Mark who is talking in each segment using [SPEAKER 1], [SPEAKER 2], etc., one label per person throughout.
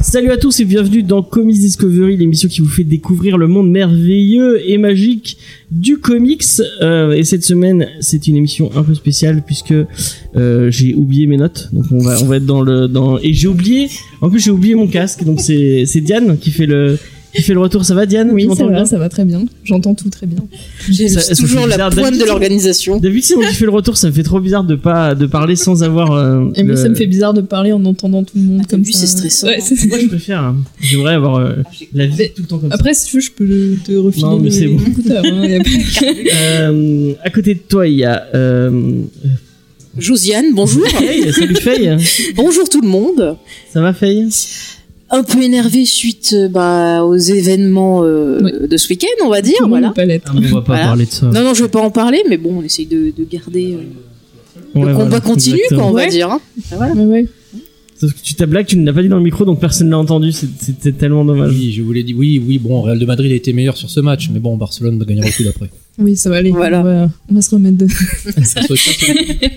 [SPEAKER 1] Salut à tous et bienvenue dans Comics Discovery, l'émission qui vous fait découvrir le monde merveilleux et magique du comics. Euh, et cette semaine, c'est une émission un peu spéciale puisque euh, j'ai oublié mes notes. Donc on va on va être dans le dans et j'ai oublié. En plus, j'ai oublié mon casque. Donc c'est c'est Diane qui fait le qui fait le retour. Ça va, Diane
[SPEAKER 2] Oui,
[SPEAKER 1] Tu
[SPEAKER 2] ça
[SPEAKER 1] m'entends
[SPEAKER 2] va,
[SPEAKER 1] bien
[SPEAKER 2] ça va très bien. J'entends tout très bien.
[SPEAKER 3] J'ai
[SPEAKER 1] Ça- ça
[SPEAKER 3] toujours
[SPEAKER 1] fait bizarre
[SPEAKER 3] la pointe de
[SPEAKER 1] d'habitude.
[SPEAKER 3] l'organisation.
[SPEAKER 1] D'habitude, c'est moi qui fais le retour. Ça me fait trop bizarre de pas de parler sans avoir. euh,
[SPEAKER 2] Et moi,
[SPEAKER 1] le-
[SPEAKER 2] ça me fait bizarre de parler en entendant tout le monde
[SPEAKER 3] Ah,
[SPEAKER 2] comme
[SPEAKER 3] t'as vu,
[SPEAKER 2] ça.
[SPEAKER 3] c'est stressant.
[SPEAKER 2] Ouais, c'est-
[SPEAKER 1] Moi, je préfère. hein. J'aimerais avoir euh, la vie tout le temps comme ça.
[SPEAKER 2] Après, si tu veux, je peux le- te refiler
[SPEAKER 1] Non, mais
[SPEAKER 2] le-
[SPEAKER 1] c'est bon.
[SPEAKER 2] l'écouteur, hein, y a pas-
[SPEAKER 1] Euh, à côté de toi, il y a. Euh...
[SPEAKER 3] Josiane, bonjour.
[SPEAKER 1] Faye. Salut Faye.
[SPEAKER 3] bonjour tout le monde.
[SPEAKER 1] Ça va Faye
[SPEAKER 3] Un peu énervé suite euh, bah, aux événements euh,
[SPEAKER 2] Oui.
[SPEAKER 3] de ce week-end, on va dire.
[SPEAKER 2] Tout le monde
[SPEAKER 3] voilà.
[SPEAKER 2] peut pas l'être.
[SPEAKER 1] On va pas
[SPEAKER 3] Voilà.
[SPEAKER 1] parler de ça.
[SPEAKER 3] Non, non, je veux pas en parler, mais bon, on essaye de, de garder. euh,
[SPEAKER 1] Ouais,
[SPEAKER 3] le combat
[SPEAKER 1] voilà,
[SPEAKER 3] continue,
[SPEAKER 1] exactement.
[SPEAKER 3] quoi, on va
[SPEAKER 2] Ouais.
[SPEAKER 3] dire. hein. Voilà.
[SPEAKER 2] Ouais, ouais.
[SPEAKER 1] Sauf que tu ta blague, tu ne l'as pas dit dans le micro, donc personne ne l'a entendu. c'est- C'était tellement dommage.
[SPEAKER 4] Oui, je voulais dire, oui, oui, bon, Real de Madrid a été meilleur sur ce match, mais bon, Barcelone va gagner le coup d'après.
[SPEAKER 2] Oui, ça va aller.
[SPEAKER 3] Voilà.
[SPEAKER 2] On, va, on va se remettre de.
[SPEAKER 4] Ça soit sûr, c'est-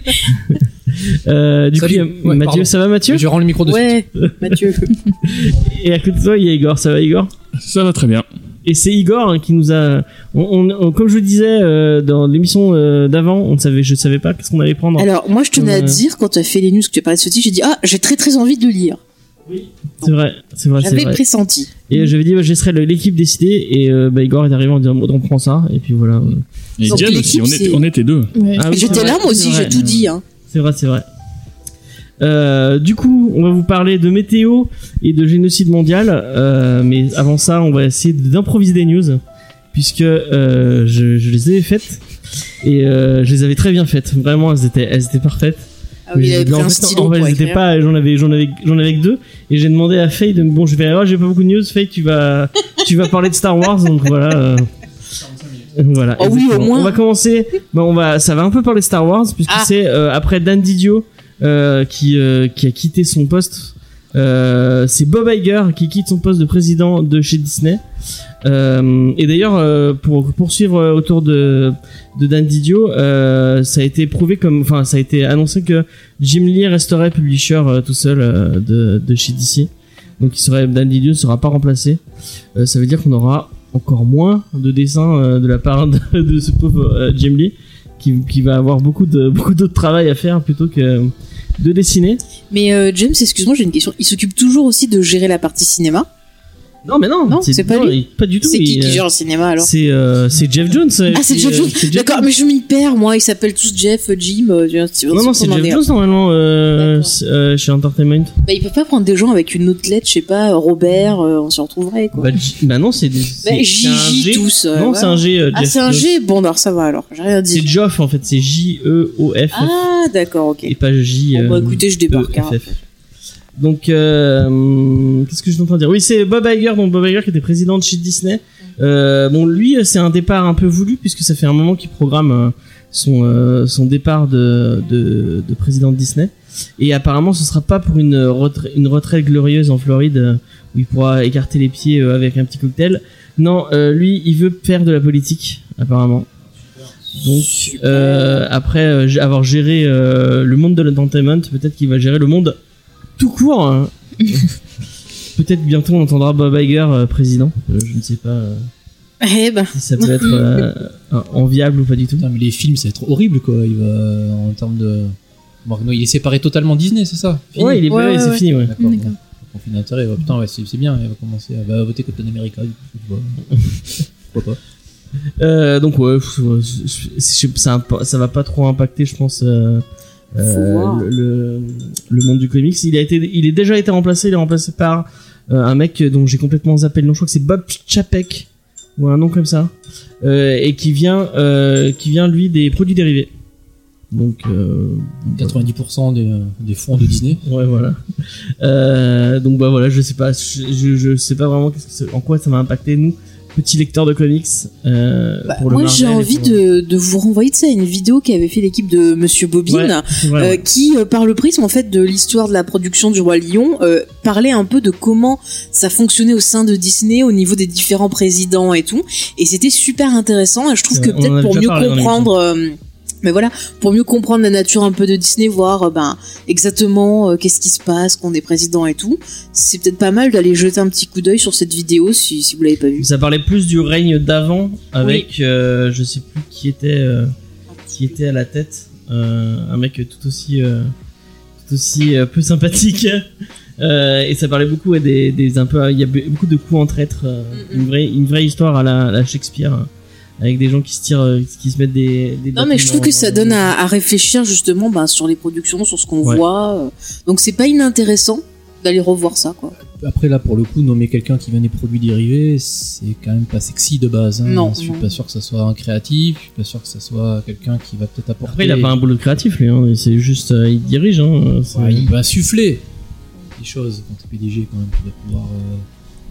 [SPEAKER 1] Euh, du coup,
[SPEAKER 4] Salut.
[SPEAKER 1] il y a
[SPEAKER 4] Ouais,
[SPEAKER 1] Mathieu,
[SPEAKER 4] pardon.
[SPEAKER 1] ça va Mathieu
[SPEAKER 4] Je rends le micro de
[SPEAKER 3] Ouais, Mathieu.
[SPEAKER 1] Et à côté de toi, il y a Igor, ça va Igor
[SPEAKER 5] Ça va très bien.
[SPEAKER 1] Et c'est Igor hein, qui nous a. on- on- on- comme je le disais euh, dans l'émission euh, d'avant, on ne savait, je ne savais pas qu'est-ce qu'on allait prendre.
[SPEAKER 3] Alors, moi, je tenais à
[SPEAKER 1] Euh.
[SPEAKER 3] te dire, quand tu as fait les news, que tu as parlé de ce titre, j'ai dit Ah, j'ai très très envie de le lire.
[SPEAKER 1] c'est vrai, c'est vrai, Ah, c'est
[SPEAKER 3] J'avais
[SPEAKER 1] vrai.
[SPEAKER 3] pressenti.
[SPEAKER 1] Et j'avais dit, bah, je laisserai le- l'équipe décider. Et euh, bah, Igor est arrivé en disant, on prend ça. Et puis voilà.
[SPEAKER 5] Et
[SPEAKER 3] Donc,
[SPEAKER 5] Diane aussi,
[SPEAKER 3] l'équipe,
[SPEAKER 5] on était,
[SPEAKER 3] c'est-
[SPEAKER 5] on était deux.
[SPEAKER 2] Ouais.
[SPEAKER 1] Ah oui, c'est
[SPEAKER 3] J'étais
[SPEAKER 1] vrai,
[SPEAKER 3] là, moi aussi,
[SPEAKER 1] c'est
[SPEAKER 3] j'ai
[SPEAKER 1] vrai.
[SPEAKER 3] tout dit. Hein.
[SPEAKER 1] C'est vrai, c'est vrai. Euh, du coup, on va vous parler de météo et de génocide mondial. euh, mais avant ça, on va essayer d'improviser des news. Puisque euh, je, je les ai faites. Et euh, je les avais très bien faites. Vraiment, elles étaient, elles étaient parfaites.
[SPEAKER 3] Ah oui, il
[SPEAKER 1] Mais
[SPEAKER 3] avait
[SPEAKER 1] en
[SPEAKER 3] pris
[SPEAKER 1] fait,
[SPEAKER 3] un stylo.
[SPEAKER 1] en fait,
[SPEAKER 3] pour
[SPEAKER 1] elles étaient
[SPEAKER 3] écrire.
[SPEAKER 1] pas. J'en avais, j'en avais, j'en avais que deux. Et j'ai demandé à Faye de. Bon, je vais. Oh, j'ai pas beaucoup de news. Faye, tu vas, tu vas parler de Star Wars. Donc voilà. euh, Voilà.
[SPEAKER 3] Oh oui, au
[SPEAKER 1] exactement.
[SPEAKER 3] moins.
[SPEAKER 1] On va commencer. Bah, on va. Ça va un peu parler Star Wars puisque
[SPEAKER 3] Ah.
[SPEAKER 1] c'est euh, après Dan Didio euh, qui euh, qui a quitté son poste. Euh, c'est Bob Iger qui quitte son poste de président de chez Disney. Euh, et d'ailleurs, euh, pour poursuivre euh, autour de, de Dan Didio, euh, ça a été prouvé comme, enfin, ça a été annoncé que Jim Lee resterait publisher euh, tout seul euh, de, de chez DC. Donc, il serait, Dan Didio ne sera pas remplacé. Euh, ça veut dire qu'on aura encore moins de dessins euh, de la part de, de ce pauvre euh, Jim Lee, qui, qui va avoir beaucoup de beaucoup d'autres travail à faire plutôt que de dessiner.
[SPEAKER 3] Mais euh, James, excuse-moi, j'ai une question. Il s'occupe toujours aussi de gérer la partie cinéma.
[SPEAKER 1] Non, mais non,
[SPEAKER 3] Non, c'est pas lui.
[SPEAKER 1] il- pas du tout.
[SPEAKER 3] C'est qui
[SPEAKER 1] il,
[SPEAKER 3] qui
[SPEAKER 1] euh,
[SPEAKER 3] gère le cinéma alors
[SPEAKER 1] c'est euh, c'est Jeff Jones.
[SPEAKER 3] Ah, c'est
[SPEAKER 1] euh,
[SPEAKER 3] Jeff Jones. D'accord, mais je m'y perds, moi. Ils s'appellent tous Jeff, Jim. euh, tu vois, tu vois,
[SPEAKER 1] Non, non,
[SPEAKER 3] ce
[SPEAKER 1] c'est
[SPEAKER 3] qu'on en
[SPEAKER 1] Jeff
[SPEAKER 3] est, là.
[SPEAKER 1] Jones normalement euh,
[SPEAKER 3] D'accord.
[SPEAKER 1] c'est, euh, chez Entertainment.
[SPEAKER 3] Bah, ils peuvent pas prendre des gens avec une autre lettre, je sais pas, euh, Robert, euh, on s'y retrouverait quoi.
[SPEAKER 1] Bah, J- bah non, c'est des-
[SPEAKER 3] Bah,
[SPEAKER 1] c'est c'est un
[SPEAKER 3] Gigi,
[SPEAKER 1] G.
[SPEAKER 3] tous. euh,
[SPEAKER 1] Non,
[SPEAKER 3] voilà.
[SPEAKER 1] c'est un G. euh,
[SPEAKER 3] Ah,
[SPEAKER 1] Jeff
[SPEAKER 3] c'est un
[SPEAKER 1] Jones.
[SPEAKER 3] G Bon, alors ça va alors, j'ai rien
[SPEAKER 1] C'est
[SPEAKER 3] dit.
[SPEAKER 1] Joff en fait, c'est J E O F
[SPEAKER 3] Ah, d'accord, ok.
[SPEAKER 1] et pas J.
[SPEAKER 3] Bon, bah
[SPEAKER 1] euh,
[SPEAKER 3] écoutez, je débarque. hein.
[SPEAKER 1] E, F, F. Donc, euh, hum, qu'est-ce que je suis en train de dire Oui, c'est Bob Iger, donc Bob Iger qui était président de chez Disney. Euh, bon, lui, c'est un départ un peu voulu puisque ça fait un moment qu'il programme euh, son euh, son départ de, de de président de Disney. Et apparemment, ce sera pas pour une retraite une retraite glorieuse en Floride euh, où il pourra écarter les pieds euh, avec un petit cocktail. Non, euh, lui, il veut faire de la politique apparemment. Donc, euh, après euh, g- avoir géré euh, le monde de l'entertainment, peut-être qu'il va gérer le monde tout court. hein. peut-être bientôt on entendra Bob Iger euh, président. Euh, je ne sais pas euh,
[SPEAKER 3] Eh ben,
[SPEAKER 1] si ça peut être euh, euh, enviable ou pas du tout.
[SPEAKER 4] Putain, mais les films, ça va être horrible, quoi. Il va, en termes de. Bon, non, il est séparé totalement de Disney, c'est ça Fini
[SPEAKER 1] Ouais, il est
[SPEAKER 2] Ouais,
[SPEAKER 1] ouais,
[SPEAKER 2] ouais,
[SPEAKER 1] c'est
[SPEAKER 2] ouais.
[SPEAKER 1] fini. Ouais.
[SPEAKER 4] D'accord.
[SPEAKER 2] D'accord.
[SPEAKER 4] bon. On fait d'intérêt, ouais. putain, ouais, c'est c'est bien, il va commencer à va voter Captain America. du coup, tu vois. Pourquoi pas
[SPEAKER 1] Euh, donc ouais, pff, ouais, je- je- je- ça, imp- ça va pas trop impacter, je pense, euh, euh,
[SPEAKER 3] voir.
[SPEAKER 1] le, le- le monde du comics. Il a été, il est déjà été remplacé. Il est remplacé par euh, un mec dont j'ai complètement zappé le nom. Je crois que c'est Bob Chapek ou un nom comme ça, euh, et qui vient, euh, qui vient lui des produits dérivés. Donc euh,
[SPEAKER 4] 90% des, euh, des fonds de Disney.
[SPEAKER 1] Ouais, voilà. Euh, donc bah voilà, je sais pas, je, je, je sais pas vraiment qu'est-ce que c'est- en quoi ça va impacter nous. petit lecteur de comics. euh,
[SPEAKER 3] Bah,
[SPEAKER 1] pour le
[SPEAKER 3] moi, j'ai
[SPEAKER 1] Marvel et
[SPEAKER 3] envie
[SPEAKER 1] pour-
[SPEAKER 3] de, de vous renvoyer de ça à une vidéo qu'avait fait l'équipe de Monsieur Bobine.
[SPEAKER 1] Ouais, c'est vrai,
[SPEAKER 3] euh,
[SPEAKER 1] ouais.
[SPEAKER 3] qui, euh, par le prisme en fait de l'histoire de la production du roi lion, euh, parlait un peu de comment ça fonctionnait au sein de Disney, au niveau des différents présidents et tout. Et c'était super intéressant. Et je trouve
[SPEAKER 1] Ouais,
[SPEAKER 3] que
[SPEAKER 1] Euh, on en a
[SPEAKER 3] peut-être pour
[SPEAKER 1] déjà
[SPEAKER 3] mieux
[SPEAKER 1] parlé dans l'émission.
[SPEAKER 3] comprendre, euh, mais voilà, pour mieux comprendre la nature un peu de Disney, voir euh, ben exactement euh, qu'est-ce qui se passe, qu'on est président et tout, c'est peut-être pas mal d'aller jeter un petit coup d'œil sur cette vidéo si, si vous l'avez pas vue.
[SPEAKER 1] Ça parlait plus du règne d'avant avec euh, je sais plus qui était euh, qui était à la tête, euh, un mec tout aussi euh, tout aussi euh, peu sympathique. Euh, et ça parlait beaucoup ouais, des, des un peu il y a be- beaucoup de coups entre êtres, euh,
[SPEAKER 3] Mhm.
[SPEAKER 1] une vraie une vraie histoire à la, à la Shakespeare hein, avec des gens qui se tirent euh, qui se mettent des, des
[SPEAKER 3] Non mais je trouve
[SPEAKER 1] bâtiments
[SPEAKER 3] que ça
[SPEAKER 1] dans-
[SPEAKER 3] donne à, à réfléchir justement ben, sur les productions, sur ce qu'on
[SPEAKER 1] Ouais.
[SPEAKER 3] voit. euh. Donc c'est pas inintéressant d'aller revoir ça quoi.
[SPEAKER 4] Après, là, pour le coup, nommer quelqu'un qui vient des produits dérivés, c'est quand même pas sexy de base. hein.
[SPEAKER 3] Non,
[SPEAKER 4] Je suis
[SPEAKER 3] non.
[SPEAKER 4] pas sûr que ça soit un créatif, je suis pas sûr que ça soit quelqu'un qui va peut-être apporter.
[SPEAKER 1] Après, il a pas un boulot de créatif, lui. Hein. C'est juste, euh, il dirige. Hein. C'est-
[SPEAKER 4] Ouais, il va insuffler des choses quand t'es PDG quand même. Tu dois pouvoir. euh,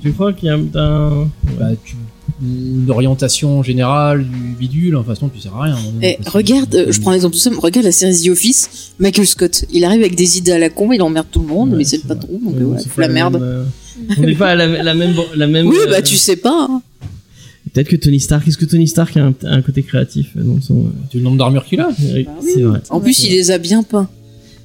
[SPEAKER 1] Tu crois qu'il y a un- un...
[SPEAKER 4] bah, tu- une orientation générale du bidule, enfin sinon tu sers à rien. à un moment donné,
[SPEAKER 3] Eh,
[SPEAKER 4] parce que-
[SPEAKER 3] regarde, euh, je prends un exemple tout simple, regarde la série The Office, Michael Scott, il arrive avec des idées à la con, il emmerde tout le monde,
[SPEAKER 1] Ouais,
[SPEAKER 3] mais c'est le
[SPEAKER 1] c'est
[SPEAKER 3] patron, donc
[SPEAKER 1] Ouais,
[SPEAKER 3] euh,
[SPEAKER 1] bon,
[SPEAKER 3] voilà,
[SPEAKER 1] c'est
[SPEAKER 3] fout
[SPEAKER 1] pas
[SPEAKER 3] la
[SPEAKER 1] le
[SPEAKER 3] merde.
[SPEAKER 1] même, euh, On n'est pas à la, la même. La même
[SPEAKER 3] oui,
[SPEAKER 1] euh,
[SPEAKER 3] bah tu sais pas. hein.
[SPEAKER 1] Peut-être que Tony Stark. Est-ce que Tony Stark a un, un côté créatif euh, dans son.
[SPEAKER 4] Tu as le nombre d'armures qu'il
[SPEAKER 1] euh,
[SPEAKER 4] a
[SPEAKER 3] Bah oui.
[SPEAKER 1] c'est vrai.
[SPEAKER 3] En plus, il les a bien peints.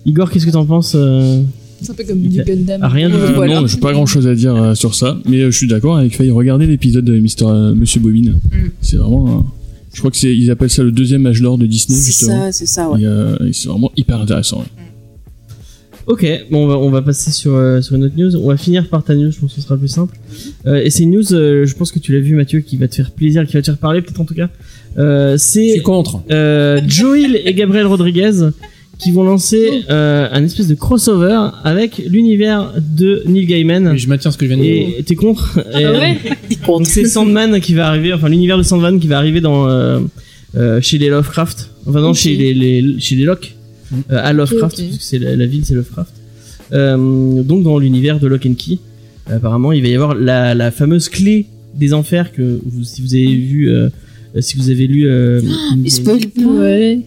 [SPEAKER 1] Igor, qu'est-ce que t'en penses euh,
[SPEAKER 2] C'est un peu comme
[SPEAKER 1] Il
[SPEAKER 2] du
[SPEAKER 1] a-
[SPEAKER 2] Gundam.
[SPEAKER 1] ah, Rien du
[SPEAKER 3] Euh,
[SPEAKER 1] tout.
[SPEAKER 3] voilà.
[SPEAKER 5] Non, j'ai pas grand chose à dire euh, sur ça, mais euh, je suis d'accord avec Faye. Regardez l'épisode de Mister, euh, Monsieur Bobine.
[SPEAKER 3] Mm.
[SPEAKER 5] C'est vraiment. un- je crois que c'est, ils appellent ça le deuxième âge d'or de Disney,
[SPEAKER 3] C'est
[SPEAKER 5] justement.
[SPEAKER 3] ça, c'est ça, ouais.
[SPEAKER 5] Et, euh, et c'est vraiment hyper intéressant. ouais.
[SPEAKER 1] Ok, bon, on va, on va passer sur, euh, sur une autre news. On va finir par ta news, je pense que ce sera le plus simple. Euh, et c'est une news, euh, je pense que tu l'as vu, Mathieu, qui va te faire plaisir, qui va te faire parler, peut-être en tout cas. Euh,
[SPEAKER 4] Je
[SPEAKER 1] c'est
[SPEAKER 4] suis contre.
[SPEAKER 1] euh, Joel et Gabriel Rodriguez qui vont lancer euh, un espèce de crossover avec l'univers de Neil Gaiman.
[SPEAKER 4] Mais je maintiens ce que je viens de dire.
[SPEAKER 1] Et t'es contre
[SPEAKER 3] bah
[SPEAKER 1] Et, euh,
[SPEAKER 6] Ah ouais
[SPEAKER 3] Il compte.
[SPEAKER 1] Donc c'est Sandman qui va arriver, enfin l'univers de Sandman qui va arriver dans euh, euh, chez les Lovecraft, enfin non
[SPEAKER 2] Ok.
[SPEAKER 1] chez les, les- chez les Locke,
[SPEAKER 4] Mm.
[SPEAKER 1] euh, à Lovecraft,
[SPEAKER 2] Ok, ok.
[SPEAKER 1] parce que c'est la, la ville c'est Lovecraft. Euh, donc dans l'univers de Locke and Key, apparemment il va y avoir la, la fameuse clé des enfers que vous, si vous avez vu, euh, si vous avez lu. euh,
[SPEAKER 3] Il spoil pas.
[SPEAKER 2] Ouais.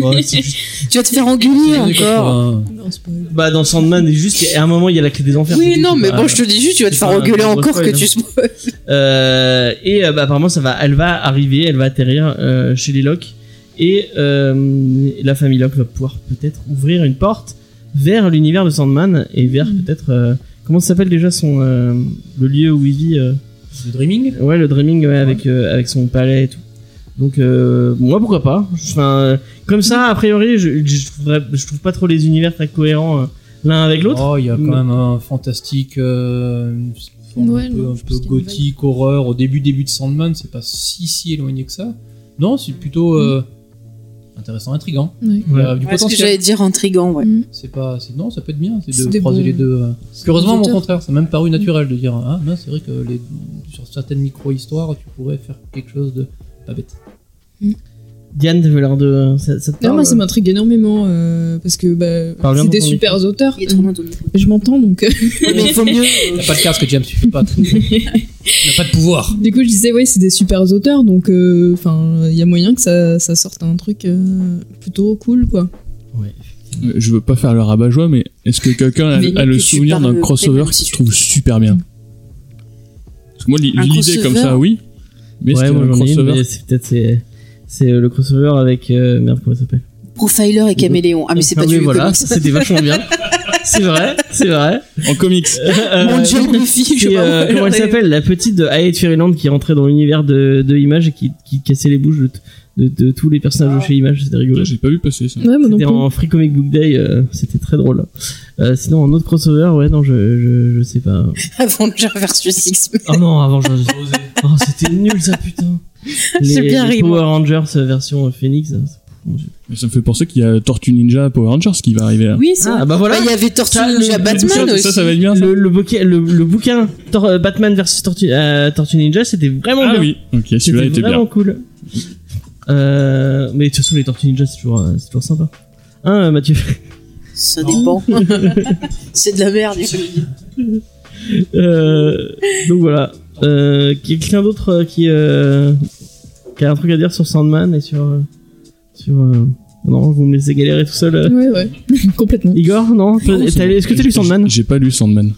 [SPEAKER 1] Ouais, c'est juste-
[SPEAKER 3] Tu vas te faire engueuler encore.
[SPEAKER 4] Enfin,
[SPEAKER 2] Non, c'est pas vrai.
[SPEAKER 1] bah dans Sandman et juste à un moment il y a la clé des bah, enfers. c'est
[SPEAKER 3] Oui,
[SPEAKER 1] tout,
[SPEAKER 3] non,
[SPEAKER 1] c'est
[SPEAKER 3] mais
[SPEAKER 1] pas-
[SPEAKER 3] bon, je te dis juste, tu vas te
[SPEAKER 1] c'est
[SPEAKER 3] faire
[SPEAKER 1] pas un
[SPEAKER 3] engueuler
[SPEAKER 1] gros
[SPEAKER 3] encore
[SPEAKER 1] spoil,
[SPEAKER 3] que tu
[SPEAKER 1] hein.
[SPEAKER 3] spoil.
[SPEAKER 1] Euh, et euh, bah, apparemment, ça va, elle va arriver, elle va atterrir euh, chez les Locke. Et euh, la famille Locke va pouvoir peut-être ouvrir une porte vers l'univers de Sandman et vers
[SPEAKER 2] Mhm.
[SPEAKER 1] peut-être. euh, comment ça s'appelle déjà son, euh, le lieu où il vit euh,
[SPEAKER 4] le dreaming
[SPEAKER 1] Ouais, le Dreaming ouais, avec, euh, avec son palais et tout. Donc, euh, moi, pourquoi pas Enfin, euh, Comme ça, a priori, je, je, trouverais- je trouve pas trop les univers très cohérents euh, l'un avec l'autre.
[SPEAKER 4] Oh, il y a quand
[SPEAKER 1] Mm.
[SPEAKER 4] même un fantastique, euh, une forme
[SPEAKER 2] Ouais,
[SPEAKER 4] un peu,
[SPEAKER 2] non,
[SPEAKER 4] un
[SPEAKER 2] je
[SPEAKER 4] peu
[SPEAKER 2] pense qu'il y a une
[SPEAKER 4] gothique, horreur. Au début, début de Sandman, c'est pas si si éloigné que ça. Non, c'est plutôt euh, intéressant, intrigant.
[SPEAKER 2] Mm. Ouais.
[SPEAKER 4] Il y
[SPEAKER 1] Ouais.
[SPEAKER 4] a
[SPEAKER 3] C'est
[SPEAKER 4] du
[SPEAKER 3] ce que
[SPEAKER 4] potentiel.
[SPEAKER 3] j'allais dire intrigant, ouais.
[SPEAKER 4] C'est pas, c'est- non, ça peut être bien. C'est
[SPEAKER 2] C'est
[SPEAKER 4] de
[SPEAKER 2] des
[SPEAKER 4] croiser
[SPEAKER 2] bons-
[SPEAKER 4] les deux. euh. Heureusement,
[SPEAKER 2] des
[SPEAKER 4] au
[SPEAKER 2] auteurs. Mm.
[SPEAKER 4] contraire, ça m'a même paru naturel de dire ah mince, c'est vrai que les, sur certaines micro-histoires, tu pourrais faire quelque chose de pas bête.
[SPEAKER 1] Diane, t'avais l'air de. Ça, ça te
[SPEAKER 2] Oh. Non,
[SPEAKER 1] parle
[SPEAKER 2] moi ça m'intrigue énormément euh, parce que bah,
[SPEAKER 1] Parle bien
[SPEAKER 2] c'est
[SPEAKER 1] dans
[SPEAKER 2] des
[SPEAKER 1] ton
[SPEAKER 2] super auteurs. Euh,
[SPEAKER 3] Il est
[SPEAKER 1] Mm.
[SPEAKER 3] trop loin de nous.
[SPEAKER 2] Je m'entends donc.
[SPEAKER 3] Mais il faut mieux.
[SPEAKER 4] T'as pas de casque, James, tu fais pas. Tu n'as pas de pouvoir.
[SPEAKER 2] Du coup, je disais, ouais, c'est des super auteurs, donc euh, enfin, il y a moyen que ça, ça sorte un truc euh, plutôt cool, quoi.
[SPEAKER 1] Ouais.
[SPEAKER 5] Euh, Je veux pas faire le rabat-joie, mais est-ce que quelqu'un a,
[SPEAKER 3] Mais
[SPEAKER 5] a
[SPEAKER 3] que
[SPEAKER 5] le
[SPEAKER 3] tu
[SPEAKER 5] souvenir
[SPEAKER 3] parles
[SPEAKER 5] d'un
[SPEAKER 3] très
[SPEAKER 5] crossover
[SPEAKER 3] bien, si
[SPEAKER 5] qui
[SPEAKER 3] tu
[SPEAKER 5] se trouve
[SPEAKER 3] comprends.
[SPEAKER 5] super bien Parce que moi, li-
[SPEAKER 3] Un
[SPEAKER 5] l'idée comme ça,
[SPEAKER 3] crossover
[SPEAKER 5] oui. Mais
[SPEAKER 1] ouais,
[SPEAKER 5] c'était
[SPEAKER 1] moi
[SPEAKER 5] un
[SPEAKER 1] j'en ai une,
[SPEAKER 5] crossover.
[SPEAKER 1] mais c'est peut-être c'est, c'est le crossover avec euh, merde comment ça s'appelle
[SPEAKER 3] Profiler et Caméléon. Ah, mais c'est pas
[SPEAKER 1] Mm. oui,
[SPEAKER 3] du
[SPEAKER 1] voilà,
[SPEAKER 3] comics.
[SPEAKER 1] ça, c'était vachement bien. c'est vrai, c'est vrai.
[SPEAKER 5] En comics.
[SPEAKER 1] Euh,
[SPEAKER 3] Mon dieu,
[SPEAKER 1] euh,
[SPEAKER 3] Buffy, je sais
[SPEAKER 1] c'est,
[SPEAKER 3] pas
[SPEAKER 1] euh,
[SPEAKER 3] où elle
[SPEAKER 1] comment elle
[SPEAKER 3] est.
[SPEAKER 1] s'appelle La petite de Hayat Fairyland qui rentrait dans l'univers de, de Image et qui, qui cassait les bouches de, t- de- de tous les personnages de chez Image, c'était rigolo.
[SPEAKER 5] J'ai pas vu passer ça.
[SPEAKER 2] Ouais, moi non
[SPEAKER 1] C'était
[SPEAKER 2] plus.
[SPEAKER 1] en Free Comic Book Day, euh, c'était très drôle. Euh, sinon, en autre crossover, ouais, non, je, je, je sais pas.
[SPEAKER 3] Avenger versus X-Men.
[SPEAKER 1] Oh non, avant, je... oh, c'était nul ça, putain.
[SPEAKER 3] J'ai
[SPEAKER 1] Les,
[SPEAKER 3] bien
[SPEAKER 1] les
[SPEAKER 3] ri, moi.
[SPEAKER 1] Power Rangers euh, version euh, Phoenix. euh,
[SPEAKER 5] Mais ça me fait penser qu'il y a Tortue Ninja Power Rangers qui va arriver. là.
[SPEAKER 3] Oui, c'est
[SPEAKER 1] Ah bah voilà.
[SPEAKER 3] Bah, Il y avait Tortue
[SPEAKER 1] Ça, le-
[SPEAKER 3] Ninja
[SPEAKER 1] le-
[SPEAKER 5] ça,
[SPEAKER 3] Batman
[SPEAKER 5] ça,
[SPEAKER 3] aussi.
[SPEAKER 5] ça va être bien. Ça.
[SPEAKER 1] le, le, bouquin- le, le bouquin Tor- euh, Batman vs Tortue, euh, Tortue Ninja, c'était vraiment
[SPEAKER 5] Ah
[SPEAKER 1] bien.
[SPEAKER 5] oui, ok, celui-là
[SPEAKER 1] c'était
[SPEAKER 5] était
[SPEAKER 1] vraiment
[SPEAKER 5] bien.
[SPEAKER 1] cool. Euh, mais de toute façon, les Tortues Ninja, c'est toujours, euh, c'est toujours sympa. Hein, euh, Mathieu
[SPEAKER 3] Ça dépend. c'est de la merde.
[SPEAKER 1] Euh, donc voilà. Euh, Quelqu'un d'autre euh, qui, euh, qui a un truc à dire sur Sandman et sur. euh, sur euh, Non, vous me laissez galérer tout seul. euh.
[SPEAKER 2] Ouais, ouais, complètement.
[SPEAKER 1] Igor, non T'as- t'as- Est-ce que t'as lu Sandman
[SPEAKER 5] J'ai pas lu Sandman.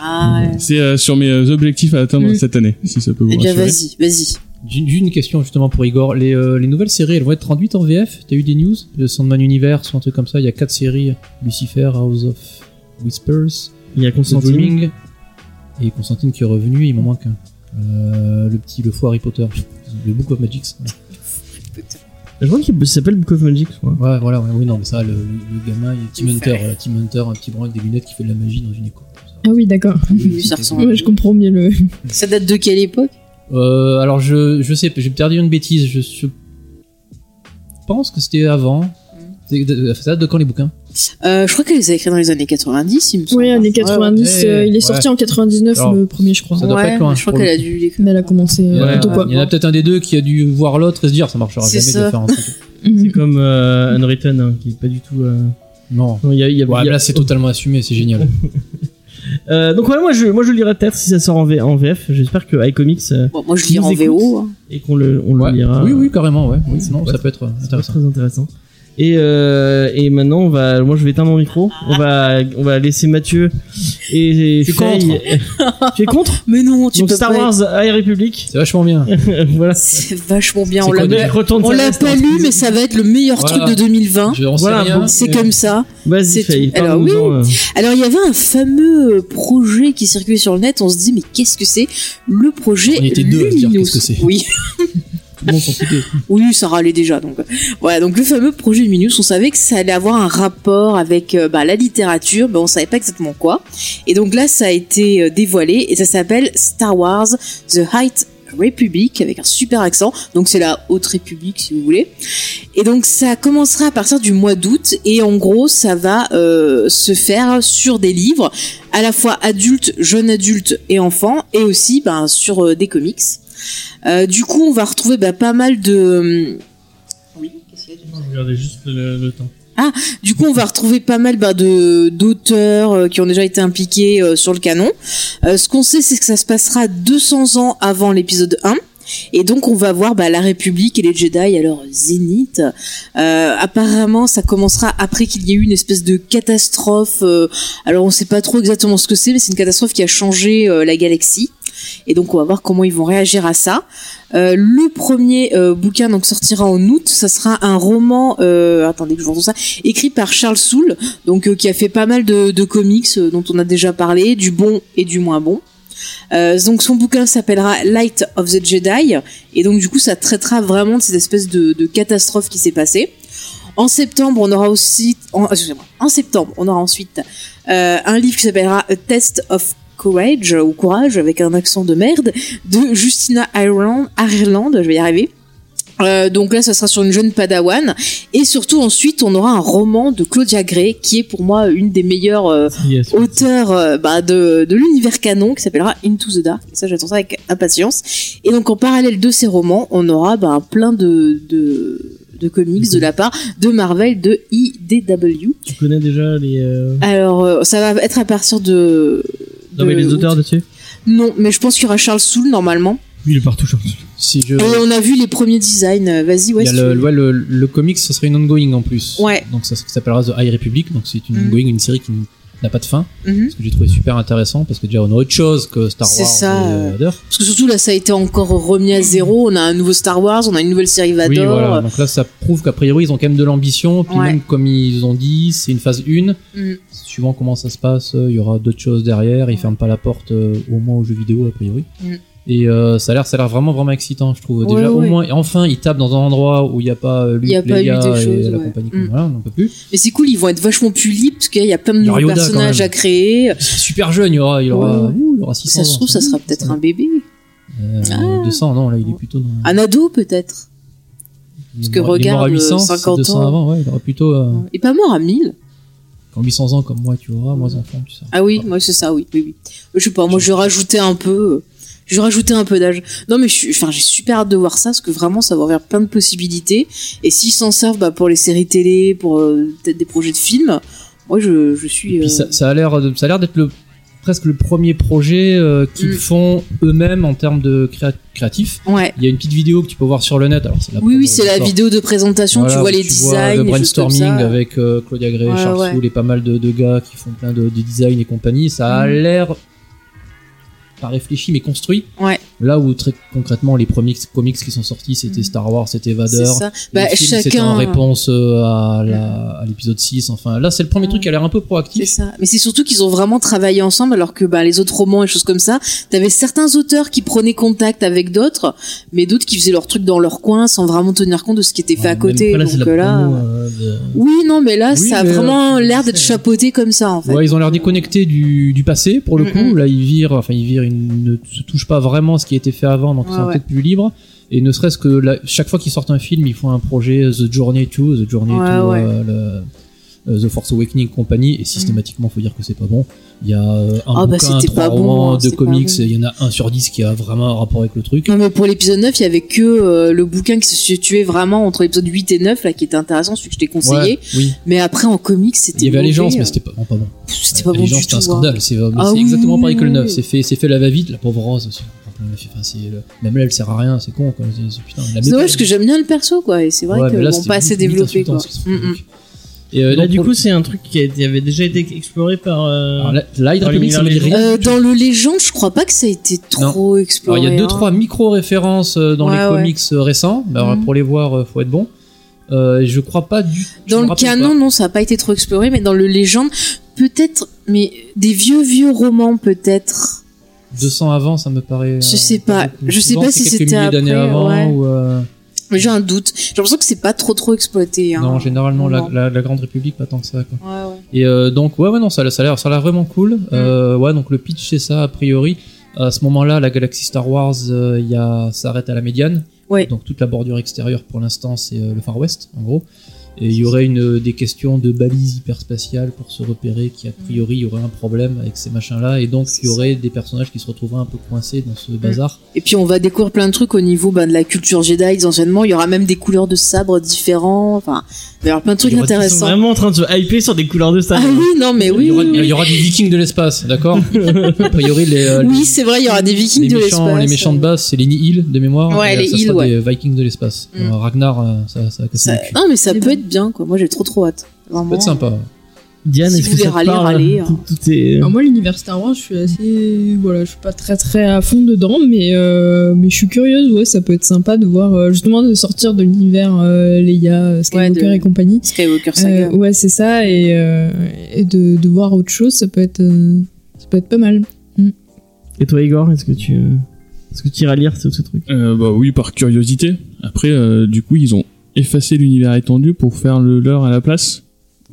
[SPEAKER 3] Ah, ouais.
[SPEAKER 5] C'est euh, sur mes euh, objectifs à atteindre
[SPEAKER 2] Mm.
[SPEAKER 5] cette année, si ça peut vous
[SPEAKER 3] eh bien,
[SPEAKER 5] rassurer.
[SPEAKER 3] vas-y, vas-y.
[SPEAKER 4] J'ai j'ai une question justement pour Igor. Les, euh, les nouvelles séries, elles vont être traduites en VF T'as eu des news Le Sandman Universe ou un truc comme ça. Il y a quatre séries Lucifer, House of Whispers,
[SPEAKER 1] Il y a
[SPEAKER 4] The
[SPEAKER 1] Constantine.
[SPEAKER 4] Dreaming et Constantine qui est revenu. Il m'en manque un. Euh, le petit, le fou Harry Potter, le Book of Magic. ça.
[SPEAKER 1] Je crois qu'il s'appelle Book of Magic, je crois.
[SPEAKER 4] Ouais, voilà, ouais, oui, non, mais ça, le, le- le gamin, il est Tim
[SPEAKER 3] Il
[SPEAKER 4] Hunter,
[SPEAKER 3] fait.
[SPEAKER 4] voilà, Tim Hunter, un petit brun avec des lunettes qui fait de la magie dans une école.
[SPEAKER 2] Ah oui, d'accord.
[SPEAKER 3] Oui, ça ressemble.
[SPEAKER 2] Ouais, je comprends mieux le.
[SPEAKER 3] Ça date de quelle époque
[SPEAKER 4] Euh, alors, je, je sais, j'ai peut-être dit une bêtise, je, je pense que c'était
[SPEAKER 3] Mm.
[SPEAKER 4] avant. C'est- de- Ça date de quand les bouquins
[SPEAKER 3] euh, Je crois qu'elle les a écrits dans les années 90, il me semble.
[SPEAKER 2] Ouais, années 90,
[SPEAKER 4] ouais,
[SPEAKER 2] euh, il est
[SPEAKER 4] ouais.
[SPEAKER 2] sorti en 99,
[SPEAKER 4] Alors,
[SPEAKER 2] le premier, je crois.
[SPEAKER 4] ça doit pas être loin,
[SPEAKER 3] mais je crois
[SPEAKER 4] pour
[SPEAKER 3] qu'elle
[SPEAKER 4] le
[SPEAKER 3] a
[SPEAKER 4] coup.
[SPEAKER 3] dû l'écrire.
[SPEAKER 2] Mais elle a commencé
[SPEAKER 4] Il y en a,
[SPEAKER 2] euh,
[SPEAKER 1] Ouais,
[SPEAKER 2] tôt, quoi.
[SPEAKER 4] il y en a peut-être un des deux qui a dû voir l'autre et se dire ça marchera
[SPEAKER 3] C'est
[SPEAKER 4] jamais
[SPEAKER 3] ça.
[SPEAKER 4] de faire un truc.
[SPEAKER 2] Mhm.
[SPEAKER 5] Mm-hmm.
[SPEAKER 1] C'est comme euh, Unwritten, hein, qui est pas du tout. euh,
[SPEAKER 4] Non.
[SPEAKER 1] Non, il y a. il y a-
[SPEAKER 4] Ouais,
[SPEAKER 1] il y
[SPEAKER 4] mais
[SPEAKER 1] a-
[SPEAKER 4] là, c'est totalement assumé, c'est génial.
[SPEAKER 1] Euh, donc ouais, moi je, moi je lirai peut-être si ça sort en, V- en VF. J'espère que iComics euh,
[SPEAKER 3] Bon, moi, je
[SPEAKER 1] Qui
[SPEAKER 3] lis
[SPEAKER 1] nous
[SPEAKER 3] en
[SPEAKER 1] écoute
[SPEAKER 3] VO. hein.
[SPEAKER 1] et qu'on le, on
[SPEAKER 4] Ouais.
[SPEAKER 1] le lira.
[SPEAKER 4] Oui, oui, carrément, ouais. Oui,
[SPEAKER 1] ça
[SPEAKER 4] non,
[SPEAKER 1] peut
[SPEAKER 4] ça
[SPEAKER 1] être-
[SPEAKER 4] peut être euh,
[SPEAKER 1] C'est pas
[SPEAKER 4] intéressant.
[SPEAKER 1] très intéressant. Et, euh, et maintenant, on va, moi je vais éteindre mon micro. On va, on va laisser Mathieu et. et
[SPEAKER 4] Je suis
[SPEAKER 1] Faye- tu es contre
[SPEAKER 3] Mais non, tu
[SPEAKER 1] Donc
[SPEAKER 3] peux
[SPEAKER 1] Star
[SPEAKER 3] pas. être-
[SPEAKER 1] Wars High Republic.
[SPEAKER 4] C'est vachement bien.
[SPEAKER 3] Eh
[SPEAKER 1] voilà.
[SPEAKER 3] C'est vachement bien.
[SPEAKER 4] C'est
[SPEAKER 3] On l'a
[SPEAKER 4] quoi,
[SPEAKER 3] pas-
[SPEAKER 4] déjà
[SPEAKER 1] Retourne
[SPEAKER 3] on
[SPEAKER 1] ça
[SPEAKER 3] l'a
[SPEAKER 1] reste
[SPEAKER 3] pas
[SPEAKER 1] en-
[SPEAKER 3] lu, mais ça va être le meilleur
[SPEAKER 4] Voilà.
[SPEAKER 3] truc de 2020.
[SPEAKER 4] Je n'en sais
[SPEAKER 1] Voilà,
[SPEAKER 4] rien.
[SPEAKER 1] bon,
[SPEAKER 3] C'est
[SPEAKER 4] mais-
[SPEAKER 3] comme ça.
[SPEAKER 1] Vas-y,
[SPEAKER 3] C'est
[SPEAKER 1] Faye.
[SPEAKER 3] tout. Alors,
[SPEAKER 1] parle-nous-en, euh.
[SPEAKER 3] Alors il y avait un fameux euh, projet qui circulait sur le net, on se dit mais qu'est-ce que c'est Le projet
[SPEAKER 4] On était deux à se dire
[SPEAKER 3] Luminos.
[SPEAKER 4] qu'est-ce que c'est.
[SPEAKER 3] Oui,
[SPEAKER 4] Tout le monde s'en foutait.
[SPEAKER 3] oui, ça râlait déjà donc. euh, Voilà, donc le fameux projet Luminous, on savait que ça allait avoir un rapport avec euh, bah, la littérature, mais on savait pas exactement quoi. Et donc là ça a été euh, dévoilé et ça s'appelle Star Wars The High Republic avec un super accent. Donc c'est la Haute République si vous voulez. Et donc ça commencera à partir du mois d'août et en gros ça va euh, se faire sur des livres à la fois adultes, jeunes adultes et enfants et aussi ben, sur euh, des comics. Euh, du coup on va retrouver ben, pas mal de... hum, Oui, qu'est-ce qu'il y a
[SPEAKER 1] Je regardais juste le, le temps.
[SPEAKER 3] du coup, on va retrouver pas mal bah, de d'auteurs euh, qui ont déjà été impliqués euh, sur le canon. Euh, ce qu'on sait, c'est que ça se passera 200 ans avant l'épisode 1. Et donc, on va voir bah, la République et les Jedi à leur zénith. Euh, apparemment, ça commencera après qu'il y ait eu une espèce de catastrophe. euh, alors, on sait pas trop exactement ce que c'est, mais c'est une catastrophe qui a changé euh, la galaxie. Et donc, on va voir comment ils vont réagir à ça. Euh, le premier euh, bouquin donc sortira en août. Ça sera un roman. euh, attendez que je vous retrouve ça écrit par Charles Soule, donc euh, qui a fait pas mal de, de comics euh, dont on a déjà parlé, du bon et du moins bon. Euh, donc son bouquin s'appellera Light of the Jedi et donc du coup ça traitera vraiment de cette espèce de, de catastrophe qui s'est passée. En septembre on aura aussi en, euh, excusez-moi, en septembre on aura ensuite euh, un livre qui s'appellera A Test of Courage ou Courage avec un accent de merde de Justina Ireland, Ireland je vais y arriver. Euh, donc là ça sera sur une jeune padawan et surtout ensuite, on aura un roman de Claudia Gray, qui est pour moi une des meilleures euh,
[SPEAKER 1] Yes.
[SPEAKER 3] auteurs euh, bah, de, de l'univers canon, qui s'appellera Into the Dark. Et ça, j'attends ça avec impatience. Et donc, en parallèle de ces romans, on aura bah, plein de, de, de comics de la part de Marvel, de IDW.
[SPEAKER 1] Tu connais déjà les. euh,
[SPEAKER 3] Alors, euh, ça va être à partir de...
[SPEAKER 1] Non, mais
[SPEAKER 3] de-
[SPEAKER 1] les auteurs dessus
[SPEAKER 3] Non, mais je pense qu'il y aura Charles Soule normalement.
[SPEAKER 1] Oui, il est partout, genre.
[SPEAKER 4] Si je...
[SPEAKER 3] Et on a vu les premiers designs. Vas-y, ouais.
[SPEAKER 4] Euh, Il y a
[SPEAKER 3] Euh, si tu
[SPEAKER 4] le,
[SPEAKER 3] veux.
[SPEAKER 4] ouais, le, le comics, ça serait une ongoing en plus.
[SPEAKER 3] Ouais.
[SPEAKER 4] Donc ça, ça s'appellera The High Republic. Donc c'est une
[SPEAKER 3] Mm.
[SPEAKER 4] ongoing, une série qui n'a pas de fin.
[SPEAKER 3] Mhm.
[SPEAKER 4] Ce que j'ai trouvé super intéressant parce que déjà on a autre chose que Star
[SPEAKER 3] C'est
[SPEAKER 4] Wars.
[SPEAKER 3] ça,
[SPEAKER 4] et,
[SPEAKER 3] euh,
[SPEAKER 4] Vador.
[SPEAKER 3] Parce que surtout là, ça a été encore remis à zéro. On a un nouveau Star Wars, on a une nouvelle série Vador. Euh,
[SPEAKER 4] Oui, voilà. Donc là, ça prouve qu'a priori, ils ont quand même de l'ambition. Puis
[SPEAKER 3] Ouais.
[SPEAKER 4] même, comme ils ont dit, c'est une phase 1.
[SPEAKER 3] Mm.
[SPEAKER 4] Suivant comment ça se passe, euh, il y aura d'autres choses derrière. Ils
[SPEAKER 3] Ouais.
[SPEAKER 4] ferment pas la porte euh, au moins aux jeux vidéo, a priori.
[SPEAKER 3] Mm.
[SPEAKER 4] Et euh, ça a l'air, ça a l'air vraiment, vraiment excitant, je trouve.
[SPEAKER 3] Ouais,
[SPEAKER 4] Déjà, au
[SPEAKER 3] ouais.
[SPEAKER 4] moins, et enfin, ils tapent dans un endroit où il n'y a pas euh, Luke,
[SPEAKER 3] Il y a pas eu
[SPEAKER 4] Leia
[SPEAKER 3] des
[SPEAKER 4] et
[SPEAKER 3] choses,
[SPEAKER 4] la
[SPEAKER 3] ouais.
[SPEAKER 4] compagnie.
[SPEAKER 3] Mm.
[SPEAKER 4] Voilà, on n'en peut plus.
[SPEAKER 3] Mais c'est cool, ils vont être vachement plus libres parce qu'il y a plein de
[SPEAKER 4] Il y aura
[SPEAKER 3] nouveaux
[SPEAKER 4] Yoda,
[SPEAKER 3] personnages
[SPEAKER 4] quand même.
[SPEAKER 3] à créer.
[SPEAKER 4] C'est super jeune, il y aura, il y aura,
[SPEAKER 3] Ouais, ouais.
[SPEAKER 4] ouh, il y aura
[SPEAKER 3] Ça
[SPEAKER 4] 600
[SPEAKER 3] se trouve, ça sera peut-être un bébé.
[SPEAKER 4] Euh,
[SPEAKER 3] Ah.
[SPEAKER 4] 200, non, là, il est plutôt dans.
[SPEAKER 3] Un ado, peut-être.
[SPEAKER 4] Parce
[SPEAKER 3] que regarde,
[SPEAKER 4] à 800,
[SPEAKER 3] 50
[SPEAKER 4] c'est 200
[SPEAKER 3] ans.
[SPEAKER 4] avant, ouais, il aura plutôt. euh,
[SPEAKER 3] Et pas mort à 1000.
[SPEAKER 4] Quand 800 ans comme moi, tu auras, moi, enfant, tu sais.
[SPEAKER 3] Ah oui, moi, c'est ça, oui, oui, oui. Je sais pas, moi, je rajoutais un peu. euh, Je rajoutais un peu d'âge. Non, mais je suis- enfin, j'ai super hâte de voir ça parce que vraiment, ça va ouvrir plein de possibilités. Et s'ils s'en servent bah, pour les séries télé, pour euh, peut-être des projets de films, moi, je, je suis.
[SPEAKER 4] Et puis
[SPEAKER 3] euh,
[SPEAKER 4] ça, ça a l'air de- ça a l'air d'être le presque le premier projet euh, qu'ils
[SPEAKER 3] Mm.
[SPEAKER 4] font eux-mêmes en termes de créa- créatif.
[SPEAKER 3] euh, Ouais.
[SPEAKER 4] Il y a une petite vidéo que tu peux voir sur le net. Alors, c'est la
[SPEAKER 3] Oui,
[SPEAKER 4] preuve,
[SPEAKER 3] oui, c'est la
[SPEAKER 4] euh,
[SPEAKER 3] vidéo de présentation,
[SPEAKER 4] Voilà,
[SPEAKER 3] tu vois
[SPEAKER 4] où
[SPEAKER 3] les
[SPEAKER 4] vois
[SPEAKER 3] designs,
[SPEAKER 4] le
[SPEAKER 3] les choses comme
[SPEAKER 4] brainstorming
[SPEAKER 3] ça.
[SPEAKER 4] avec euh, Claudia Gray,
[SPEAKER 3] Ouais,
[SPEAKER 4] Charles
[SPEAKER 3] ouais.
[SPEAKER 4] Soule et pas mal de, de gars qui font plein de, de design et compagnie. Ça
[SPEAKER 3] Mm.
[SPEAKER 4] a l'air pas réfléchi mais construit.
[SPEAKER 3] Ouais.
[SPEAKER 4] Là où très concrètement les premiers comics qui sont sortis c'était Star Wars, c'était
[SPEAKER 3] Mm. C'est
[SPEAKER 4] Vader.
[SPEAKER 3] ça.
[SPEAKER 4] Le
[SPEAKER 3] Bah,
[SPEAKER 4] film, c'était
[SPEAKER 3] chacun- Mm.
[SPEAKER 4] en réponse euh, à la- à l'épisode 6. Enfin, là, c'est le premier truc qui a l'air un peu
[SPEAKER 3] C'est
[SPEAKER 4] proactif.
[SPEAKER 3] ça. Mais c'est surtout qu'ils ont vraiment travaillé ensemble, alors que bah, les autres romans et choses comme ça, t'avais certains auteurs qui prenaient contact avec d'autres, mais d'autres qui faisaient leur truc dans leur coin sans vraiment tenir compte de ce qui était fait à
[SPEAKER 4] Même
[SPEAKER 3] côté.
[SPEAKER 4] pas, là, c'est
[SPEAKER 3] donc
[SPEAKER 4] la
[SPEAKER 3] euh, là,
[SPEAKER 4] promo, euh, de-
[SPEAKER 3] oui, non, mais là,
[SPEAKER 4] Oui,
[SPEAKER 3] ça a
[SPEAKER 4] mais,
[SPEAKER 3] vraiment
[SPEAKER 4] euh,
[SPEAKER 3] l'air d'être
[SPEAKER 4] c'est-
[SPEAKER 3] chapeauté comme ça, en fait.
[SPEAKER 4] Ouais, ils ont l'air déconnectés du, du passé pour le
[SPEAKER 3] Mm,
[SPEAKER 4] coup.
[SPEAKER 3] mm.
[SPEAKER 4] Là, ils virent, enfin, ils virent, ils ne se touchent pas vraiment à ce qui a été fait avant, donc ils sont
[SPEAKER 3] Ouais, ouais.
[SPEAKER 4] peut-être plus libres. Et ne serait-ce que là, chaque fois qu'ils sortent un film, ils font un projet euh, The Journey to, The Journey
[SPEAKER 3] Ouais,
[SPEAKER 4] to
[SPEAKER 3] ouais. Mm.
[SPEAKER 4] euh, le- euh, The Force Awakening compagnie. Et systématiquement, faut dire que c'est pas bon. Il y a euh, un
[SPEAKER 3] Ah, bah,
[SPEAKER 4] bouquin,
[SPEAKER 3] c'était
[SPEAKER 4] trois
[SPEAKER 3] pas bon,
[SPEAKER 4] romans,
[SPEAKER 3] hein, c'est
[SPEAKER 4] deux
[SPEAKER 3] pas
[SPEAKER 4] comics.
[SPEAKER 3] bon.
[SPEAKER 4] et Il y en a un sur dix qui a vraiment un rapport avec le truc.
[SPEAKER 3] Non, mais pour l'épisode 9, il y avait que euh, le bouquin qui se situait vraiment entre l'épisode 8 et 9, là, qui était intéressant, celui que je t'ai conseillé.
[SPEAKER 4] Ouais, oui.
[SPEAKER 3] Mais après, en comics, c'était.
[SPEAKER 4] Il y avait
[SPEAKER 3] mauvais,
[SPEAKER 4] Allégeance,
[SPEAKER 3] euh,
[SPEAKER 4] mais c'était pas, vraiment pas bon.
[SPEAKER 3] pff, c'était pas bon
[SPEAKER 4] Allégeance,
[SPEAKER 3] du
[SPEAKER 4] c'était
[SPEAKER 3] tout.
[SPEAKER 4] un
[SPEAKER 3] hein.
[SPEAKER 4] scandale. C'est euh, mais
[SPEAKER 3] Ah
[SPEAKER 4] c'est
[SPEAKER 3] oui,
[SPEAKER 4] exactement
[SPEAKER 3] oui,
[SPEAKER 4] pareil que le
[SPEAKER 3] oui,
[SPEAKER 4] 9.
[SPEAKER 3] oui.
[SPEAKER 4] C'est fait, c'est fait la va-vite. La pauvre Rose aussi. on prend plein la fille. Enfin, c'est le- Même là, elle sert à rien. C'est con. quoi. C'est- c'est- putain, la
[SPEAKER 3] C'est
[SPEAKER 4] méthode-
[SPEAKER 3] dommage parce que j'aime bien le perso, quoi. Et c'est vrai
[SPEAKER 4] Ouais, mais
[SPEAKER 3] qu'ils
[SPEAKER 4] là,
[SPEAKER 3] l'ont
[SPEAKER 4] c'était
[SPEAKER 3] pas assez
[SPEAKER 4] limite
[SPEAKER 3] développé,
[SPEAKER 4] insultant,
[SPEAKER 3] quoi.
[SPEAKER 4] ce qu'ils font.
[SPEAKER 3] Mm, mm.
[SPEAKER 4] Et euh,
[SPEAKER 1] Là,
[SPEAKER 4] donc,
[SPEAKER 1] Bah, du
[SPEAKER 4] pour- Ah,
[SPEAKER 1] coup, c'est un truc qui a été- avait déjà été exploré par. euh,
[SPEAKER 4] alors, la, la Hydra
[SPEAKER 1] Dans
[SPEAKER 4] Public, ça me dit
[SPEAKER 1] l'univers
[SPEAKER 4] rien.
[SPEAKER 3] Euh, dans le légende, je crois pas que ça a été trop
[SPEAKER 4] Alors,
[SPEAKER 3] exploré.
[SPEAKER 4] il y a deux,
[SPEAKER 3] hein.
[SPEAKER 4] trois micro-références euh, dans les
[SPEAKER 3] Ouais, ouais.
[SPEAKER 4] comics euh, récents. Mais Alors,
[SPEAKER 3] Mhm.
[SPEAKER 4] pour les voir, euh, faut être bon. Euh, je crois pas du je
[SPEAKER 3] Dans
[SPEAKER 4] me
[SPEAKER 3] le
[SPEAKER 4] rappelle
[SPEAKER 3] canon,
[SPEAKER 4] pas.
[SPEAKER 3] non, ça a pas été trop exploré, mais dans le légende, peut-être, mais des vieux, vieux romans, peut-être.
[SPEAKER 4] 200 avant, ça me paraît. euh,
[SPEAKER 3] Je sais pas.
[SPEAKER 4] beaucoup.
[SPEAKER 3] Je sais
[SPEAKER 4] Souvent,
[SPEAKER 3] pas
[SPEAKER 4] c'est
[SPEAKER 3] si
[SPEAKER 4] quelques
[SPEAKER 3] c'était
[SPEAKER 4] milliers d'années
[SPEAKER 3] après,
[SPEAKER 4] avant
[SPEAKER 3] ouais.
[SPEAKER 4] ou, euh,
[SPEAKER 3] Mais j'ai un doute. J'ai l'impression que c'est pas trop, trop exploité. Hein.
[SPEAKER 4] Non, généralement, la,
[SPEAKER 3] Non.
[SPEAKER 4] la- la Grande République, pas tant que ça. Quoi.
[SPEAKER 3] Ouais, ouais.
[SPEAKER 4] Et euh, donc, ouais, ouais, non, ça, a- ça a l'air ça a l'air vraiment cool.
[SPEAKER 3] Mm.
[SPEAKER 4] Euh, ouais, donc le pitch, c'est ça, a priori. À ce moment-là, la galaxie Star Wars euh, il y a, s'arrête à la médiane.
[SPEAKER 3] Ouais.
[SPEAKER 4] Donc toute la bordure extérieure, pour l'instant, c'est euh, le Far West, en gros. Et il y aurait une, des questions de balises hyperspatiales pour se repérer, qui a priori, il y aurait un problème avec ces machins-là. Et donc, il y aurait des personnages qui se retrouveraient un peu coincés dans ce bazar.
[SPEAKER 3] Et puis on va découvrir plein de trucs au niveau ben, de la culture Jedi, des enseignements. Il y aura même des couleurs de sabre différents. Enfin, il va y aura plein de trucs
[SPEAKER 4] Il y aura- ils
[SPEAKER 1] Ils sont
[SPEAKER 4] sont
[SPEAKER 3] intéressants.
[SPEAKER 1] vraiment en train de se hyper sur des couleurs de Star
[SPEAKER 3] Ah
[SPEAKER 1] Wars.
[SPEAKER 3] oui, non, mais
[SPEAKER 4] il,
[SPEAKER 3] oui.
[SPEAKER 4] y aura,
[SPEAKER 3] oui,
[SPEAKER 4] il
[SPEAKER 3] oui.
[SPEAKER 4] y aura des vikings de l'espace, d'accord A priori, les, euh,
[SPEAKER 3] Oui, c'est vrai, il y aura des Vikings
[SPEAKER 4] les
[SPEAKER 3] de
[SPEAKER 4] méchants,
[SPEAKER 3] l'espace. euh.
[SPEAKER 4] les méchants de base, c'est les Nihil de mémoire.
[SPEAKER 3] Ouais,
[SPEAKER 4] Et, euh,
[SPEAKER 3] les
[SPEAKER 4] ça
[SPEAKER 3] Hill,
[SPEAKER 4] sera
[SPEAKER 3] ouais.
[SPEAKER 4] des Vikings de l'espace.
[SPEAKER 3] Mm.
[SPEAKER 4] Euh, Ragnar, euh, ça, ça a cassé
[SPEAKER 3] Ça-
[SPEAKER 4] le cul.
[SPEAKER 3] Non, mais ça
[SPEAKER 2] C'est
[SPEAKER 3] peut
[SPEAKER 2] bon.
[SPEAKER 3] être bien, quoi. Moi, j'ai trop trop hâte.
[SPEAKER 4] Ça
[SPEAKER 3] Vraiment.
[SPEAKER 4] peut être
[SPEAKER 3] Mm.
[SPEAKER 4] sympa.
[SPEAKER 1] Diane,
[SPEAKER 3] Si
[SPEAKER 1] est-ce
[SPEAKER 3] vous
[SPEAKER 1] que ça
[SPEAKER 3] voulez
[SPEAKER 1] te
[SPEAKER 3] râler,
[SPEAKER 1] parle euh,
[SPEAKER 3] râler, hein.
[SPEAKER 1] Tout- tout est-
[SPEAKER 2] Alors moi l'univers Star Wars je suis assez voilà je suis pas très très à fond dedans mais euh, mais je suis curieuse ouais ça peut être sympa de voir euh, justement de sortir de l'univers euh, Leia euh, Skywalker
[SPEAKER 3] Ouais, de-
[SPEAKER 2] et compagnie
[SPEAKER 3] Skywalker Saga.
[SPEAKER 2] Euh, ouais c'est ça et, euh, et de, de voir autre chose ça peut être euh, ça peut être pas mal
[SPEAKER 1] Et toi, Igor, est-ce que tu. euh, Est-ce que tu iras lire ce, ce truc
[SPEAKER 5] Euh, bah oui, par curiosité. Après, euh, du coup, ils ont effacé l'univers étendu pour faire le leur à la place.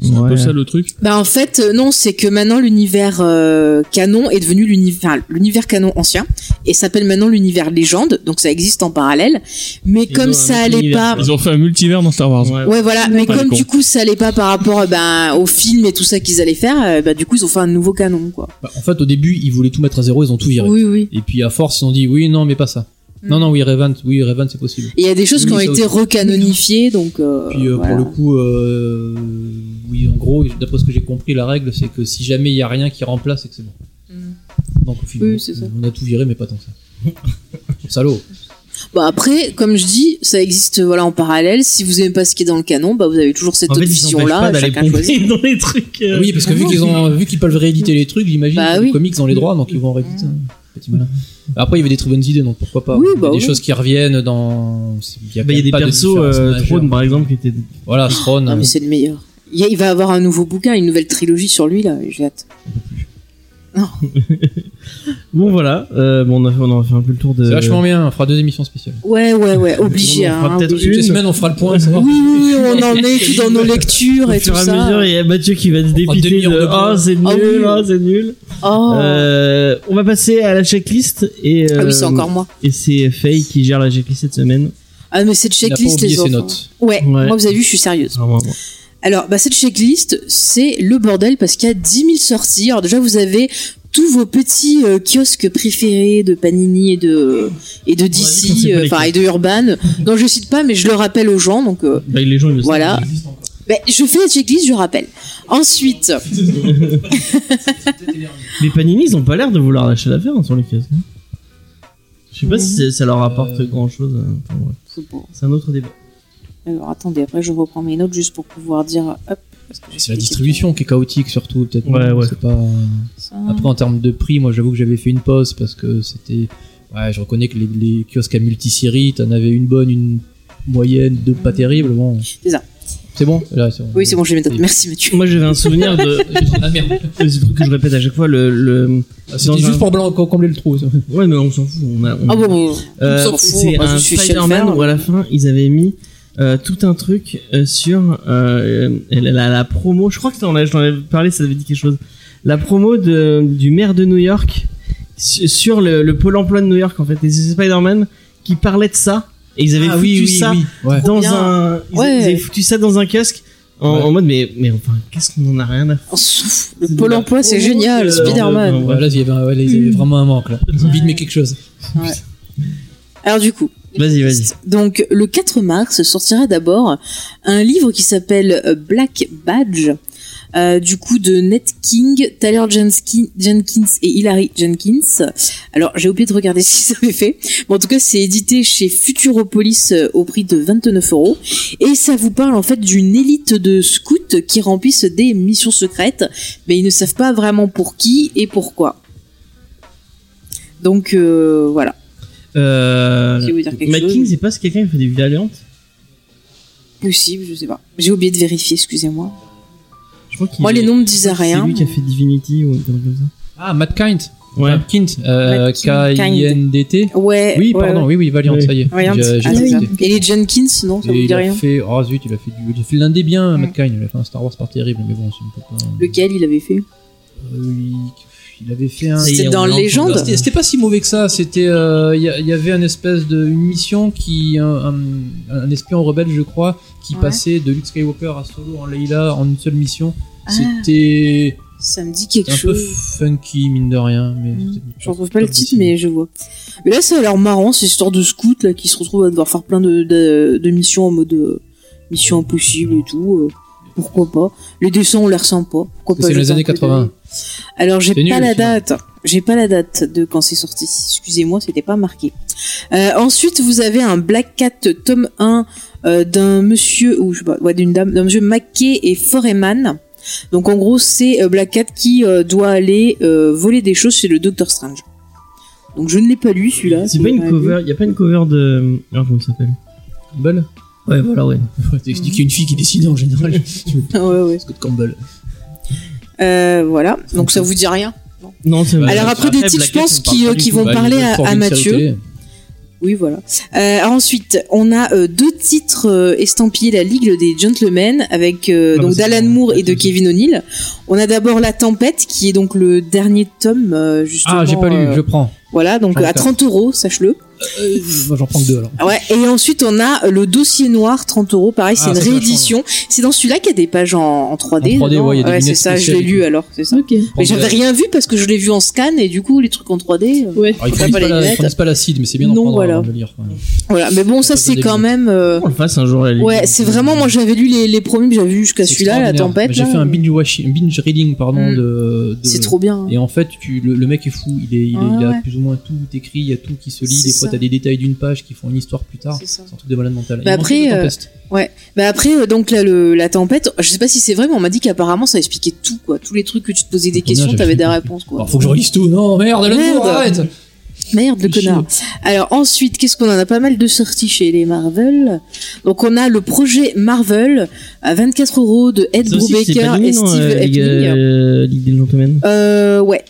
[SPEAKER 5] C'est un peu
[SPEAKER 1] Ouais.
[SPEAKER 5] ça le truc.
[SPEAKER 3] Bah en fait euh, non, c'est que maintenant l'univers euh, canon est devenu l'univers enfin, l'univers canon ancien et s'appelle maintenant l'univers légende, donc ça existe en parallèle, mais
[SPEAKER 1] Ils ont
[SPEAKER 3] comme
[SPEAKER 1] un
[SPEAKER 3] ça
[SPEAKER 1] autre
[SPEAKER 3] allait
[SPEAKER 1] univers,
[SPEAKER 3] pas
[SPEAKER 1] quoi.
[SPEAKER 5] Ils ont fait un multivers dans Star Wars.
[SPEAKER 3] Ouais voilà, mais
[SPEAKER 5] Pas
[SPEAKER 3] comme
[SPEAKER 5] con.
[SPEAKER 3] du coup ça allait pas par rapport euh, ben au film et tout ça qu'ils allaient faire, euh, bah du coup ils ont fait un nouveau canon quoi.
[SPEAKER 4] Bah, en fait, au début, ils voulaient tout mettre à zéro, ils ont tout viré.
[SPEAKER 3] Oui oui.
[SPEAKER 4] Et puis, à force, ils ont dit oui, non, mais pas ça.
[SPEAKER 3] Mm.
[SPEAKER 4] Non, non, oui, Revent, oui, Revent, c'est possible.
[SPEAKER 3] Et il y a des choses
[SPEAKER 4] Oui,
[SPEAKER 3] qui ont
[SPEAKER 4] ça aussi.
[SPEAKER 3] été recanonifiées donc euh,
[SPEAKER 4] Puis, euh,
[SPEAKER 3] voilà.
[SPEAKER 4] pour le coup, euh, oui, en gros, d'après ce que j'ai compris, la règle, c'est que si jamais il y a rien qui remplace, c'est que c'est bon. Donc, au final,
[SPEAKER 3] Mm. Oui, c'est ça.
[SPEAKER 4] on a tout viré, mais pas tant que ça. Salaud.
[SPEAKER 3] Bah après comme je dis, ça existe voilà en parallèle, si vous aimez pas ce qui est dans le canon, bah vous avez toujours cette
[SPEAKER 1] En fait,
[SPEAKER 3] autre
[SPEAKER 1] ils
[SPEAKER 3] vision
[SPEAKER 1] s'empêchent pas
[SPEAKER 3] là,
[SPEAKER 1] d'aller
[SPEAKER 3] chacun
[SPEAKER 1] pomper
[SPEAKER 3] choisit.
[SPEAKER 1] dans les trucs. euh,
[SPEAKER 4] Oui, parce que vu qu'ils ont, vu qu'ils peuvent rééditer les trucs, j'imagine
[SPEAKER 3] Bah
[SPEAKER 4] que les
[SPEAKER 3] oui.
[SPEAKER 4] comics ont les droits, donc ils vont rééditer. Petit malin. Après, il y avait des très bonnes idées, donc pourquoi pas.
[SPEAKER 3] Oui,
[SPEAKER 4] Il y a
[SPEAKER 3] bah
[SPEAKER 4] des
[SPEAKER 3] oui.
[SPEAKER 4] choses qui reviennent dans. Il y a,
[SPEAKER 1] Bah, il y a des
[SPEAKER 4] quand même pas de
[SPEAKER 1] persos,
[SPEAKER 4] différence
[SPEAKER 1] euh,
[SPEAKER 4] majeure.
[SPEAKER 1] Throne par exemple, qui étaient.
[SPEAKER 4] Voilà, Throne.
[SPEAKER 3] Non,
[SPEAKER 4] euh,
[SPEAKER 3] Ah, mais c'est le meilleur. Il y a- il va avoir un nouveau bouquin, une nouvelle trilogie sur lui, là. J'ai hâte.
[SPEAKER 1] Bon, voilà. Euh, bon, on a, fait, on a fait un peu le tour de.
[SPEAKER 4] C'est vachement bien, on fera deux émissions spéciales.
[SPEAKER 3] Ouais, ouais, ouais, obligé.
[SPEAKER 1] on en fera
[SPEAKER 3] hein,
[SPEAKER 1] peut-être
[SPEAKER 3] obligé.
[SPEAKER 4] Toutes les
[SPEAKER 1] Une.
[SPEAKER 4] semaines, on fera le point.
[SPEAKER 3] Oui,
[SPEAKER 4] savoir-
[SPEAKER 3] oui, oui, on en est tout dans nos lectures
[SPEAKER 1] Au
[SPEAKER 3] et
[SPEAKER 1] fur
[SPEAKER 3] tout
[SPEAKER 1] et à mesure,
[SPEAKER 3] ça.
[SPEAKER 1] il y a Mathieu qui va se dépiter
[SPEAKER 4] demi-heure
[SPEAKER 1] de
[SPEAKER 4] de
[SPEAKER 1] Ah,
[SPEAKER 4] point.
[SPEAKER 1] c'est
[SPEAKER 3] Ah
[SPEAKER 1] nul,
[SPEAKER 3] oui.
[SPEAKER 1] ah, c'est nul.
[SPEAKER 3] Oh.
[SPEAKER 1] Euh, on va passer à la checklist et.
[SPEAKER 3] Ah oui, c'est
[SPEAKER 1] euh,
[SPEAKER 3] encore moi.
[SPEAKER 1] Et c'est Faye qui gère la checklist cette semaine.
[SPEAKER 3] Ah, mais cette
[SPEAKER 4] Il n'a pas
[SPEAKER 3] checklist,
[SPEAKER 4] oublié
[SPEAKER 3] les
[SPEAKER 4] ses
[SPEAKER 3] enfants.
[SPEAKER 4] notes.
[SPEAKER 3] Ouais,
[SPEAKER 1] Ouais.
[SPEAKER 3] moi, vous avez vu, je suis sérieuse.
[SPEAKER 1] Vraiment, vraiment.
[SPEAKER 3] Alors, bah, cette checklist, c'est le bordel parce qu'il y a 10 000 sorties. Alors, déjà, vous avez tous vos petits euh, kiosques préférés de Panini et de, et de
[SPEAKER 1] dit qu'on sait
[SPEAKER 3] DC,
[SPEAKER 1] pas
[SPEAKER 3] euh,
[SPEAKER 1] les
[SPEAKER 3] enfin, et de Urban. Non, je cite pas, mais je le rappelle aux gens, donc, euh,
[SPEAKER 1] Bah, les gens, ils le savent.
[SPEAKER 3] Voilà. Ben, je fais la checklist, je rappelle. Ensuite,
[SPEAKER 1] Mais Panini, ils ont pas l'air de vouloir lâcher l'affaire hein, sur les caisses. hein. Je sais pas
[SPEAKER 3] Mhm.
[SPEAKER 1] si c'est- ça leur apporte
[SPEAKER 4] Euh.
[SPEAKER 1] grand chose. Enfin, ouais.
[SPEAKER 3] c'est bon.
[SPEAKER 1] C'est un autre débat.
[SPEAKER 3] alors attendez, après je reprends mes notes juste pour pouvoir dire. Hop, parce que j'ai
[SPEAKER 4] C'est la
[SPEAKER 3] expliqué
[SPEAKER 4] distribution qui est chaotique surtout, peut-être.
[SPEAKER 1] Ouais, ouais.
[SPEAKER 4] C'est pas.
[SPEAKER 3] ça.
[SPEAKER 4] Après, en termes de prix, moi j'avoue que j'avais fait une pause parce que c'était. Ouais, je reconnais que les, les kiosques à multisérie, t'en avais une bonne, une moyenne, deux pas terribles. Bon. C'est
[SPEAKER 3] ça.
[SPEAKER 4] C'est bon Là, c'est bon.
[SPEAKER 3] Oui, c'est bon, j'ai mes notes.
[SPEAKER 4] Oui.
[SPEAKER 3] Merci Mathieu.
[SPEAKER 1] Moi, j'avais un souvenir de.
[SPEAKER 4] Ah merde.
[SPEAKER 1] C'est truc que je répète à chaque fois. Le, le...
[SPEAKER 4] Ah, C'était
[SPEAKER 1] Dans
[SPEAKER 4] juste
[SPEAKER 1] un-
[SPEAKER 4] pour blanc, com- combler le trou. ça.
[SPEAKER 1] Ouais, mais on s'en fout. On a, on-
[SPEAKER 3] Ah bon, bon,
[SPEAKER 1] Euh,
[SPEAKER 3] on s'en fout,
[SPEAKER 1] c'est
[SPEAKER 3] moi, je
[SPEAKER 1] un
[SPEAKER 3] suis chez le
[SPEAKER 1] Spider-Man
[SPEAKER 3] fer.
[SPEAKER 1] où à la fin ils avaient mis euh, tout un truc euh, sur euh, la, la- la promo. Je crois que t'en as- je t'en avais parlé, ça avait dit quelque chose. La promo de, du maire de New York su- sur le, le pôle emploi de New York en fait. Et c'est Spider-Man qui parlait de ça et ils avaient
[SPEAKER 4] Ah
[SPEAKER 1] foutu ça
[SPEAKER 4] Ouais.
[SPEAKER 1] dans
[SPEAKER 3] Bien.
[SPEAKER 1] un. Ils,
[SPEAKER 3] Ouais.
[SPEAKER 1] ils avaient foutu ça dans un casque en,
[SPEAKER 4] Ouais.
[SPEAKER 1] en mode mais mais enfin qu'est-ce qu'on en a rien à foutre.
[SPEAKER 3] on s'en fout.
[SPEAKER 1] C'est
[SPEAKER 3] Le
[SPEAKER 1] de
[SPEAKER 3] Pôle
[SPEAKER 1] la
[SPEAKER 3] emploi, c'est
[SPEAKER 1] promo,
[SPEAKER 3] génial,
[SPEAKER 1] c'est, euh,
[SPEAKER 3] Spider-Man.
[SPEAKER 1] euh,
[SPEAKER 4] Ouais, là, il y avait, ouais, là, ils avaient vraiment un manque. Là. Ils ont vite mis quelque chose.
[SPEAKER 3] Alors du coup,
[SPEAKER 1] Vas-y vas-y.
[SPEAKER 3] donc le 4 mars sortira d'abord un livre qui s'appelle euh, Black Badge, euh, du coup de Ned King, Tyler Jenski- Jenkins et Hilary Jenkins. Alors j'ai oublié de regarder si ça avait fait. Bon, en tout cas, c'est édité chez Futuropolis euh, au prix de 29 euros et ça vous parle en fait d'une élite de scouts qui remplissent des missions secrètes, mais ils ne savent pas vraiment pour qui et pourquoi. Donc euh, voilà.
[SPEAKER 1] Euh,
[SPEAKER 3] Si vous voulez dire quelque
[SPEAKER 1] Mike
[SPEAKER 3] chose.
[SPEAKER 1] King, c'est pas ce quelqu'un qui fait des villes alliantes
[SPEAKER 3] Possible, je sais pas. J'ai oublié de vérifier, excusez-moi.
[SPEAKER 1] Je crois qu'il
[SPEAKER 3] Moi, les noms me disent
[SPEAKER 1] C'est
[SPEAKER 3] rien.
[SPEAKER 1] lui qui a fait Divinity ou un truc comme ça.
[SPEAKER 4] Ah, Matt Kind.
[SPEAKER 1] Ouais.
[SPEAKER 4] Matt Kind. euh,
[SPEAKER 3] Matt Kind.
[SPEAKER 4] K-I-N-D-t.
[SPEAKER 3] Ouais. ouais,
[SPEAKER 4] Oui, pardon,
[SPEAKER 3] ouais.
[SPEAKER 4] oui, oui, Valiant,
[SPEAKER 1] Oui.
[SPEAKER 4] ça y est.
[SPEAKER 3] Rien.
[SPEAKER 4] J'ai- j'ai
[SPEAKER 3] Ah,
[SPEAKER 4] testé.
[SPEAKER 3] oui. Et les Jenkins, non, ça
[SPEAKER 4] Et
[SPEAKER 3] vous
[SPEAKER 4] il
[SPEAKER 3] dit
[SPEAKER 4] a
[SPEAKER 3] rien.
[SPEAKER 4] fait, oh zut, il a fait du, il a fait l'un des biens,
[SPEAKER 3] Mm.
[SPEAKER 4] Matt Kine. Il a fait un Star Wars pas terrible, mais bon, c'est un peu pas-
[SPEAKER 3] Lequel il avait fait
[SPEAKER 4] Euh, il- il avait fait un.
[SPEAKER 3] C'était
[SPEAKER 1] on
[SPEAKER 3] dans
[SPEAKER 1] l'a entendu.
[SPEAKER 3] Légende
[SPEAKER 4] C'était c'était pas si mauvais que ça. C'était, euh, il y, a- il y avait une espèce de une mission qui, un, un, un espion rebelle, je crois, qui
[SPEAKER 3] Ouais.
[SPEAKER 4] passait de Luke Skywalker à Solo en Leila en une seule mission.
[SPEAKER 3] Ah.
[SPEAKER 4] C'était
[SPEAKER 3] Ça me dit quelque
[SPEAKER 4] un peu
[SPEAKER 3] chose.
[SPEAKER 4] funky mine de rien, mais
[SPEAKER 3] Mm.
[SPEAKER 4] c'était-
[SPEAKER 3] Je retrouve pas le titre, mais je vois. Mais là, ça a l'air marrant, cette histoire de scout là, qui se retrouve à devoir faire plein de, de, de missions en mode euh, mission impossible et tout. euh, pourquoi pas Les dessins, on les ressent pas. Pourquoi
[SPEAKER 4] Parce que
[SPEAKER 3] pas
[SPEAKER 4] c'est
[SPEAKER 3] jeter
[SPEAKER 4] les
[SPEAKER 3] un
[SPEAKER 4] années
[SPEAKER 3] coup d'œil
[SPEAKER 4] 80.
[SPEAKER 3] Alors, j'ai
[SPEAKER 4] C'est nul,
[SPEAKER 3] pas la
[SPEAKER 4] finalement.
[SPEAKER 3] date. J'ai pas la date de quand c'est sorti. Excusez-moi, c'était pas marqué. Euh, ensuite, vous avez un Black Cat tome 1 euh, d'un monsieur, ou je sais pas, ouais, d'une dame, d'un monsieur Mackey et Foreman. Donc en gros, c'est euh, Black Cat qui euh, doit aller euh, voler des choses chez le Docteur Strange. Donc je ne l'ai pas lu celui-là.
[SPEAKER 1] C'est
[SPEAKER 3] je
[SPEAKER 1] pas
[SPEAKER 3] l'ai
[SPEAKER 1] une
[SPEAKER 3] lu.
[SPEAKER 1] cover, y a pas une cover de. Alors comment il s'appelle
[SPEAKER 4] Campbell.
[SPEAKER 1] Ouais, voilà, ouais.
[SPEAKER 4] Ouais, T'as expliqué une fille qui dessinait en général. Tu me dis,
[SPEAKER 3] Ouais, ouais.
[SPEAKER 4] Scott Campbell.
[SPEAKER 3] Euh, voilà. Donc ça vous dit rien.
[SPEAKER 1] Non, c'est
[SPEAKER 4] Ouais,
[SPEAKER 3] Alors
[SPEAKER 4] c'est
[SPEAKER 3] après, des
[SPEAKER 1] Black
[SPEAKER 3] titres, je
[SPEAKER 1] Cat,
[SPEAKER 3] pense,
[SPEAKER 1] ça me parle
[SPEAKER 3] qui,
[SPEAKER 1] pas
[SPEAKER 3] euh,
[SPEAKER 1] du
[SPEAKER 3] qui
[SPEAKER 1] tout.
[SPEAKER 3] vont
[SPEAKER 4] Bah,
[SPEAKER 3] parler
[SPEAKER 4] il
[SPEAKER 3] à,
[SPEAKER 4] forme
[SPEAKER 3] à
[SPEAKER 4] une série
[SPEAKER 3] Mathieu.
[SPEAKER 4] télé.
[SPEAKER 3] Oui, voilà. Euh, ensuite, on a euh, deux titres euh, estampillés La Ligue des Gentlemen avec euh,
[SPEAKER 1] Ah,
[SPEAKER 3] donc
[SPEAKER 1] bah, c'est
[SPEAKER 3] d'Alan
[SPEAKER 1] bon.
[SPEAKER 3] Moore et de
[SPEAKER 1] Ouais, c'est
[SPEAKER 3] Kevin O'Neill. On a d'abord La Tempête qui est donc le dernier tome euh, justement.
[SPEAKER 4] Ah, j'ai pas lu,
[SPEAKER 3] euh,
[SPEAKER 4] je Ah, prends.
[SPEAKER 3] Voilà, donc euh, à
[SPEAKER 4] Encore.
[SPEAKER 3] 30 euros, sache-le.
[SPEAKER 4] Euh, moi, j'en prends que deux alors.
[SPEAKER 3] Ah Ouais. Et ensuite, on a euh, le Dossier Noir, 30 euros. Pareil, c'est
[SPEAKER 4] Ah,
[SPEAKER 3] une
[SPEAKER 4] ça, ça va
[SPEAKER 3] réédition. C'est dans celui-là qu'il y a des pages en, en 3D.
[SPEAKER 4] En 3D,
[SPEAKER 3] dedans.
[SPEAKER 4] ouais, il y a des
[SPEAKER 3] c'est
[SPEAKER 4] vignettes
[SPEAKER 3] ça. Je l'ai
[SPEAKER 4] spéciales et
[SPEAKER 3] lu
[SPEAKER 4] tout.
[SPEAKER 3] alors, c'est ça.
[SPEAKER 2] Ok.
[SPEAKER 3] Mais j'avais rien vu parce que je l'ai vu en scan et du coup, les trucs en 3D. euh,
[SPEAKER 2] Ouais.
[SPEAKER 4] Alors, ils
[SPEAKER 3] Faut
[SPEAKER 4] fournissent
[SPEAKER 3] pas
[SPEAKER 4] pas,
[SPEAKER 3] les
[SPEAKER 4] la- ils
[SPEAKER 3] lunettes.
[SPEAKER 4] fournissent pas l'acide, mais c'est bien d'en
[SPEAKER 3] Non,
[SPEAKER 4] prendre
[SPEAKER 3] voilà.
[SPEAKER 4] avant de le lire. ouais.
[SPEAKER 3] Voilà. Mais bon, ça,
[SPEAKER 4] Pas
[SPEAKER 3] c'est
[SPEAKER 4] des
[SPEAKER 3] quand
[SPEAKER 4] vignettes.
[SPEAKER 3] même. euh,
[SPEAKER 1] On le fasse un jour, la Ligue.
[SPEAKER 3] Ouais, c'est vraiment. Moi, j'avais lu les, les premiers, j'avais vu jusqu'à
[SPEAKER 4] C'est
[SPEAKER 3] celui-là, la
[SPEAKER 4] extraordinaire.
[SPEAKER 3] tempête.
[SPEAKER 4] J'ai
[SPEAKER 3] là.
[SPEAKER 4] fait un binge, watching- binge reading pardon,
[SPEAKER 3] Mm.
[SPEAKER 4] de, de-
[SPEAKER 3] C'est trop bien.
[SPEAKER 4] Et en fait, tu, le, le mec est fou. Il, est, il, est-
[SPEAKER 3] Ouais,
[SPEAKER 4] il a
[SPEAKER 3] ouais.
[SPEAKER 4] plus ou moins tout écrit, il y a tout qui se lit.
[SPEAKER 3] C'est
[SPEAKER 4] Des fois,
[SPEAKER 3] ça.
[SPEAKER 4] t'as des détails d'une page qui font une histoire plus tard.
[SPEAKER 3] C'est ça.
[SPEAKER 4] C'est un truc de malade mental.
[SPEAKER 3] Bah
[SPEAKER 4] Et il manque
[SPEAKER 3] après,
[SPEAKER 4] de
[SPEAKER 3] euh,
[SPEAKER 4] Tempest.
[SPEAKER 3] Bah après, euh, donc là, le, la tempête. Je sais pas si c'est vrai, mais on m'a dit qu'apparemment, ça expliquait tout, quoi. Tous les trucs que tu te posais des
[SPEAKER 4] Combien
[SPEAKER 3] questions,
[SPEAKER 4] j'avais
[SPEAKER 3] t'avais
[SPEAKER 4] fait
[SPEAKER 3] des
[SPEAKER 4] tout.
[SPEAKER 3] réponses, quoi.
[SPEAKER 4] Alors, Bah, faut que je relise tout. Non, merde, là,
[SPEAKER 3] Merde.
[SPEAKER 4] non, arrête.
[SPEAKER 3] Merde, le
[SPEAKER 4] Chier.
[SPEAKER 3] connard. Alors ensuite, qu'est-ce qu'on en a pas mal de sorties chez les Marvel. Donc on a le projet Marvel à 24 euros de Ed
[SPEAKER 1] Ça aussi, c'est
[SPEAKER 3] Brubaker
[SPEAKER 1] Panini,
[SPEAKER 3] et
[SPEAKER 1] non,
[SPEAKER 3] Steve
[SPEAKER 1] euh, Ligue,
[SPEAKER 3] Epling.
[SPEAKER 1] euh, Ligue des Gentlemen.
[SPEAKER 3] Euh, ouais.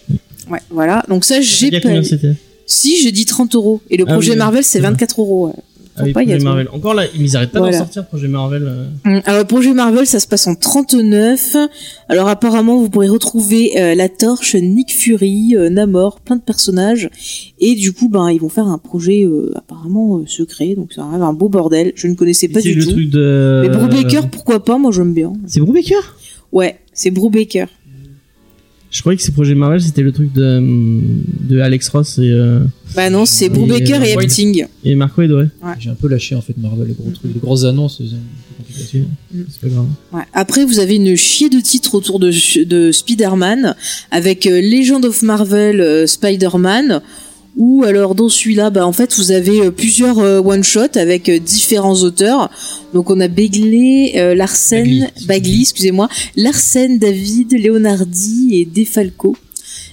[SPEAKER 3] Ouais, voilà. Donc ça,
[SPEAKER 1] Je sais
[SPEAKER 3] j'ai
[SPEAKER 1] bien
[SPEAKER 3] pas.
[SPEAKER 1] combien c'était.
[SPEAKER 3] Si, j'ai dit 30 euros. Et le
[SPEAKER 1] Ah
[SPEAKER 3] projet
[SPEAKER 1] oui,
[SPEAKER 3] Marvel, c'est
[SPEAKER 1] c'est vrai.
[SPEAKER 3] 24 euros. ouais.
[SPEAKER 1] Ah oui,
[SPEAKER 3] pas, il y hein.
[SPEAKER 1] Projet
[SPEAKER 3] a tout.
[SPEAKER 1] Marvel. Encore là, ils arrêtent pas
[SPEAKER 3] Voilà.
[SPEAKER 1] d'en sortir, Projet Marvel. euh.
[SPEAKER 3] Hum, Alors, le projet Marvel, ça se passe en 39. Alors, apparemment, vous pourrez retrouver euh, la torche, Nick Fury, euh, Namor, plein de personnages. Et du coup, ben, ils vont faire un projet euh, apparemment euh, secret. Donc, ça arrive un beau bordel. Je ne connaissais pas
[SPEAKER 1] C'est
[SPEAKER 3] du
[SPEAKER 1] le
[SPEAKER 3] tout.
[SPEAKER 1] truc euh, de.
[SPEAKER 3] Mais Brubaker, pourquoi pas Moi, j'aime bien.
[SPEAKER 1] C'est Brubaker
[SPEAKER 3] Ouais, c'est Brubaker.
[SPEAKER 1] Je Je croyais que ces projets Marvel, c'était le truc de, mm, de Alex Ross et, euh,
[SPEAKER 3] Bah non, c'est
[SPEAKER 1] Et,
[SPEAKER 3] Brubaker et
[SPEAKER 4] euh, White.
[SPEAKER 3] Epting.
[SPEAKER 1] et Mark Waid, ouais.
[SPEAKER 4] J'ai un peu lâché en fait Marvel, les gros trucs, les grosses annonces. c'est- c'est compliqué.
[SPEAKER 3] Mm.
[SPEAKER 1] C'est pas grave.
[SPEAKER 3] Ouais. Après, vous avez une chier de titres autour de, de Spider-Man avec euh, Legend of Marvel euh, Spider-Man. Ou alors dans celui-là, bah en fait vous avez euh, plusieurs one shot avec euh, différents auteurs. Donc on a Begley, euh, Larsen,
[SPEAKER 4] Bagley.
[SPEAKER 3] Bagley, excusez-moi, Larsen, David, Leonardi et Defalco.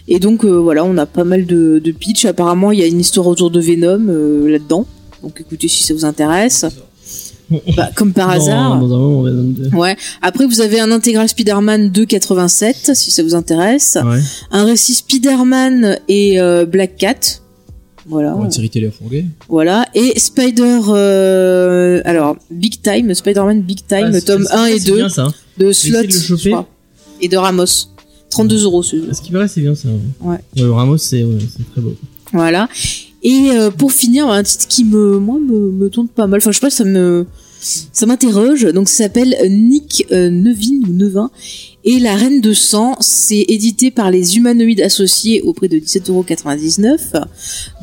[SPEAKER 3] Et donc euh, voilà, on a pas mal de, de pitch. Apparemment, il y a une histoire autour de Venom euh, là-dedans. Donc écoutez si ça vous intéresse. Bah, comme par
[SPEAKER 1] Dans-
[SPEAKER 3] hasard.
[SPEAKER 1] Dans un moment, on va dans deux.
[SPEAKER 3] Ouais. Après, vous avez un intégral Spider-Man 2,87, si ça vous intéresse.
[SPEAKER 1] Ouais.
[SPEAKER 3] Un récit Spider-Man et euh, Black Cat. Voilà.
[SPEAKER 4] Ou Une série télé à fourguer.
[SPEAKER 3] Voilà. Et Spider... euh, alors, Big Time, Spider-Man Big Time,
[SPEAKER 1] Ah, c'est-
[SPEAKER 3] tome
[SPEAKER 1] c'est-
[SPEAKER 3] 1 et
[SPEAKER 1] c'est
[SPEAKER 3] 2,
[SPEAKER 1] bien ça. hein.
[SPEAKER 3] de
[SPEAKER 1] J'ai essayé
[SPEAKER 3] Slot
[SPEAKER 1] de le choper.
[SPEAKER 3] je crois, et de Ramos. 32 euros, ce
[SPEAKER 1] À ce qui paraît, c'est bien ça.
[SPEAKER 3] Ouais.
[SPEAKER 1] Ouais, Ramos, c'est ouais, c'est très beau.
[SPEAKER 3] Voilà. Et euh, pour finir, un titre qui me, moi, me, me tourne pas mal. Enfin, je sais pas, ça me, ça m'interroge. Donc, ça s'appelle Nick euh, Nevin ou Nevin. Et La Reine de Sang, c'est édité par les humanoïdes associés au prix de 17,99€.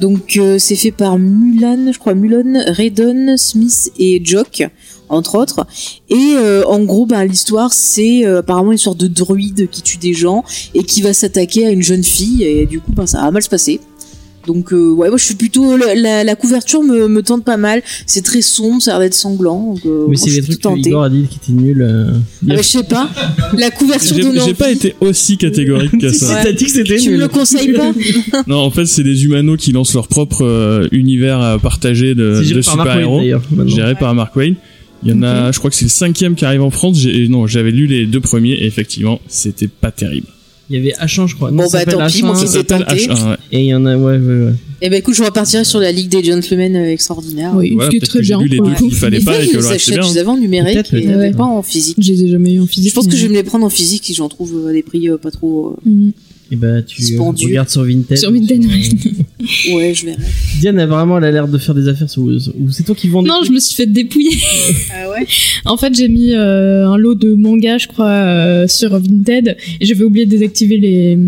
[SPEAKER 3] Donc, euh, c'est fait par Mulan, je crois, Mulan, Raydon, Smith et Jock, entre autres. Et euh, en gros, bah, l'histoire, c'est euh, apparemment une sorte de druide qui tue des gens et qui va s'attaquer à une jeune fille. Et du coup, bah, ça va mal se passer. Donc euh, ouais, moi je suis plutôt la, la- la couverture me, me tente pas mal. C'est très sombre, ça a l'air d'être sanglant. Donc, euh, moi,
[SPEAKER 1] Mais
[SPEAKER 3] je
[SPEAKER 1] c'est des
[SPEAKER 3] suis
[SPEAKER 1] trucs
[SPEAKER 3] plutôt
[SPEAKER 1] que
[SPEAKER 3] tentée.
[SPEAKER 1] Igor a dit qui étaient nuls. euh.
[SPEAKER 3] Ah, mais je sais pas. La couverture
[SPEAKER 5] J'ai
[SPEAKER 3] de
[SPEAKER 5] j'ai pas été aussi catégorique que
[SPEAKER 1] Si, si,
[SPEAKER 5] ça.
[SPEAKER 1] t'as dit que c'était
[SPEAKER 3] Tu me
[SPEAKER 1] nul.
[SPEAKER 3] le conseilles pas
[SPEAKER 5] Non, en fait, c'est des humanos qui lancent leur propre euh, univers euh, partagé de,
[SPEAKER 1] C'est géré
[SPEAKER 5] de
[SPEAKER 1] par Mark Waid,
[SPEAKER 5] super-héros,
[SPEAKER 1] d'ailleurs, maintenant.
[SPEAKER 5] géré par Mark Wayne. Il y en a, je crois que c'est le cinquième qui arrive en France. J'ai- Non, j'avais lu les deux premiers et effectivement, c'était pas terrible.
[SPEAKER 1] Il y avait H1, je crois. Non,
[SPEAKER 3] Bon,
[SPEAKER 1] ça
[SPEAKER 3] bah, tant
[SPEAKER 1] s'appelle
[SPEAKER 3] pis, moi,
[SPEAKER 1] H1,
[SPEAKER 3] qui
[SPEAKER 1] euh,
[SPEAKER 3] sais.
[SPEAKER 5] s'appelle
[SPEAKER 3] tenté.
[SPEAKER 5] H1, ouais.
[SPEAKER 1] Et il y en a, ouais, ouais, ouais.
[SPEAKER 3] Et ben écoute, je repartirai sur la Ligue des Gentlemen euh, extraordinaire.
[SPEAKER 2] Oui,
[SPEAKER 5] Voilà,
[SPEAKER 2] ce qui est
[SPEAKER 5] peut-être
[SPEAKER 2] très
[SPEAKER 5] que j'ai
[SPEAKER 2] bien.
[SPEAKER 5] lu les
[SPEAKER 2] pour
[SPEAKER 5] deux
[SPEAKER 2] le
[SPEAKER 5] qu'il
[SPEAKER 2] coup.
[SPEAKER 5] fallait
[SPEAKER 3] Mais
[SPEAKER 5] pas
[SPEAKER 3] ouais,
[SPEAKER 5] et
[SPEAKER 3] ils
[SPEAKER 5] que le reste
[SPEAKER 3] achètent,
[SPEAKER 5] bien.
[SPEAKER 3] Je les avais en numérique,
[SPEAKER 1] Peut-être,
[SPEAKER 3] mais
[SPEAKER 1] peut-être,
[SPEAKER 3] n'avaient
[SPEAKER 2] ouais.
[SPEAKER 3] euh, pas en physique.
[SPEAKER 2] Je les ai jamais eu en physique.
[SPEAKER 3] Je pense que
[SPEAKER 2] mais-
[SPEAKER 3] je vais me les prendre en physique si j'en trouve à des prix euh, pas trop.
[SPEAKER 2] Mm.
[SPEAKER 1] Et bah, tu euh,
[SPEAKER 3] Suspendu.
[SPEAKER 1] regardes sur Vinted.
[SPEAKER 2] Sur Vinted,
[SPEAKER 1] euh,
[SPEAKER 3] euh, Ouais, je verrai.
[SPEAKER 1] Diane a vraiment elle a l'air de faire des affaires sur. ou C'est toi qui vends. des
[SPEAKER 2] Non, je
[SPEAKER 1] trucs.
[SPEAKER 2] me suis fait dépouiller.
[SPEAKER 3] Ah ouais
[SPEAKER 2] En fait, j'ai mis euh, un lot de mangas, je crois, euh, sur Vinted. Et j'avais oublié de désactiver les,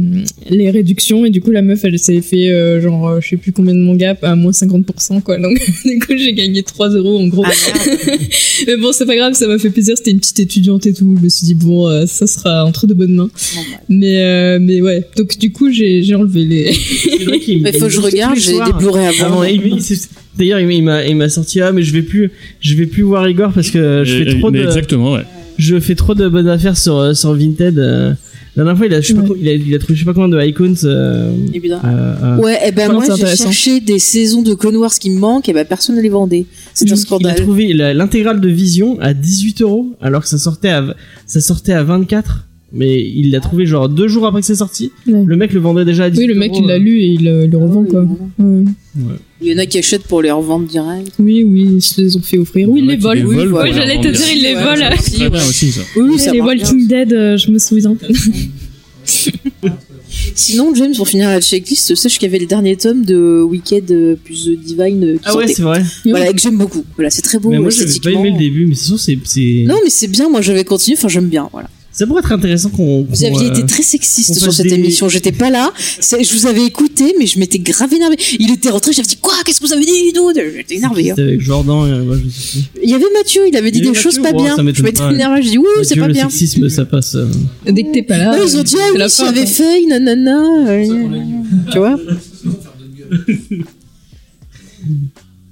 [SPEAKER 2] les réductions. Et du coup, la meuf, elle s'est fait euh, genre, euh, je sais plus combien de mangas, à moins 50%, quoi. Donc, du coup, j'ai gagné 3 euros, en gros.
[SPEAKER 3] Ah merde.
[SPEAKER 2] Mais bon, c'est pas grave, ça m'a fait plaisir. C'était une petite étudiante et tout. Je me suis dit, bon, euh, ça sera entre de bonnes mains.
[SPEAKER 3] Bon, bah.
[SPEAKER 2] Mais, euh, mais ouais. Donc, du coup, j'ai j'ai enlevé les.
[SPEAKER 1] C'est vrai qu'il me-
[SPEAKER 3] Mais
[SPEAKER 1] il
[SPEAKER 3] faut
[SPEAKER 1] me
[SPEAKER 3] que je
[SPEAKER 1] dit tous les
[SPEAKER 3] regarde, j'ai
[SPEAKER 1] soirs.
[SPEAKER 3] des Blu-ray
[SPEAKER 1] Ah
[SPEAKER 3] avant.
[SPEAKER 1] non, il- il- c'est- D'ailleurs, il- il m'a- il m'a sorti ah mais je vais plus, je vais plus voir Igor parce que je
[SPEAKER 5] Et-
[SPEAKER 1] fais
[SPEAKER 5] et-
[SPEAKER 1] trop
[SPEAKER 5] Euh, mais
[SPEAKER 1] de,
[SPEAKER 5] Exactement, ouais.
[SPEAKER 1] je fais trop de bonnes affaires sur euh, sur Vinted. euh. La dernière fois, il a, je sais pas,
[SPEAKER 2] Ouais.
[SPEAKER 1] quoi- il a, il a trouvé je sais pas combien de icons. euh,
[SPEAKER 3] Et puis,
[SPEAKER 1] euh, euh,
[SPEAKER 3] Ouais, et ben
[SPEAKER 2] Non,
[SPEAKER 3] moi
[SPEAKER 2] c'est
[SPEAKER 3] j'ai
[SPEAKER 2] intéressant.
[SPEAKER 3] cherché des saisons de Clone Wars qui me manquent, et ben personne ne les vendait. C'est un
[SPEAKER 1] Il a
[SPEAKER 3] scandale.
[SPEAKER 1] trouvé la- l'intégrale de Vision à 18 euros, alors que ça sortait à, v- ça sortait à 24. Mais il l'a trouvé genre deux jours après que c'est sorti.
[SPEAKER 2] Ouais.
[SPEAKER 1] Le mec le vendait déjà à 18
[SPEAKER 2] Oui, le mec, il l'a
[SPEAKER 1] euh.
[SPEAKER 2] lu et il euh, le
[SPEAKER 3] Ah
[SPEAKER 2] revend, quoi. Ouais.
[SPEAKER 3] Il y en a qui achètent pour les revendre direct.
[SPEAKER 2] Oui, oui, ils se les ont fait offrir. Oui, ils les
[SPEAKER 5] Ouais, tu
[SPEAKER 2] volent.
[SPEAKER 3] volent,
[SPEAKER 5] voles,
[SPEAKER 3] Oui,
[SPEAKER 5] voilà,
[SPEAKER 2] j'allais te
[SPEAKER 5] on
[SPEAKER 2] dire, ils les
[SPEAKER 5] dirait.
[SPEAKER 2] volent.
[SPEAKER 5] Ça marche Très bien aussi, ça.
[SPEAKER 3] Oui, oui, ça
[SPEAKER 2] les
[SPEAKER 3] marche bien.
[SPEAKER 2] Walking Dead, euh, je me souviens.
[SPEAKER 3] Sinon, James, pour finir la checklist, sache qu'il y avait le dernier tome de Wicked euh, plus The Divine euh, qui
[SPEAKER 1] Ah ouais,
[SPEAKER 3] sortait.
[SPEAKER 1] c'est vrai.
[SPEAKER 3] voilà, et que j'aime beaucoup. Voilà, c'est très beau.
[SPEAKER 1] mais moi, j'avais pas
[SPEAKER 3] esthétiquement.
[SPEAKER 1] aimé le début, mais c'est sûr, c'est, c'est-
[SPEAKER 3] Non, mais c'est bien, moi j'avais continué, enfin j'aime bien, voilà.
[SPEAKER 1] ça pourrait être intéressant qu'on.
[SPEAKER 3] Vous
[SPEAKER 1] qu'on,
[SPEAKER 3] aviez
[SPEAKER 1] euh,
[SPEAKER 3] été très sexiste
[SPEAKER 1] on
[SPEAKER 3] sur
[SPEAKER 1] fasse
[SPEAKER 3] cette
[SPEAKER 1] des-
[SPEAKER 3] émission, j'étais pas là, C'est- je vous avais écouté, mais je m'étais grave énervé. Il était rentré, j'avais dit quoi, qu'est-ce que vous avez dit, dude J'étais énervé. hein.
[SPEAKER 1] C'était avec Jordan et moi, je sais
[SPEAKER 3] Il y avait Mathieu, il avait dit
[SPEAKER 1] Il y
[SPEAKER 3] des
[SPEAKER 1] avait
[SPEAKER 3] choses
[SPEAKER 1] Mathieu,
[SPEAKER 3] pas
[SPEAKER 1] ouais, ça
[SPEAKER 3] bien. Je
[SPEAKER 1] m'étonne
[SPEAKER 3] m'étais
[SPEAKER 1] pas.
[SPEAKER 3] énervé, je dis ouh,
[SPEAKER 1] pas.
[SPEAKER 3] Oh, c'est
[SPEAKER 1] Dieu,
[SPEAKER 3] pas
[SPEAKER 1] le
[SPEAKER 3] bien.
[SPEAKER 1] sexisme, ça passe. euh.
[SPEAKER 2] Dès que t'es pas là.
[SPEAKER 3] Ah, ils ont dit, ah
[SPEAKER 2] c'est
[SPEAKER 3] oui,
[SPEAKER 2] la fin,
[SPEAKER 3] j'avais
[SPEAKER 2] quoi.
[SPEAKER 3] fait, nanana. euh, Tu vois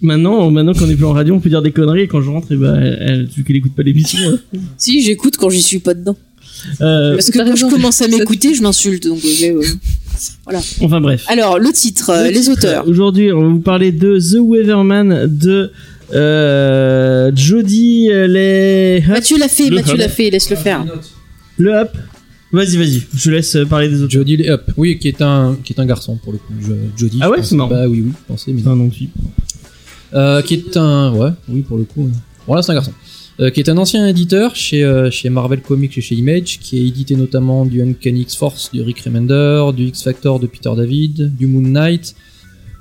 [SPEAKER 1] Maintenant, maintenant qu'on est plus en radio, on peut dire des conneries. Et quand je rentre, et bah, elle, elle- vu qu'elle écoute pas l'émission. euh,
[SPEAKER 3] Si, j'écoute quand j'y suis pas dedans.
[SPEAKER 1] euh,
[SPEAKER 3] Parce que
[SPEAKER 2] t'as
[SPEAKER 3] quand je
[SPEAKER 2] raison.
[SPEAKER 3] commence à
[SPEAKER 2] Ça-
[SPEAKER 3] m'écouter, je m'insulte. Donc, euh, j'ai, euh,
[SPEAKER 1] enfin bref.
[SPEAKER 3] Alors, le titre, euh,
[SPEAKER 1] Le
[SPEAKER 3] les
[SPEAKER 1] titre,
[SPEAKER 3] auteurs.
[SPEAKER 1] Aujourd'hui, on va vous parler de The Weatherman de euh, Jody Les
[SPEAKER 3] Mathieu l'a fait,
[SPEAKER 5] Le
[SPEAKER 3] Mathieu
[SPEAKER 5] Hub.
[SPEAKER 3] l'a fait, laisse le faire.
[SPEAKER 1] Le Hop. Vas-y, vas-y. Je te laisse parler des autres.
[SPEAKER 4] Jody Lee Up, oui, qui est un qui est un garçon pour le coup. Je- Jody.
[SPEAKER 1] Ah
[SPEAKER 4] je
[SPEAKER 1] ouais,
[SPEAKER 4] pensais
[SPEAKER 1] c'est marrant.
[SPEAKER 4] pas- oui, oui, je pensais, mais non.
[SPEAKER 1] Enfin, non, tu-
[SPEAKER 4] Euh, qui est un ouais, oui pour le coup. Voilà, c'est un garçon. Euh, qui est un ancien éditeur chez euh, chez Marvel Comics et chez Image, qui a édité notamment du Uncanny X Force de Rick Remender, du X Factor de Peter David, du Moon Knight,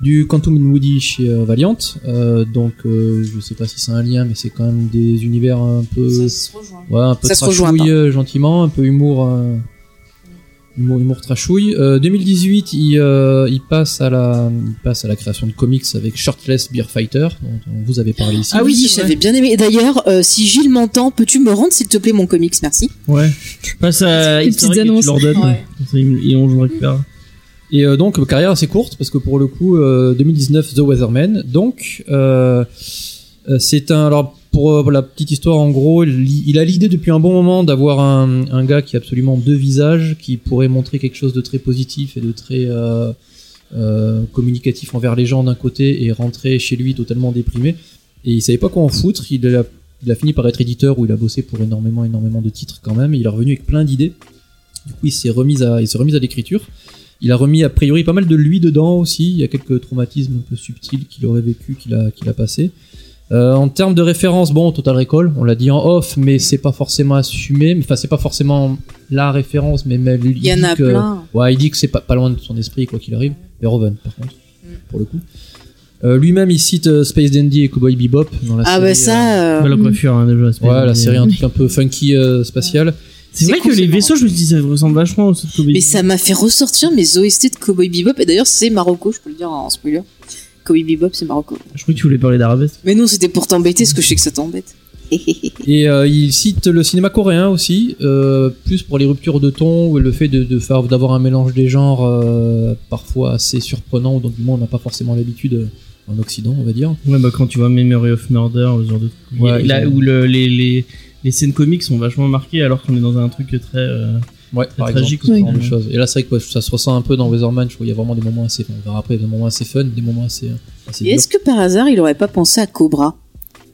[SPEAKER 4] du Quantum in Woody chez euh, Valiant. Euh, donc euh, je sais pas si c'est un lien, mais c'est quand même des univers un peu
[SPEAKER 2] euh,
[SPEAKER 3] se rejoint.
[SPEAKER 4] Ouais, un peu
[SPEAKER 3] Ça se rejoint
[SPEAKER 4] trashouille, euh, gentiment, un peu humour, euh, Humour, humour trashouille. Euh, 2018, il, euh, il, passe à la, il passe à la création de comics avec Shirtless Beer Fighter, dont on vous avez parlé ici.
[SPEAKER 3] Ah oui, j'avais bien aimé. Et D'ailleurs, euh, si Gilles m'entend, peux-tu me rendre s'il te plaît mon comics, merci.
[SPEAKER 1] Ouais. Je passe à
[SPEAKER 2] Les petites
[SPEAKER 1] Historic et tu
[SPEAKER 2] annonces.
[SPEAKER 1] leur donnes.
[SPEAKER 2] Ouais.
[SPEAKER 1] Comme ça, ils me- ils- on le récupère.
[SPEAKER 4] Et euh, donc, euh, carrière assez courte, parce que pour le coup, euh, 2019, The Weatherman. Donc, euh, euh, c'est un. Alors, pour euh, la petite histoire, en gros, il, il a l'idée depuis un bon moment d'avoir un, un gars qui a absolument deux visages, qui pourrait montrer quelque chose de très positif et de très euh, euh, communicatif envers les gens d'un côté et rentrer chez lui totalement déprimé. Et il savait pas quoi en foutre. Il a, il a fini par être éditeur où il a bossé pour énormément, énormément de titres quand même. Et il est revenu avec plein d'idées. Du coup, il s'est remis à, il s'est remis à l'écriture. Il a remis a priori pas mal de lui dedans aussi. Il y a quelques traumatismes un peu subtils qu'il aurait vécu, qu'il a, qu'il a passé. Euh, en termes de référence, bon, Total Recall, on l'a dit en off, mais c'est pas forcément assumé. Enfin, c'est pas forcément la référence, mais même
[SPEAKER 3] Il y en a plein.
[SPEAKER 4] Ouais, il dit que c'est pas, pas loin de son esprit, quoi qu'il arrive. Verhoeven, par contre,
[SPEAKER 3] Mm.
[SPEAKER 4] pour le coup. Euh, Lui-même, il cite euh, Space Dandy et Cowboy Bebop dans la
[SPEAKER 3] Ah
[SPEAKER 4] série.
[SPEAKER 3] bah ça, euh,
[SPEAKER 1] Belle
[SPEAKER 2] Mm.
[SPEAKER 1] coiffure, hein, déjà. c'est
[SPEAKER 4] euh, ouais,
[SPEAKER 1] bien.
[SPEAKER 4] la série un truc un peu funky euh, spatial.
[SPEAKER 1] C'est vrai
[SPEAKER 3] C'est cool,
[SPEAKER 1] que les
[SPEAKER 3] c'est marrant.
[SPEAKER 1] vaisseaux, je me dis, ça ressemble vachement au South Kobe.
[SPEAKER 3] mais ça m'a fait ressortir mes OST de Cowboy Bebop. Et d'ailleurs, c'est Marocco, je peux le dire en spoiler. Cowboy Bebop, c'est Marocco.
[SPEAKER 1] Je crois que tu voulais parler d'arabesque.
[SPEAKER 3] Mais non, c'était pour t'embêter, parce que je sais que ça t'embête.
[SPEAKER 4] Et euh, il cite le cinéma coréen aussi, euh, plus pour les ruptures de ton ou le fait de, de faire d'avoir un mélange des genres euh, parfois assez surprenant, ou donc du moins on n'a pas forcément l'habitude euh, en Occident, on va dire.
[SPEAKER 1] Ouais, bah quand tu vois Memory of Murder, ou ce genre de trucs.
[SPEAKER 4] Ouais,
[SPEAKER 1] là
[SPEAKER 4] ils ont-
[SPEAKER 1] où le- les, les, les scènes comiques sont vachement marquées alors qu'on est dans un truc très. euh,
[SPEAKER 4] Ouais,
[SPEAKER 1] Très
[SPEAKER 4] par
[SPEAKER 1] tragique,
[SPEAKER 4] exemple, ce
[SPEAKER 2] oui.
[SPEAKER 4] genre de choses. Et là, c'est vrai que ouais, ça se ressent un peu dans Weatherman. Je trouve qu'il y a vraiment des moments assez, on verra après, des moments assez fun, des moments assez, euh, assez
[SPEAKER 3] Et
[SPEAKER 4] durs.
[SPEAKER 3] est-ce que par hasard, il aurait pas pensé à Cobra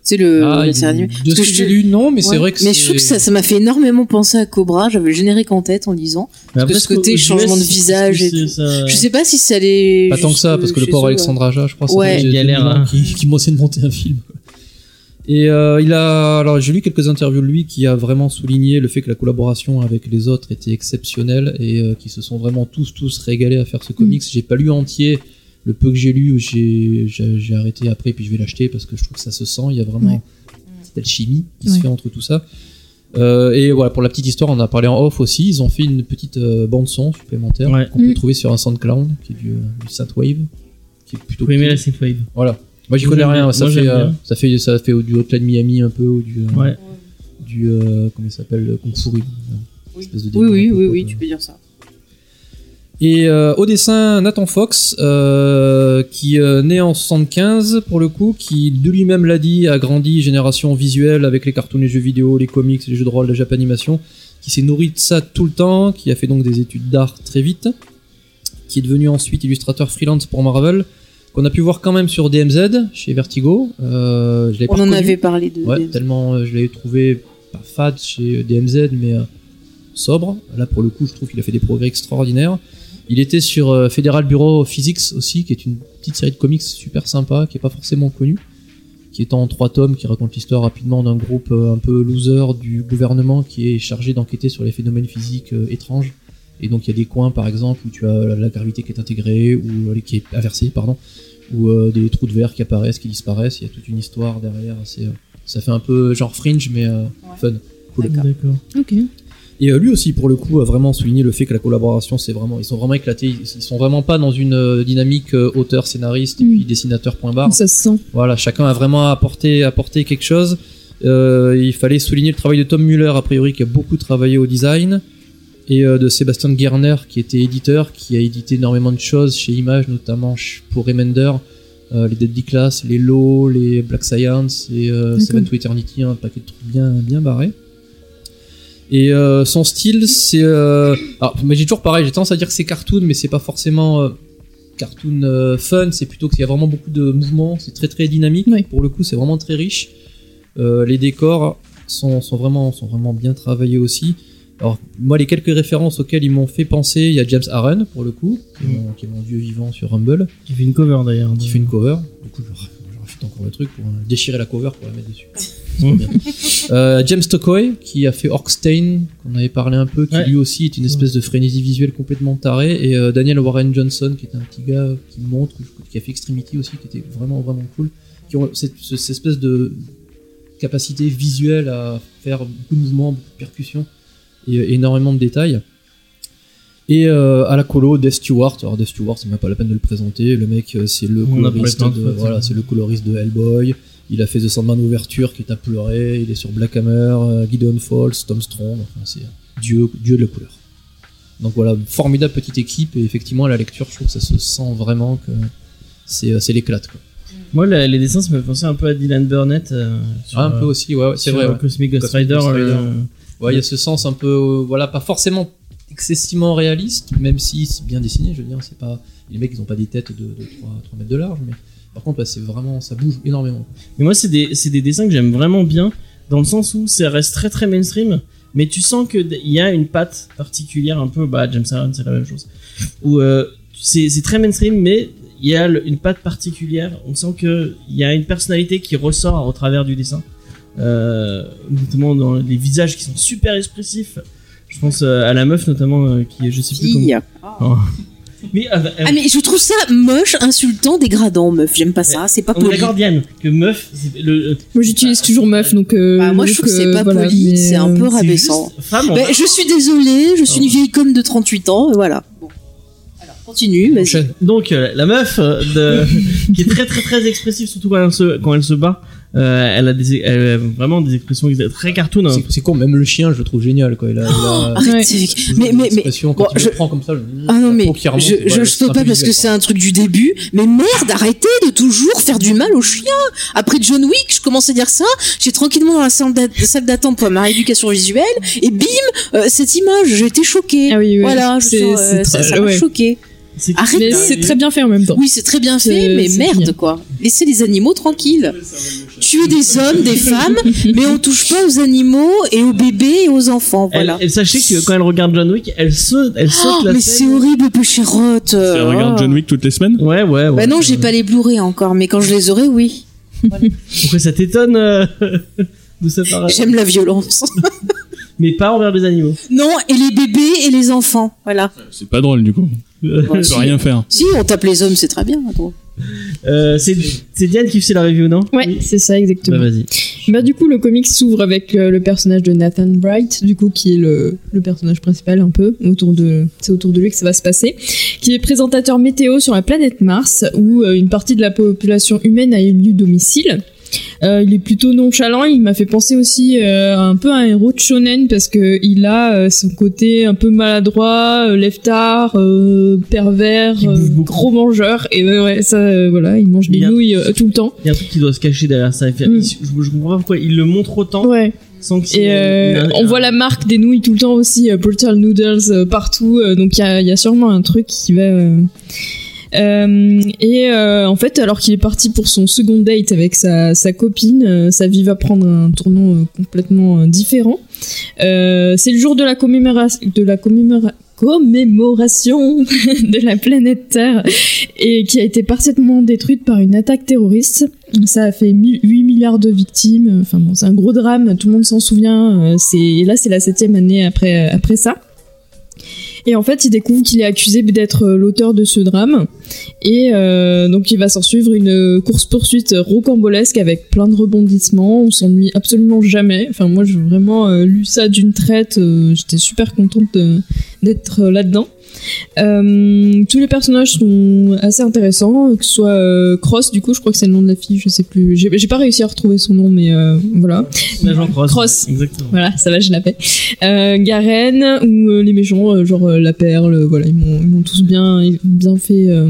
[SPEAKER 3] C'est le
[SPEAKER 4] Ah,
[SPEAKER 3] la
[SPEAKER 4] il-
[SPEAKER 3] série animée.
[SPEAKER 4] de
[SPEAKER 3] Parce
[SPEAKER 4] ce
[SPEAKER 3] que
[SPEAKER 4] que
[SPEAKER 3] je-
[SPEAKER 4] j'ai lu, non, mais c'est
[SPEAKER 3] Ouais.
[SPEAKER 4] vrai que
[SPEAKER 3] Mais je trouve que ça, ça m'a fait énormément penser à Cobra. J'avais le générique en tête en lisant.
[SPEAKER 1] mais
[SPEAKER 3] Parce que ce
[SPEAKER 1] est-ce qu'au-
[SPEAKER 3] côté
[SPEAKER 1] aux
[SPEAKER 3] changement de
[SPEAKER 1] US,
[SPEAKER 3] visage
[SPEAKER 1] est-ce que
[SPEAKER 3] et
[SPEAKER 1] c'est ça-
[SPEAKER 3] Je sais pas si ça allait.
[SPEAKER 4] Pas tant que ça,
[SPEAKER 3] jusque
[SPEAKER 4] parce que le
[SPEAKER 3] chez
[SPEAKER 4] pauvre
[SPEAKER 3] eux, hein.
[SPEAKER 4] Alexandra Aja, je crois,
[SPEAKER 3] Ouais.
[SPEAKER 4] c'est euh,
[SPEAKER 1] Galère, hein.
[SPEAKER 4] qui, qui m'enseigne de monter un film. Et euh, il a, alors j'ai lu quelques interviews de lui qui a vraiment souligné le fait que la collaboration avec les autres était exceptionnelle et euh, qui se sont vraiment tous tous régalés à faire ce comics.
[SPEAKER 2] Mm.
[SPEAKER 4] J'ai pas lu entier, le peu que j'ai lu, j'ai j'ai- j'ai arrêté après puis je vais l'acheter parce que je trouve que ça se sent. Il y a vraiment
[SPEAKER 2] Ouais.
[SPEAKER 4] cette alchimie qui se
[SPEAKER 2] Ouais.
[SPEAKER 4] fait entre tout ça. Euh, et voilà pour la petite histoire, on en a parlé en off aussi. Ils ont fait une petite bande son supplémentaire
[SPEAKER 1] Ouais.
[SPEAKER 4] qu'on peut
[SPEAKER 2] Mm.
[SPEAKER 4] trouver sur un SoundCloud qui est du, euh, du synthwave, qui est plutôt.
[SPEAKER 1] Vous aimez la
[SPEAKER 4] cool.
[SPEAKER 1] synthwave
[SPEAKER 4] Voilà. Moi j'y
[SPEAKER 1] Moi,
[SPEAKER 4] connais
[SPEAKER 1] j'aime
[SPEAKER 4] rien.
[SPEAKER 1] bien.
[SPEAKER 4] Ça
[SPEAKER 1] Moi,
[SPEAKER 4] fait,
[SPEAKER 1] j'aime
[SPEAKER 4] euh,
[SPEAKER 1] bien.
[SPEAKER 4] ça fait ça fait du Hotline Miami un peu ou du euh,
[SPEAKER 1] Ouais.
[SPEAKER 4] du euh, comment il s'appelle le Kung Fu Ryu.
[SPEAKER 3] Oui,
[SPEAKER 4] Espèce de
[SPEAKER 3] oui, oui,
[SPEAKER 4] délire un peu
[SPEAKER 3] oui,
[SPEAKER 4] pop,
[SPEAKER 3] oui,
[SPEAKER 4] euh.
[SPEAKER 3] tu peux dire ça.
[SPEAKER 4] Et euh, au dessin, Nathan Fox, euh, qui euh, naît en 75 pour le coup, qui de lui-même l'a dit, a grandi génération visuelle avec les cartoons, les jeux vidéo, les comics, les jeux de rôle, la japanimation, qui s'est nourri de ça tout le temps, qui a fait donc des études d'art très vite, qui est devenu ensuite illustrateur freelance pour Marvel, qu'on a pu voir quand même sur DMZ chez Vertigo. Euh, je l'ai
[SPEAKER 3] On
[SPEAKER 4] pas
[SPEAKER 3] en
[SPEAKER 4] reconnu.
[SPEAKER 3] avait parlé de.
[SPEAKER 4] Ouais,
[SPEAKER 3] des-
[SPEAKER 4] tellement euh, je l'avais trouvé pas fade chez euh, DMZ, mais euh, sobre. Là, pour le coup, je trouve qu'il a fait des progrès extraordinaires. Il était sur euh, Federal Bureau of Physics aussi, qui est une petite série de comics super sympa, qui est pas forcément connue, qui est en trois tomes, qui raconte l'histoire rapidement d'un groupe euh, un peu loser du gouvernement qui est chargé d'enquêter sur les phénomènes physiques euh, étranges. Et donc il y a des coins par exemple où tu as la, la gravité qui est intégrée ou euh, qui est inversée pardon, ou euh, des trous de verre qui apparaissent, qui disparaissent. Il y a toute une histoire derrière. C'est euh, ça fait un peu genre fringe, mais euh, fun. Cool.
[SPEAKER 3] D'accord.
[SPEAKER 1] D'accord.
[SPEAKER 2] Ok.
[SPEAKER 4] Et euh, lui aussi, pour le coup, a vraiment souligné le fait que la collaboration, c'est vraiment, ils sont vraiment éclatés. Ils, ils sont vraiment pas dans une euh, dynamique euh, auteur, scénariste, et
[SPEAKER 2] Mm.
[SPEAKER 4] puis dessinateur point barre.
[SPEAKER 2] Ça se sent.
[SPEAKER 4] Voilà, chacun a vraiment apporté, apporté quelque chose. Euh, il fallait souligner le travail de Tom Muller, a priori, qui a beaucoup travaillé au design, et euh, de Sébastien Gerner, qui était éditeur, qui a édité énormément de choses chez Image, notamment ch- pour Remender, euh, les Deadly Class, les Low, les Black Science, et euh,
[SPEAKER 2] D'accord.
[SPEAKER 4] Seven to Eternity, un paquet de trucs bien, bien barrés. Et euh, son style, c'est. euh, Alors, mais j'ai toujours pareil, j'ai tendance à dire que c'est cartoon, mais c'est pas forcément. euh, cartoon euh, fun, c'est plutôt qu'il y a vraiment beaucoup de mouvements, c'est très très dynamique.
[SPEAKER 2] Oui.
[SPEAKER 4] Pour le coup, c'est vraiment très riche. Euh, les décors sont, sont, vraiment, sont vraiment bien travaillés aussi. Alors, moi, les quelques références auxquelles ils m'ont fait penser, il y a James Aaron, pour le coup, qui est mon, qui est mon vieux vivant sur Rumble,
[SPEAKER 1] Qui fait une cover d'ailleurs.
[SPEAKER 4] qui fait une cover. Du coup, je, je rachète encore le truc pour euh, déchirer la cover pour la mettre dessus.
[SPEAKER 1] Mmh.
[SPEAKER 4] Euh, James Tokoy, qui a fait Orkstein, qu'on avait parlé un peu, qui
[SPEAKER 1] Ouais.
[SPEAKER 4] lui aussi est une espèce de frénésie visuelle complètement tarée, et euh, Daniel Warren Johnson, qui est un petit gars qui monte, qui a fait Extremity aussi, qui était vraiment vraiment cool, qui ont cette, ce- cette espèce de capacité visuelle à faire beaucoup de mouvements, beaucoup de percussions, et euh, énormément de détails. Et euh, à la colo, Dave Stewart. Alors Dave Stewart, c'est même pas la peine de le présenter. Le mec, euh, c'est le
[SPEAKER 1] On en a parlé
[SPEAKER 4] coloriste
[SPEAKER 1] plein de
[SPEAKER 4] de,
[SPEAKER 1] fois,
[SPEAKER 4] voilà,
[SPEAKER 1] c'est
[SPEAKER 4] c'est le coloriste de Hellboy. Il a fait The Sandman Ouverture, qui est à pleurer. Il est sur Black Hammer, euh, Gideon Falls, Tom Strong. Enfin, c'est euh, dieu, dieu de la couleur. Donc voilà, formidable petite équipe. Et effectivement, à la lecture, je trouve que ça se sent vraiment que c'est euh, c'est l'éclate. quoi.
[SPEAKER 1] Moi, la- les dessins, ça me fait penser un peu à Dylan Burnett. euh, sur,
[SPEAKER 4] Ah, un peu
[SPEAKER 1] euh,
[SPEAKER 4] aussi, ouais, ouais, c'est
[SPEAKER 1] sur,
[SPEAKER 4] vrai.
[SPEAKER 1] euh,
[SPEAKER 4] ouais.
[SPEAKER 1] Cosmic Ghost
[SPEAKER 4] Cosmic
[SPEAKER 1] Rider.
[SPEAKER 4] Ghost Rider.
[SPEAKER 1] euh,
[SPEAKER 4] Ouais, il y a ce sens un peu, euh, voilà, pas forcément excessivement réaliste, même si c'est bien dessiné, je veux dire, c'est pas. Les mecs, ils ont pas des têtes de, de 3, mètres de large, mais par contre, ouais, c'est vraiment. Ça bouge énormément.
[SPEAKER 1] Mais moi, c'est des, c'est des dessins que j'aime vraiment bien, dans le sens où ça reste très très mainstream, mais tu sens qu'il y a une patte particulière, un peu, bah, James Aaron, c'est la même chose, où euh, c'est c'est très mainstream, mais il y a le- une patte particulière, on sent qu'il y a une personnalité qui ressort au travers du dessin, euh, notamment dans les visages qui sont super expressifs. Je pense euh, à la meuf notamment euh, qui, je sais plus
[SPEAKER 3] Fille.
[SPEAKER 1] comment. Mais, euh, euh,
[SPEAKER 3] Ah mais je trouve ça moche, insultant, dégradant, meuf. J'aime pas ça, c'est pas
[SPEAKER 1] on est
[SPEAKER 3] poli.
[SPEAKER 1] d'accord, Diane, que meuf, c'est le, euh,
[SPEAKER 2] Moi, j'utilise toujours meuf, donc. euh,
[SPEAKER 3] Bah, moi je
[SPEAKER 2] donc,
[SPEAKER 3] trouve que c'est
[SPEAKER 2] euh,
[SPEAKER 3] pas
[SPEAKER 2] voilà, mais,
[SPEAKER 3] poli, c'est un
[SPEAKER 2] euh,
[SPEAKER 3] peu
[SPEAKER 1] c'est
[SPEAKER 3] rabaissant.
[SPEAKER 1] juste femme. en
[SPEAKER 3] Bah, je suis désolée, je suis une vieille conne de 38 ans, euh, voilà. Bon. Alors continue, vas-y.
[SPEAKER 4] Enchaîne.
[SPEAKER 1] Donc euh, la meuf euh, de- qui est très très très expressive surtout quand elle se quand elle se bat, euh, elle a des elle a vraiment des expressions exa- très cartoon. hein.
[SPEAKER 4] C'est- C'est con, même le chien, je le trouve génial, quoi. Il a. il a- euh,
[SPEAKER 3] Arrête,
[SPEAKER 2] Ouais.
[SPEAKER 3] c'est-
[SPEAKER 4] il a
[SPEAKER 3] Oh, mais
[SPEAKER 4] une
[SPEAKER 3] mais mais
[SPEAKER 4] expression,
[SPEAKER 3] bon,
[SPEAKER 4] quand il
[SPEAKER 3] je-
[SPEAKER 4] le prend comme ça, je...
[SPEAKER 3] ah non mais
[SPEAKER 4] Faut qu'il remonte,
[SPEAKER 3] je,
[SPEAKER 4] voilà,
[SPEAKER 3] je,
[SPEAKER 4] le-
[SPEAKER 3] je peux
[SPEAKER 4] un
[SPEAKER 3] pas
[SPEAKER 4] peu
[SPEAKER 3] parce que
[SPEAKER 4] visuel,
[SPEAKER 3] c'est un truc du début. Mais merde, arrêtez de toujours faire du mal aux chiens. Après John Wick, je commence à dire ça. J'ai tranquillement dans la salle d'a- salle d'attente pour ma rééducation visuelle et bim, euh, cette image, j'ai été choquée.
[SPEAKER 2] Ah oui, oui.
[SPEAKER 3] Voilà, je
[SPEAKER 2] c'est
[SPEAKER 3] suis, euh,
[SPEAKER 2] c'est
[SPEAKER 3] ça
[SPEAKER 2] très-
[SPEAKER 3] ça m'a
[SPEAKER 2] ouais.
[SPEAKER 3] choquée.
[SPEAKER 1] C'est
[SPEAKER 3] Arrête.
[SPEAKER 2] Mais c'est très bien fait en même temps.
[SPEAKER 3] Oui, c'est très bien fait,
[SPEAKER 2] C'est-
[SPEAKER 3] mais
[SPEAKER 2] c'est
[SPEAKER 3] merde
[SPEAKER 2] bien.
[SPEAKER 3] quoi. Laissez les animaux tranquilles. Tuez des hommes, des femmes, mais on touche pas aux animaux et aux bébés et aux enfants.
[SPEAKER 1] elle,
[SPEAKER 3] Voilà.
[SPEAKER 1] elle- sachez que quand elle regarde John Wick, elle saute elle saute
[SPEAKER 3] Oh,
[SPEAKER 1] la
[SPEAKER 3] mais c'est
[SPEAKER 1] scène.
[SPEAKER 3] horrible, Péchérotte.
[SPEAKER 5] Elle regarde John Wick toutes les semaines
[SPEAKER 1] Ouais ouais. ouais.
[SPEAKER 3] Bah non, j'ai pas les Blu-ray encore, mais quand je les aurai, oui.
[SPEAKER 1] Pourquoi ça t'étonne euh, de sa part
[SPEAKER 3] J'aime la violence.
[SPEAKER 1] Mais pas envers les animaux.
[SPEAKER 3] non, et les bébés et les enfants. Voilà.
[SPEAKER 5] C'est pas drôle du coup.
[SPEAKER 3] Bon,
[SPEAKER 5] Tu
[SPEAKER 3] si,
[SPEAKER 5] peux rien faire.
[SPEAKER 3] si, on tape les hommes, c'est très bien. attends.
[SPEAKER 1] Euh, c'est c'est Diane qui fait la review non
[SPEAKER 2] Ouais, c'est ça
[SPEAKER 1] Bah
[SPEAKER 2] exactement. Bah,
[SPEAKER 1] vas-y.
[SPEAKER 2] du coup, le comic s'ouvre avec euh, le personnage de Nathan Bright, du coup qui est le, le personnage principal un peu autour de c'est autour de lui que ça va se passer, qui est présentateur météo sur la planète Mars où euh, une partie de la population humaine a élu domicile. Euh, il est plutôt nonchalant, il m'a fait penser aussi euh, un peu à un héros de shonen parce que il a euh, son côté un peu maladroit, euh, lève-tard, euh, pervers,
[SPEAKER 1] Qui bouffe
[SPEAKER 2] euh,
[SPEAKER 1] beaucoup.
[SPEAKER 2] gros mangeur et euh, ouais ça euh, voilà, il mange des
[SPEAKER 1] Il y a-
[SPEAKER 2] nouilles euh, tout le temps.
[SPEAKER 1] Il y a un truc qui doit se cacher derrière ça. Il fait-
[SPEAKER 2] Mm.
[SPEAKER 1] Je, je comprends pas pourquoi il le montre autant
[SPEAKER 2] Ouais.
[SPEAKER 1] sans que.
[SPEAKER 2] Et euh,
[SPEAKER 1] il y a-
[SPEAKER 2] on voit la marque des nouilles tout le temps aussi, euh, Brutal Noodles euh, partout, euh, donc il y a, il y a sûrement un truc qui va... euh, euh, et euh, en fait, alors qu'il est parti pour son second date avec sa, sa copine, euh, sa vie va prendre un tournant euh, complètement euh, différent. Euh, c'est le jour de la commémoration, de la commémora- commémoration de la planète Terre et qui a été parfaitement détruite par une attaque terroriste. Ça a fait 1000 8 milliards de victimes. euh, Enfin bon, c'est un gros drame. Tout le monde s'en souvient. Euh, C'est et là, c'est la septième année après euh, après ça. Et en fait, il découvre qu'il est accusé d'être euh, l'auteur de ce drame. Et euh, donc, il va s'en suivre une euh, course-poursuite rocambolesque avec plein de rebondissements. On s'ennuie absolument jamais. Enfin, moi, j'ai vraiment euh, lu ça d'une traite. Euh, J'étais super contente de- d'être euh, là-dedans. Euh, tous les personnages sont assez intéressants, que ce soit euh, Cross, du coup, je crois que c'est le nom de la fille, je sais plus. J'ai j'ai pas réussi à retrouver son nom, mais euh, voilà.
[SPEAKER 1] L'agent Cross.
[SPEAKER 2] Cross.
[SPEAKER 1] Exactement.
[SPEAKER 2] Voilà, ça va, je la paix. Euh, Garen ou euh, les méchants, euh, genre euh, la perle, euh, voilà, ils m'ont ils m'ont tous bien, bien fait. euh,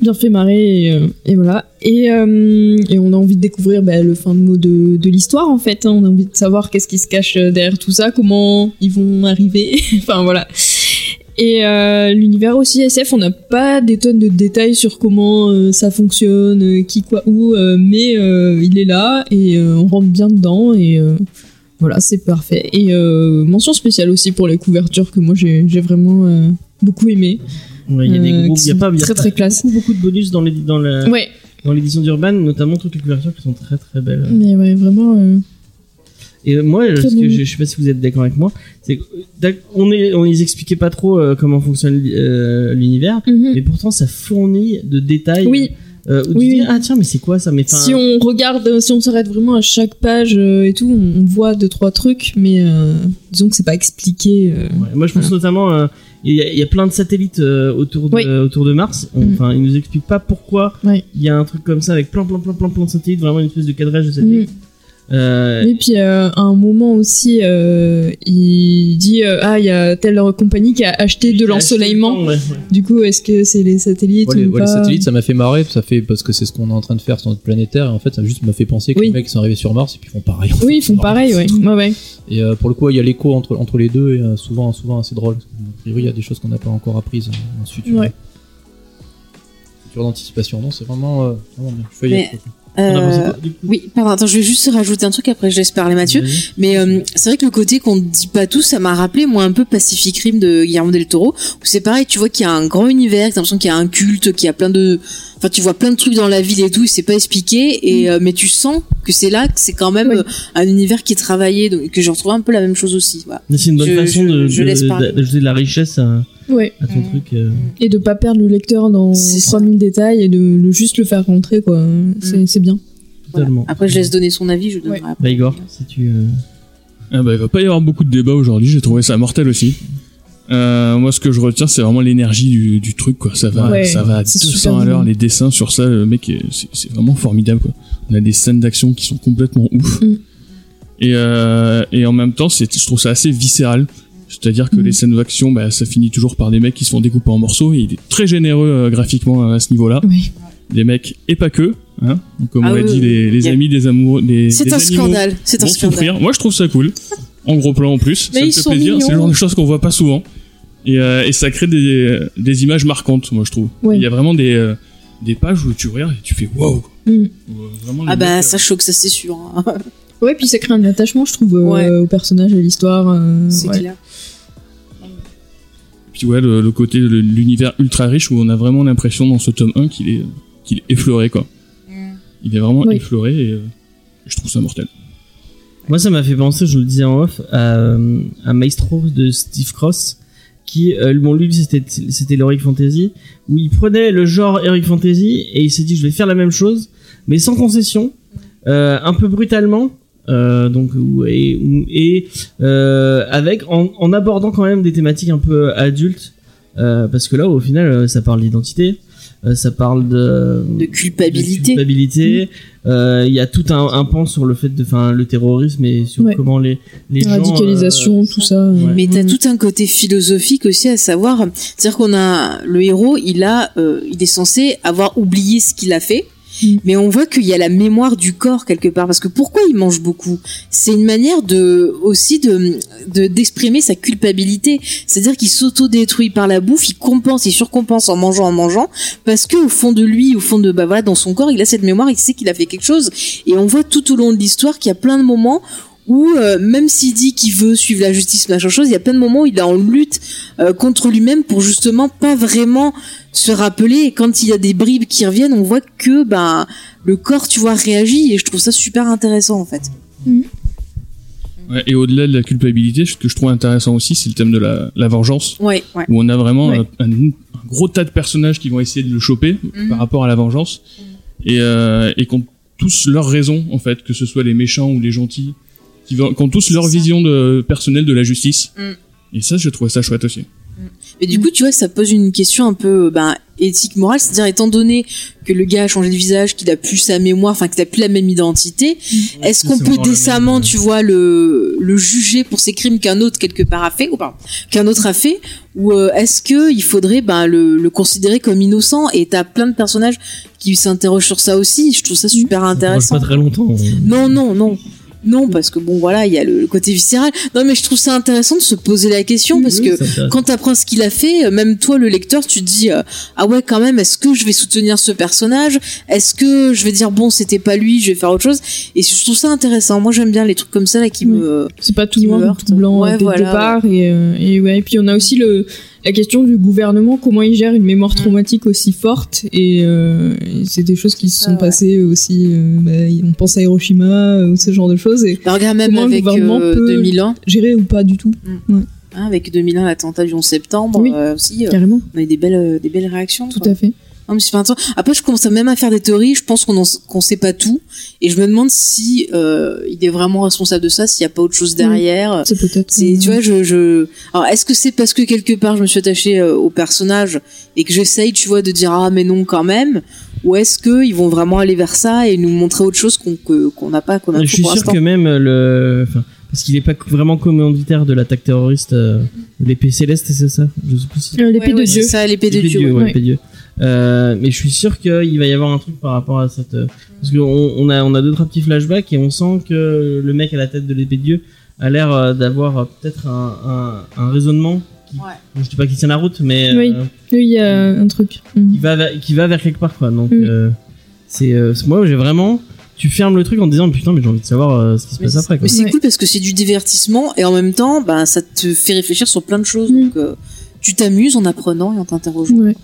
[SPEAKER 2] bien fait marrer et, euh, et voilà et, euh, et on a envie de découvrir bah, le fin de mot de, de l'histoire en fait hein. on a envie de savoir qu'est-ce qui se cache euh, derrière tout ça comment ils vont arriver enfin voilà et euh, l'univers aussi SF, on n'a pas des tonnes de détails sur comment euh, ça fonctionne, euh, qui quoi où, euh, mais euh, il est là et euh, on rentre bien dedans et euh, voilà, c'est parfait. Et euh, mention spéciale aussi pour les couvertures que moi j'ai j'ai vraiment euh, beaucoup aimé.
[SPEAKER 1] Ouais, il y a des
[SPEAKER 3] Mm,
[SPEAKER 2] Euh,
[SPEAKER 1] groupes,
[SPEAKER 2] qui
[SPEAKER 1] il y a
[SPEAKER 2] sont
[SPEAKER 1] pas il y a
[SPEAKER 2] très,
[SPEAKER 1] pas-
[SPEAKER 2] très classe.
[SPEAKER 1] Beaucoup, beaucoup de bonus dans les dans la
[SPEAKER 2] Ouais,
[SPEAKER 1] dans l'édition d'Urban, notamment toutes les couvertures qui sont très très belles.
[SPEAKER 2] mais ouais, vraiment. euh,
[SPEAKER 1] Et euh, moi, ce
[SPEAKER 2] Mm. Très
[SPEAKER 1] que
[SPEAKER 2] bon.
[SPEAKER 1] je, je sais pas si vous êtes d'accord avec moi, c'est que, euh, d'ac- on est on les expliquait pas trop euh, comment fonctionne l'i- euh, l'univers,
[SPEAKER 2] mhm.
[SPEAKER 1] mais pourtant ça fournit de détails.
[SPEAKER 2] Oui,
[SPEAKER 1] euh, où
[SPEAKER 2] Oui,
[SPEAKER 1] tu dis
[SPEAKER 2] oui.
[SPEAKER 1] ah tiens mais c'est quoi ça mais enfin,
[SPEAKER 2] Si on regarde, si on s'arrête vraiment à chaque page euh, et tout, on, on voit deux trois trucs, mais euh, disons que c'est pas expliqué. euh.
[SPEAKER 1] Ouais, Moi, je pense notamment, euh, il y, a- il y a plein de satellites euh, autour de,
[SPEAKER 2] Oui.
[SPEAKER 1] autour de Mars. On-
[SPEAKER 2] Mm.
[SPEAKER 1] Enfin, ils nous expliquent pas pourquoi
[SPEAKER 2] Oui.
[SPEAKER 1] il y a un truc comme ça avec plein, plein, plein, plein, plein de satellites, vraiment une espèce de cadrage de satellites.
[SPEAKER 2] Mm.
[SPEAKER 1] Euh,
[SPEAKER 2] Et puis euh, à un moment aussi, euh, il dit euh, ah il y a telle compagnie qui a acheté de l'ensoleillement.
[SPEAKER 1] Ouais, ouais.
[SPEAKER 2] Du coup, est-ce que c'est les satellites
[SPEAKER 4] Ouais,
[SPEAKER 2] ou
[SPEAKER 4] les, ouais,
[SPEAKER 2] pas
[SPEAKER 4] les satellites, ça m'a fait marrer, ça fait parce que c'est ce qu'on est en train de faire sur notre planétaire. Et en fait, ça juste m'a fait penser que
[SPEAKER 2] Oui.
[SPEAKER 4] les mecs sont arrivés sur Mars et puis ils font pareil.
[SPEAKER 2] Oui, ils font pareil, ouais. ouais, ouais.
[SPEAKER 4] Et euh, pour le coup, il y a l'écho entre, entre les deux et euh, souvent, souvent assez drôle. A priori, il y a des choses qu'on n'a pas encore apprises euh, en futur.
[SPEAKER 2] Ouais.
[SPEAKER 4] Futur d'anticipation, non, c'est vraiment, euh, vraiment bien. Je vais y
[SPEAKER 3] Mais,
[SPEAKER 4] être.
[SPEAKER 1] On a pensé
[SPEAKER 3] Euh,
[SPEAKER 1] quoi, du coup
[SPEAKER 3] Oui, pardon, attends, je vais juste rajouter un truc après je laisse parler Mathieu.
[SPEAKER 1] Vas-y.
[SPEAKER 3] Mais euh, c'est vrai que le côté qu'on ne dit pas tout, ça m'a rappelé moi un peu Pacific Rim de Guillermo del Toro, où c'est pareil, tu vois qu'il y a un grand univers, t'as l'impression qu'il y a un culte, qu'il y a plein de, enfin tu vois plein de trucs dans la ville et tout, et c'est pas expliqué, et euh, mais tu sens que c'est là, que c'est quand même
[SPEAKER 2] Oui.
[SPEAKER 3] euh, un univers qui est travaillé, donc que je retrouve un peu la même chose aussi. Voilà.
[SPEAKER 1] Mais c'est une bonne
[SPEAKER 3] je-
[SPEAKER 1] façon
[SPEAKER 3] je-
[SPEAKER 1] de-
[SPEAKER 3] je
[SPEAKER 1] de-
[SPEAKER 3] laisse
[SPEAKER 1] de-
[SPEAKER 3] parler.
[SPEAKER 1] d'ajouter de la richesse à,
[SPEAKER 2] Ouais.
[SPEAKER 1] à ton
[SPEAKER 3] Mm.
[SPEAKER 1] truc. euh.
[SPEAKER 2] Et de pas perdre le lecteur dans
[SPEAKER 3] C'est ça. Mm.
[SPEAKER 2] 3000 détails et de le- juste le faire rentrer quoi. C'est c'est bien.
[SPEAKER 3] Voilà.
[SPEAKER 1] Totalement.
[SPEAKER 3] Après je laisse donner son avis, je donnerai après.
[SPEAKER 1] Bah, Igor, si tu. euh,
[SPEAKER 5] Ah bah, il va pas y avoir beaucoup de débats aujourd'hui, j'ai trouvé ça mortel aussi. Euh, moi, ce que je retiens, c'est vraiment l'énergie du, du truc, quoi. Ça va,
[SPEAKER 2] Ouais,
[SPEAKER 5] ça va à
[SPEAKER 2] c'est
[SPEAKER 5] 200
[SPEAKER 2] super
[SPEAKER 5] à l'heure,
[SPEAKER 2] mignon.
[SPEAKER 5] les dessins sur ça, le mec, euh, c'est c'est vraiment formidable, quoi. On a des scènes d'action qui sont complètement ouf.
[SPEAKER 2] Mm.
[SPEAKER 5] Et, euh, et en même temps, c'est- je trouve ça assez viscéral. C'est-à-dire que
[SPEAKER 2] Mm.
[SPEAKER 5] les scènes d'action, bah, ça finit toujours par des mecs qui se font découper en morceaux, et il est très généreux euh, graphiquement à ce niveau-là.
[SPEAKER 2] Oui.
[SPEAKER 5] Des mecs, et pas que, hein. Donc, comme
[SPEAKER 3] Ah
[SPEAKER 5] on l'a
[SPEAKER 3] oui,
[SPEAKER 5] dit,
[SPEAKER 3] oui,
[SPEAKER 5] les,
[SPEAKER 3] oui.
[SPEAKER 5] les
[SPEAKER 3] Y a-
[SPEAKER 5] amis des amoureux, des,
[SPEAKER 3] C'est
[SPEAKER 5] des
[SPEAKER 3] un
[SPEAKER 5] animaux
[SPEAKER 3] scandale, c'est un
[SPEAKER 5] vont
[SPEAKER 3] scandale.
[SPEAKER 5] souffrir. Moi, je trouve ça cool. En gros plan en plus,
[SPEAKER 2] Mais ils
[SPEAKER 5] ça me
[SPEAKER 2] sont
[SPEAKER 5] fait plaisir.
[SPEAKER 2] mignons.
[SPEAKER 5] C'est le genre de choses qu'on voit pas souvent. Et, euh, et ça crée des, euh, des images marquantes, moi, je trouve.
[SPEAKER 2] Ouais.
[SPEAKER 5] Il y a vraiment des, euh, des pages où tu regardes et tu fais waouh.
[SPEAKER 2] Mm.
[SPEAKER 5] Ou, euh, vraiment, les
[SPEAKER 3] Ah bah
[SPEAKER 5] mecs,
[SPEAKER 3] ça
[SPEAKER 5] euh,
[SPEAKER 3] choque, ça c'est sûr. hein.
[SPEAKER 2] Ouais, puis ça crée un attachement, je trouve, euh,
[SPEAKER 3] Ouais.
[SPEAKER 2] au personnage, à l'histoire. euh,
[SPEAKER 3] c'est
[SPEAKER 2] ouais.
[SPEAKER 3] clair.
[SPEAKER 5] Puis ouais, le, le côté de l'univers ultra riche où on a vraiment l'impression dans ce tome 1 qu'il est, qu'il est effleuré, quoi. Il est vraiment
[SPEAKER 2] Oui.
[SPEAKER 5] effleuré et euh, je trouve ça mortel.
[SPEAKER 1] Moi, ça m'a fait penser, je le disais en off, à, euh, à Maestro de Steve Cross, qui, euh, bon, lui, c'était c'était l'Heroic Fantasy, où il prenait le genre Heroic Fantasy et il s'est dit, je vais faire la même chose, mais sans concession, euh, un peu brutalement, euh, donc, ou- et, ou- et euh, avec, en, en abordant quand même des thématiques un peu adultes, euh, parce que là, au final, euh, ça parle d'identité, euh, ça parle de,
[SPEAKER 3] De culpabilité.
[SPEAKER 1] de culpabilité. Euh, Il y a tout un, un pan sur le fait de, enfin, le terrorisme et sur
[SPEAKER 2] Ouais.
[SPEAKER 1] comment les les gens,
[SPEAKER 2] Radicalisation, tout ça. euh,
[SPEAKER 3] Mais t'as
[SPEAKER 2] mm.
[SPEAKER 3] tout un côté philosophique aussi à savoir, c'est-à-dire qu'on a le héros, il a, euh, il est censé avoir oublié ce qu'il a fait,
[SPEAKER 2] Mm.
[SPEAKER 3] mais on voit qu'il y a la mémoire du corps quelque part. Parce que pourquoi il mange beaucoup C'est une manière de aussi de de- d'exprimer sa culpabilité, c'est-à-dire qu'il s'auto-détruit par la bouffe, il compense, il surcompense en mangeant, en mangeant, parce que au fond de lui, au fond de bah voilà, dans son corps, il a cette mémoire, il sait qu'il a fait quelque chose, et on voit tout au long de l'histoire qu'il y a plein de moments où euh, même s'il dit qu'il veut suivre la justice, machin chose, il y a plein de moments où il est en lutte euh, contre lui-même pour justement pas vraiment se rappeler. Et quand il y a des bribes qui reviennent, on voit que ben le corps, tu vois, réagit. Et je trouve ça super intéressant en fait.
[SPEAKER 5] Ouais, et au-delà de la culpabilité, ce que je trouve intéressant aussi, c'est le thème de la, la vengeance.
[SPEAKER 3] Ouais, ouais.
[SPEAKER 5] où on a vraiment
[SPEAKER 2] Ouais.
[SPEAKER 5] un, un gros tas de personnages qui vont essayer de le choper
[SPEAKER 3] Mhm.
[SPEAKER 5] par rapport à la vengeance et, euh, et qui ont tous leurs raisons en fait, que ce soit les méchants ou les gentils, qui, vont- qui ont tous
[SPEAKER 3] C'est
[SPEAKER 5] leur
[SPEAKER 3] ça.
[SPEAKER 5] vision de, personnelle de la justice.
[SPEAKER 3] Mhm.
[SPEAKER 5] Et ça, je trouvais ça chouette aussi.
[SPEAKER 3] Mais du coup, tu vois, ça pose une question un peu ben, éthique, morale. C'est-à-dire, étant donné que le gars a changé de visage, qu'il a plus sa mémoire, enfin qu'il a plus la même identité, est-ce qu'on peut décemment, tu vois, le, le juger pour ces crimes qu'un autre quelque part a fait, ou pardon, qu'un autre a fait, ou euh, est-ce que il faudrait ben, le, le considérer comme innocent Et t'as plein de personnages qui s'interrogent sur ça aussi. Je trouve ça super
[SPEAKER 1] intéressant.
[SPEAKER 3] intéressant. Euh,
[SPEAKER 1] Pas très longtemps.
[SPEAKER 3] Non, non, non. Non, parce que bon, voilà, il y a le, le côté viscéral. Non, mais je trouve ça intéressant de se poser la question parce que
[SPEAKER 1] Ça m'intéresse.
[SPEAKER 3] quand t'apprends ce qu'il a fait, euh, même toi, le lecteur, tu te dis euh, ah ouais quand même, est-ce que je vais soutenir ce personnage Est-ce que je vais dire bon c'était pas lui, je vais faire autre chose Et je trouve ça intéressant. Moi j'aime bien les trucs comme ça là qui
[SPEAKER 2] Oui.
[SPEAKER 3] me
[SPEAKER 2] C'est pas tout
[SPEAKER 3] qui me
[SPEAKER 2] noir,
[SPEAKER 3] heurte.
[SPEAKER 2] tout blanc
[SPEAKER 3] Ouais,
[SPEAKER 2] euh, dès
[SPEAKER 3] voilà,
[SPEAKER 2] le départ. Et, euh, et ouais. puis on a aussi le, la question du gouvernement, comment il gère une
[SPEAKER 3] Mm.
[SPEAKER 2] mémoire traumatique aussi forte. Et, euh, et c'est des choses qui se
[SPEAKER 3] Ça,
[SPEAKER 2] sont
[SPEAKER 3] Ah ouais.
[SPEAKER 2] passées aussi. euh, bah, on pense à Hiroshima euh, ou ce genre de choses. Et
[SPEAKER 3] Bah, regarde même
[SPEAKER 2] Comment le
[SPEAKER 3] avec
[SPEAKER 2] gouvernement
[SPEAKER 3] euh,
[SPEAKER 2] peut-
[SPEAKER 3] 2001,
[SPEAKER 2] gérer ou pas du tout,
[SPEAKER 3] hein, avec 2001 l'attentat du 11 septembre
[SPEAKER 2] Oui.
[SPEAKER 3] euh, aussi, euh,
[SPEAKER 2] carrément.
[SPEAKER 3] on a eu des belles euh, des belles réactions.
[SPEAKER 2] Tout
[SPEAKER 3] quoi.
[SPEAKER 2] à fait.
[SPEAKER 3] Non, mais je suis pas un temps. Après, je commence à même à faire des théories. Je pense qu'on en- qu'on sait pas tout, et je me demande si euh, il est vraiment responsable de ça, s'il n'y a pas autre chose derrière.
[SPEAKER 2] C'est peut-être.
[SPEAKER 3] C'est, tu
[SPEAKER 2] euh,
[SPEAKER 3] vois, je, je... Alors, est-ce que c'est parce que quelque part je me suis attachée euh, au personnage et que j'essaye, tu vois, de dire ah mais non quand même, ou est-ce que ils vont vraiment aller vers ça et nous montrer autre chose qu'on que- qu'on n'a pas, qu'on a
[SPEAKER 1] Je suis
[SPEAKER 3] pour
[SPEAKER 1] sûr
[SPEAKER 3] l'instant.
[SPEAKER 1] que même le. Enfin, parce qu'il est pas vraiment commanditaire de l'attaque terroriste, euh, l'épée céleste, c'est ça Je sais plus si.
[SPEAKER 2] euh, L'épée
[SPEAKER 3] Ouais, ouais,
[SPEAKER 2] de Dieu.
[SPEAKER 3] c'est ça, l'épée de
[SPEAKER 1] L'épée
[SPEAKER 3] Dieu. ouais.
[SPEAKER 1] ouais,
[SPEAKER 2] ouais.
[SPEAKER 1] l'épée de Dieu. Euh, mais je suis sûr qu'il va y avoir un truc par rapport à cette. euh, Parce qu'on on a, on a deux, trois petits flashbacks et on sent que le mec à la tête de l'épée de Dieu a l'air euh, d'avoir euh, peut-être un, un, un raisonnement. Qui,
[SPEAKER 3] Ouais.
[SPEAKER 1] Je dis pas qu'il tient la route, mais
[SPEAKER 2] Oui.
[SPEAKER 1] euh,
[SPEAKER 2] Oui, il y a un truc. Mm.
[SPEAKER 1] qui, va vers, qui va vers quelque part. Quoi. Donc,
[SPEAKER 2] Mm.
[SPEAKER 1] euh, c'est, euh, c'est- moi, j'ai vraiment. Tu fermes le truc en te disant Putain, mais j'ai envie de savoir euh, ce qui se
[SPEAKER 3] Mais
[SPEAKER 1] passe
[SPEAKER 3] c'est-
[SPEAKER 1] après. Quoi.
[SPEAKER 3] Mais c'est
[SPEAKER 2] Ouais.
[SPEAKER 3] cool parce que c'est du divertissement et en même temps, ben ça te fait réfléchir sur plein de choses.
[SPEAKER 2] Mm.
[SPEAKER 3] Donc, euh, tu t'amuses en apprenant et en t'interrogeant.
[SPEAKER 2] Ouais.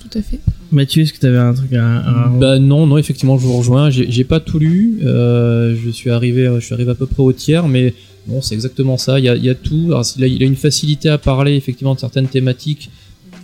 [SPEAKER 2] Tout à fait.
[SPEAKER 1] Mathieu, est-ce que t'avais un truc à. à-
[SPEAKER 4] Bah non, non, effectivement, je vous rejoins. J'ai j'ai pas tout lu. euh, je suis arrivé, je suis arrivé à peu près au tiers, mais bon, c'est exactement ça. Il y a, il y a tout. Alors, c'est- il a- il a une facilité à parler effectivement de certaines thématiques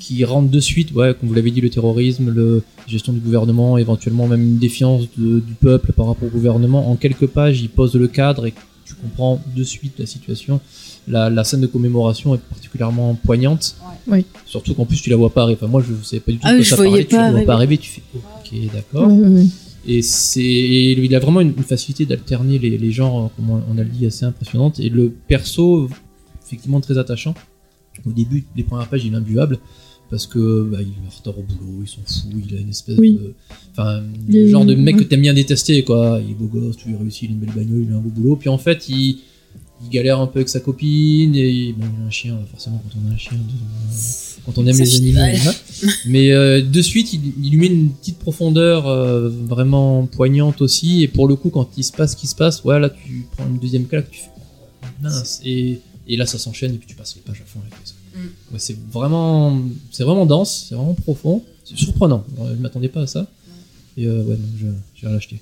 [SPEAKER 4] qui rentrent de suite. Ouais, comme vous l'avez dit, le terrorisme, le- la gestion du gouvernement, éventuellement même une défiance de- du peuple par rapport au gouvernement. En quelques pages, il pose le cadre et tu comprends de suite la situation. La, la scène de commémoration est particulièrement poignante.
[SPEAKER 2] Ouais. Oui.
[SPEAKER 4] Surtout qu'en plus tu la vois pas arriver. Enfin, moi je ne savais pas du tout
[SPEAKER 3] Ah
[SPEAKER 4] de
[SPEAKER 3] oui,
[SPEAKER 4] quoi
[SPEAKER 3] je
[SPEAKER 4] ça
[SPEAKER 3] voyais
[SPEAKER 4] parlait.
[SPEAKER 3] pas
[SPEAKER 4] Tu la vois
[SPEAKER 3] arriver.
[SPEAKER 4] pas arriver, tu fais ok d'accord.
[SPEAKER 2] Ouais, ouais, ouais.
[SPEAKER 4] Et c'est, et il a vraiment une, une facilité d'alterner les, les genres, euh, comme on on a le dit, assez impressionnante. Et le perso, effectivement, très attachant. Au début, les premières pages, il est imbuable parce que bah, il est en retard au boulot, il s'en fout, il a une espèce
[SPEAKER 2] Oui.
[SPEAKER 4] de, enfin,
[SPEAKER 2] Il
[SPEAKER 4] le
[SPEAKER 2] est-
[SPEAKER 4] genre de mec
[SPEAKER 2] ouais.
[SPEAKER 4] que t'aimes bien détester, quoi. Il est beau gosse, tout il réussit, il a une belle bagnole, il a un beau boulot. Puis en fait, il, il galère un peu avec sa copine et bon, il a un chien, euh, forcément, quand on a un chien, on- quand on aime
[SPEAKER 3] Ça
[SPEAKER 4] les
[SPEAKER 3] fait
[SPEAKER 4] animaux.
[SPEAKER 3] mal.
[SPEAKER 4] voilà. Mais euh, de suite, il, il lui met une petite profondeur euh, vraiment poignante aussi. Et pour le coup, quand il se passe ce qui se passe, ouais, là, tu prends une deuxième claque, tu fais oh, mince. Et, et là, ça s'enchaîne et puis tu passes les pages à fond avec ça.
[SPEAKER 3] Mm.
[SPEAKER 4] Ouais, c'est vraiment, c'est vraiment dense, c'est vraiment profond, c'est surprenant. Euh, Je m'attendais pas à
[SPEAKER 3] Mm.
[SPEAKER 4] ça. Et euh, ouais, donc je, je vais l'acheter.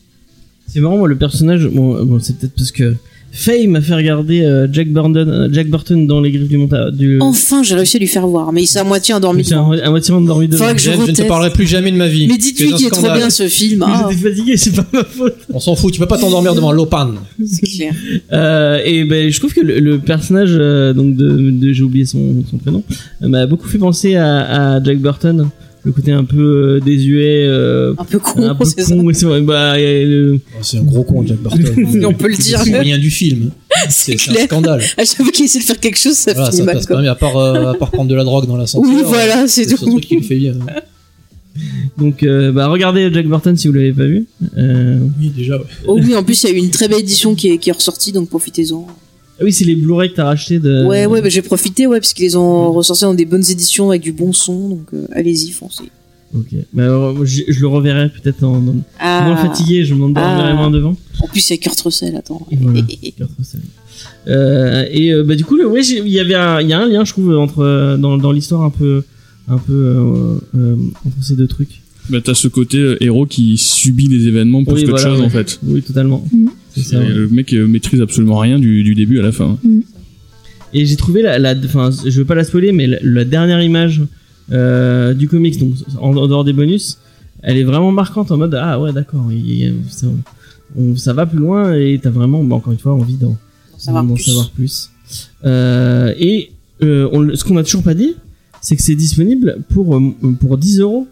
[SPEAKER 1] C'est marrant, moi, le personnage. Bon, euh, bon, c'est peut-être parce que. Faye m'a fait regarder euh, Jack, Burton, euh, Jack Burton dans Les Griffes du Montage. Du...
[SPEAKER 3] Enfin, j'ai réussi à lui faire voir, mais il s'est à moitié endormi.
[SPEAKER 1] J'étais à,
[SPEAKER 3] devant.
[SPEAKER 1] à moitié endormi devant.
[SPEAKER 3] Faudrait que je
[SPEAKER 4] Jeff, je ne te
[SPEAKER 3] reteste.
[SPEAKER 4] parlerai plus jamais de ma vie.
[SPEAKER 3] Mais dites-lui
[SPEAKER 4] Tu es un
[SPEAKER 3] qu'il est trop
[SPEAKER 4] scandale.
[SPEAKER 3] bien ce film.
[SPEAKER 1] Mais
[SPEAKER 3] Ah,
[SPEAKER 1] J'étais fatigué, c'est pas ma faute.
[SPEAKER 4] On s'en fout, tu peux pas t'endormir devant Lopan.
[SPEAKER 3] c'est clair.
[SPEAKER 1] Euh, et ben, je trouve que le, le personnage euh, donc de, de- j'ai oublié son, son prénom euh, m'a beaucoup fait penser à, à Jack Burton, le côté un peu euh, désuet, euh,
[SPEAKER 3] Un peu
[SPEAKER 1] un
[SPEAKER 3] con,
[SPEAKER 1] peu
[SPEAKER 3] c'est ça.
[SPEAKER 1] con. ouais, c'est vrai, bah, et, euh,
[SPEAKER 4] c'est un gros con, Jack Burton.
[SPEAKER 3] Mais on peut le dire.
[SPEAKER 4] C'est rien du film.
[SPEAKER 3] C'est
[SPEAKER 4] C'est c'est un
[SPEAKER 3] clair.
[SPEAKER 4] scandale.
[SPEAKER 3] À chaque fois qu'il essaie de faire quelque chose, ça
[SPEAKER 4] Voilà,
[SPEAKER 3] finit
[SPEAKER 4] ça
[SPEAKER 3] mal.
[SPEAKER 4] passe
[SPEAKER 3] Quoi.
[SPEAKER 4] pas bien, à part, euh, à part prendre de la drogue dans la santé.
[SPEAKER 3] Oui, voilà, c'est
[SPEAKER 4] hein. C'est ce
[SPEAKER 3] tout.
[SPEAKER 4] truc qui le fait bien.
[SPEAKER 1] donc euh, bah, regardez Jack Burton si vous l'avez pas vu. Euh,
[SPEAKER 4] Oui, déjà, ouais.
[SPEAKER 3] Oh oui, en plus, il y a eu une très belle édition qui est, qui est ressortie, donc profitez-en.
[SPEAKER 1] ah oui, c'est les Blu-ray que t'as racheté de.
[SPEAKER 3] Ouais, ouais, bah, j'ai profité, ouais, parce qu'ils les ont ressortis dans des bonnes éditions avec du bon son, donc euh, allez-y, foncez.
[SPEAKER 1] Ok. Bah, alors, moi, je, je le reverrai peut-être en, en- moins
[SPEAKER 3] Ah,
[SPEAKER 1] fatigué, je m'endormirai
[SPEAKER 3] Ah.
[SPEAKER 1] moins devant.
[SPEAKER 3] en plus, il y a Kurt Russell, attends. Eh,
[SPEAKER 1] Voilà. Euh, et euh, bah, du coup, le, ouais, j'ai- il y avait un, il y a un lien, je trouve, entre euh, dans, dans l'histoire un peu, un peu euh, euh, entre ces deux trucs.
[SPEAKER 5] Bah, t'as ce côté euh, héros qui subit les événements plus
[SPEAKER 1] Oui,
[SPEAKER 5] qu'autre
[SPEAKER 1] voilà,
[SPEAKER 5] chose
[SPEAKER 1] ouais.
[SPEAKER 5] en fait.
[SPEAKER 1] Oui, totalement.
[SPEAKER 2] Mhm.
[SPEAKER 1] C'est ça,
[SPEAKER 5] Et
[SPEAKER 1] ouais.
[SPEAKER 5] Le mec euh, maîtrise absolument rien du, du début à la fin.
[SPEAKER 1] Et j'ai trouvé la, la, enfin, je veux pas la spoiler, mais la, la dernière image euh, du comics, donc en, en dehors des bonus, elle est vraiment marquante en mode ah ouais d'accord, il y a- ça, on- ça va plus loin et t'as vraiment, bah, encore une fois, envie d'en
[SPEAKER 3] Pour savoir
[SPEAKER 1] d'en
[SPEAKER 3] plus.
[SPEAKER 1] savoir plus. Euh, et euh, on le- ce qu'on n'a toujours pas dit, c'est que c'est disponible pour euh, pour 10 euros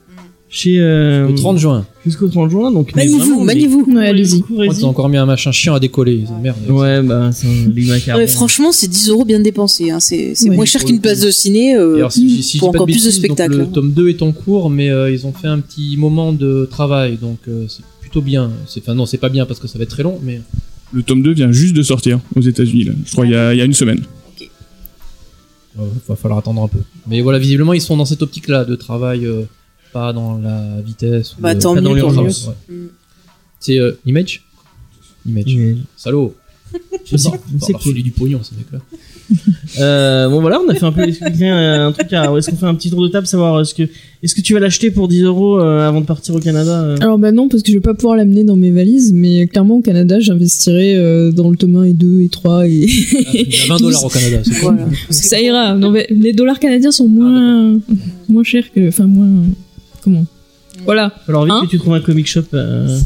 [SPEAKER 1] chez euh,
[SPEAKER 4] Le 30 juin.
[SPEAKER 1] jusqu'au 30 juin. Donc mais
[SPEAKER 3] Maniez-vous,
[SPEAKER 1] vraiment, mais-
[SPEAKER 3] maniez-vous.
[SPEAKER 2] Ouais, allez-y.
[SPEAKER 4] Oh, Ils ont encore mis un machin chiant à décoller. ils ont- Merde.
[SPEAKER 1] Ouais, bah c'est un Big Mac à
[SPEAKER 3] Ouais,
[SPEAKER 1] Armand.
[SPEAKER 3] franchement, c'est 10 euros bien dépensés. Hein. C'est c'est
[SPEAKER 2] Oui.
[SPEAKER 3] moins cher qu'une place de ciné. euh,
[SPEAKER 4] Et alors, si, si- si
[SPEAKER 3] pour
[SPEAKER 4] je dis pas
[SPEAKER 3] encore plus de
[SPEAKER 4] bêtises, donc
[SPEAKER 3] spectacles,
[SPEAKER 4] Le
[SPEAKER 3] hein.
[SPEAKER 4] tome 2 est en cours, mais euh, ils ont fait un petit moment de travail, donc euh, c'est plutôt bien. C'est- Enfin, non, c'est pas bien parce que ça va être très long, mais
[SPEAKER 5] Le tome 2 vient juste de sortir aux États-Unis, là. je crois, il y, a, il y a une semaine.
[SPEAKER 4] il va falloir attendre un peu. Mais voilà, visiblement, ils sont dans cette optique-là de travail, euh, pas dans la vitesse. ou,
[SPEAKER 3] Bah,
[SPEAKER 4] euh,
[SPEAKER 3] tant
[SPEAKER 4] pas dans
[SPEAKER 3] mieux, tant
[SPEAKER 4] l'urgence, ouais.
[SPEAKER 3] Mm.
[SPEAKER 4] C'est euh, Image Image.
[SPEAKER 1] Mais-
[SPEAKER 4] Salaud Ah,
[SPEAKER 1] C'est-
[SPEAKER 4] Bon,
[SPEAKER 1] c'est
[SPEAKER 4] leur
[SPEAKER 1] cool.
[SPEAKER 4] filer du pognon, ces mecs-là.
[SPEAKER 1] Euh, bon voilà, on a fait un peu expliquer un, un truc. à- Est-ce qu'on fait un petit tour de table, savoir est-ce que est-ce que tu vas l'acheter pour 10 euros euh, avant de partir au Canada euh
[SPEAKER 2] Alors bah non parce que je vais pas pouvoir l'amener dans mes valises mais clairement au Canada j'investirai euh, dans le tome 1 et 2 et 3 et
[SPEAKER 4] Il y a 20 dollars au Canada, c'est cool.
[SPEAKER 3] Voilà.
[SPEAKER 5] Ah,
[SPEAKER 2] ça ira. Non, mais les dollars canadiens sont moins moins chers que enfin moins comment. Voilà.
[SPEAKER 1] Alors vite
[SPEAKER 2] Hein
[SPEAKER 1] que tu trouves un comic shop. euh,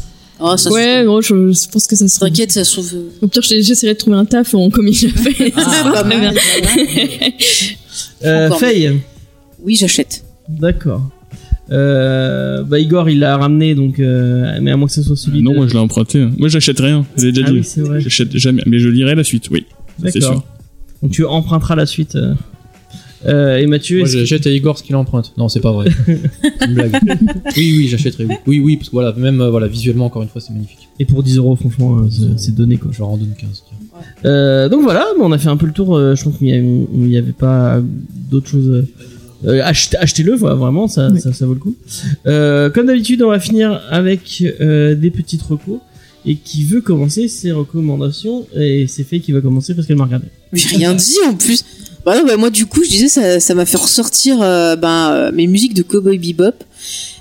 [SPEAKER 3] Oh, ça se
[SPEAKER 2] ouais,
[SPEAKER 3] trouve.
[SPEAKER 2] non, je, je pense que ça se trouve.
[SPEAKER 3] T'inquiète, ça se trouve. euh,
[SPEAKER 2] Au pire, j'ai- j'essaierai de trouver un taf en comic shop.
[SPEAKER 1] Ah.
[SPEAKER 3] pas
[SPEAKER 2] Ah, Très
[SPEAKER 3] mal.
[SPEAKER 2] bien.
[SPEAKER 1] euh,
[SPEAKER 3] Encore
[SPEAKER 1] Faye.
[SPEAKER 3] Oui, j'achète.
[SPEAKER 1] D'accord. Euh, bah Igor il l'a ramené donc euh, mais à moins que ce soit celui
[SPEAKER 5] Non,
[SPEAKER 1] de...
[SPEAKER 5] moi je l'ai emprunté. Moi j'achète rien, je l'ai déjà
[SPEAKER 1] Ah
[SPEAKER 5] dit.
[SPEAKER 1] oui, c'est vrai.
[SPEAKER 5] J'achète jamais, mais je lirai la suite, oui. c'est
[SPEAKER 1] D'accord. Donc tu emprunteras la suite. euh. Euh, et Mathieu,
[SPEAKER 4] Moi,
[SPEAKER 1] est-ce que-
[SPEAKER 4] j'achète à Igor ce qu'il emprunte. Non, c'est pas vrai. C'est une blague. Oui, oui, j'achèterai. Oui. oui, oui, parce que voilà, même euh, voilà, visuellement, encore une fois, c'est magnifique.
[SPEAKER 1] et pour 10 euros franchement euh, c'est- c'est donné quoi.
[SPEAKER 4] Je leur en donne 15. tiens.
[SPEAKER 1] Euh, donc voilà, bah, on a fait un peu le tour. euh, je pense qu'il n'y avait pas d'autres choses. euh, achete- Achetez-le, voilà, vraiment, ça,
[SPEAKER 2] Oui.
[SPEAKER 1] ça, ça vaut le coup. Euh, comme d'habitude, on va finir avec euh, des petites recos. Et qui veut commencer ses recommandations Et c'est Faye qui va commencer parce qu'elle m'a regardé.
[SPEAKER 3] J'ai rien dit en plus. Bah non, bah moi du coup, je disais, ça ça m'a fait ressortir euh, ben, euh, mes musiques de Cowboy Bebop.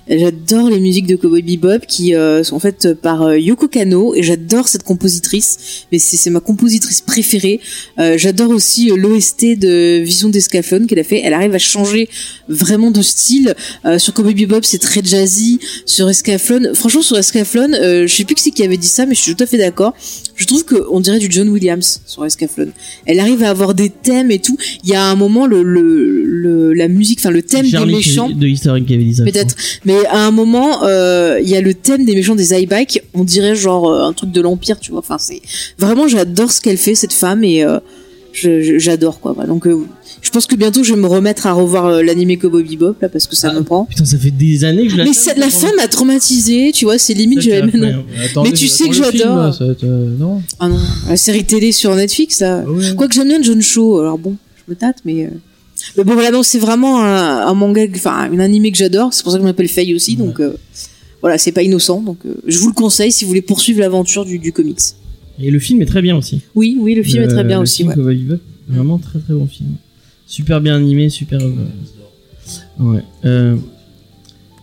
[SPEAKER 3] J'adore les musiques de Cowboy Bebop qui euh, sont faites par euh, Yoko Kano et j'adore cette compositrice. Mais c'est c'est ma compositrice préférée. Euh, j'adore aussi l'OST de Vision d'Escaflowne qu'elle a fait. Elle arrive à changer vraiment de style. Euh, sur Cowboy Bebop, c'est très jazzy. Sur Escaflowne, franchement, sur Escaflowne, euh, je sais plus qui c'est qui avait dit ça, mais je suis tout à fait d'accord. Je trouve qu'on dirait du John Williams sur Escaflowne elle arrive à avoir des thèmes et tout. Il y a un moment le, le, le- la musique, enfin le thème
[SPEAKER 1] Charlie
[SPEAKER 3] des méchants.
[SPEAKER 1] de Easter Egg qui avait dit ça.
[SPEAKER 3] Peut-être, mais à un moment, euh, il y a le thème des méchants des iBike. On dirait genre euh, un truc de l'empire, tu vois. Enfin, c'est vraiment, j'adore ce qu'elle fait cette femme et euh, je- je- j'adore quoi. Voilà. Donc, euh, je pense que bientôt, je vais me remettre à revoir euh, l'animé Cowboy Bebop là parce que ça
[SPEAKER 1] Ah,
[SPEAKER 3] me prend.
[SPEAKER 1] Putain, ça fait des années que je
[SPEAKER 3] Mais ça, la femme a traumatisé, tu vois. C'est limite, je vais
[SPEAKER 1] j'avais
[SPEAKER 3] maintenant.
[SPEAKER 4] Attendez,
[SPEAKER 3] tu
[SPEAKER 4] je-
[SPEAKER 3] sais que
[SPEAKER 4] attends le film,
[SPEAKER 3] j'adore.
[SPEAKER 4] ça va être, euh, non Ah
[SPEAKER 3] Ah non, la série télé sur Netflix, ça.
[SPEAKER 4] Ouais.
[SPEAKER 3] Quoi que j'aime bien John Cho, alors bon, je me tâte, mais. euh, Mais bon, voilà, non, c'est vraiment un, un manga, que- enfin, un animé que j'adore, c'est pour ça que je m'appelle Faye aussi, donc euh, voilà, c'est pas innocent, donc euh, je vous le conseille si vous voulez poursuivre l'aventure du, du comics.
[SPEAKER 1] Et le film est très bien aussi.
[SPEAKER 3] Oui, oui, le film est
[SPEAKER 4] Euh,
[SPEAKER 3] très bien
[SPEAKER 1] le
[SPEAKER 3] aussi,
[SPEAKER 1] film
[SPEAKER 3] ouais.
[SPEAKER 1] Cowboy Bebop, vraiment très très bon film. Super bien animé, super. euh, ouais. Euh,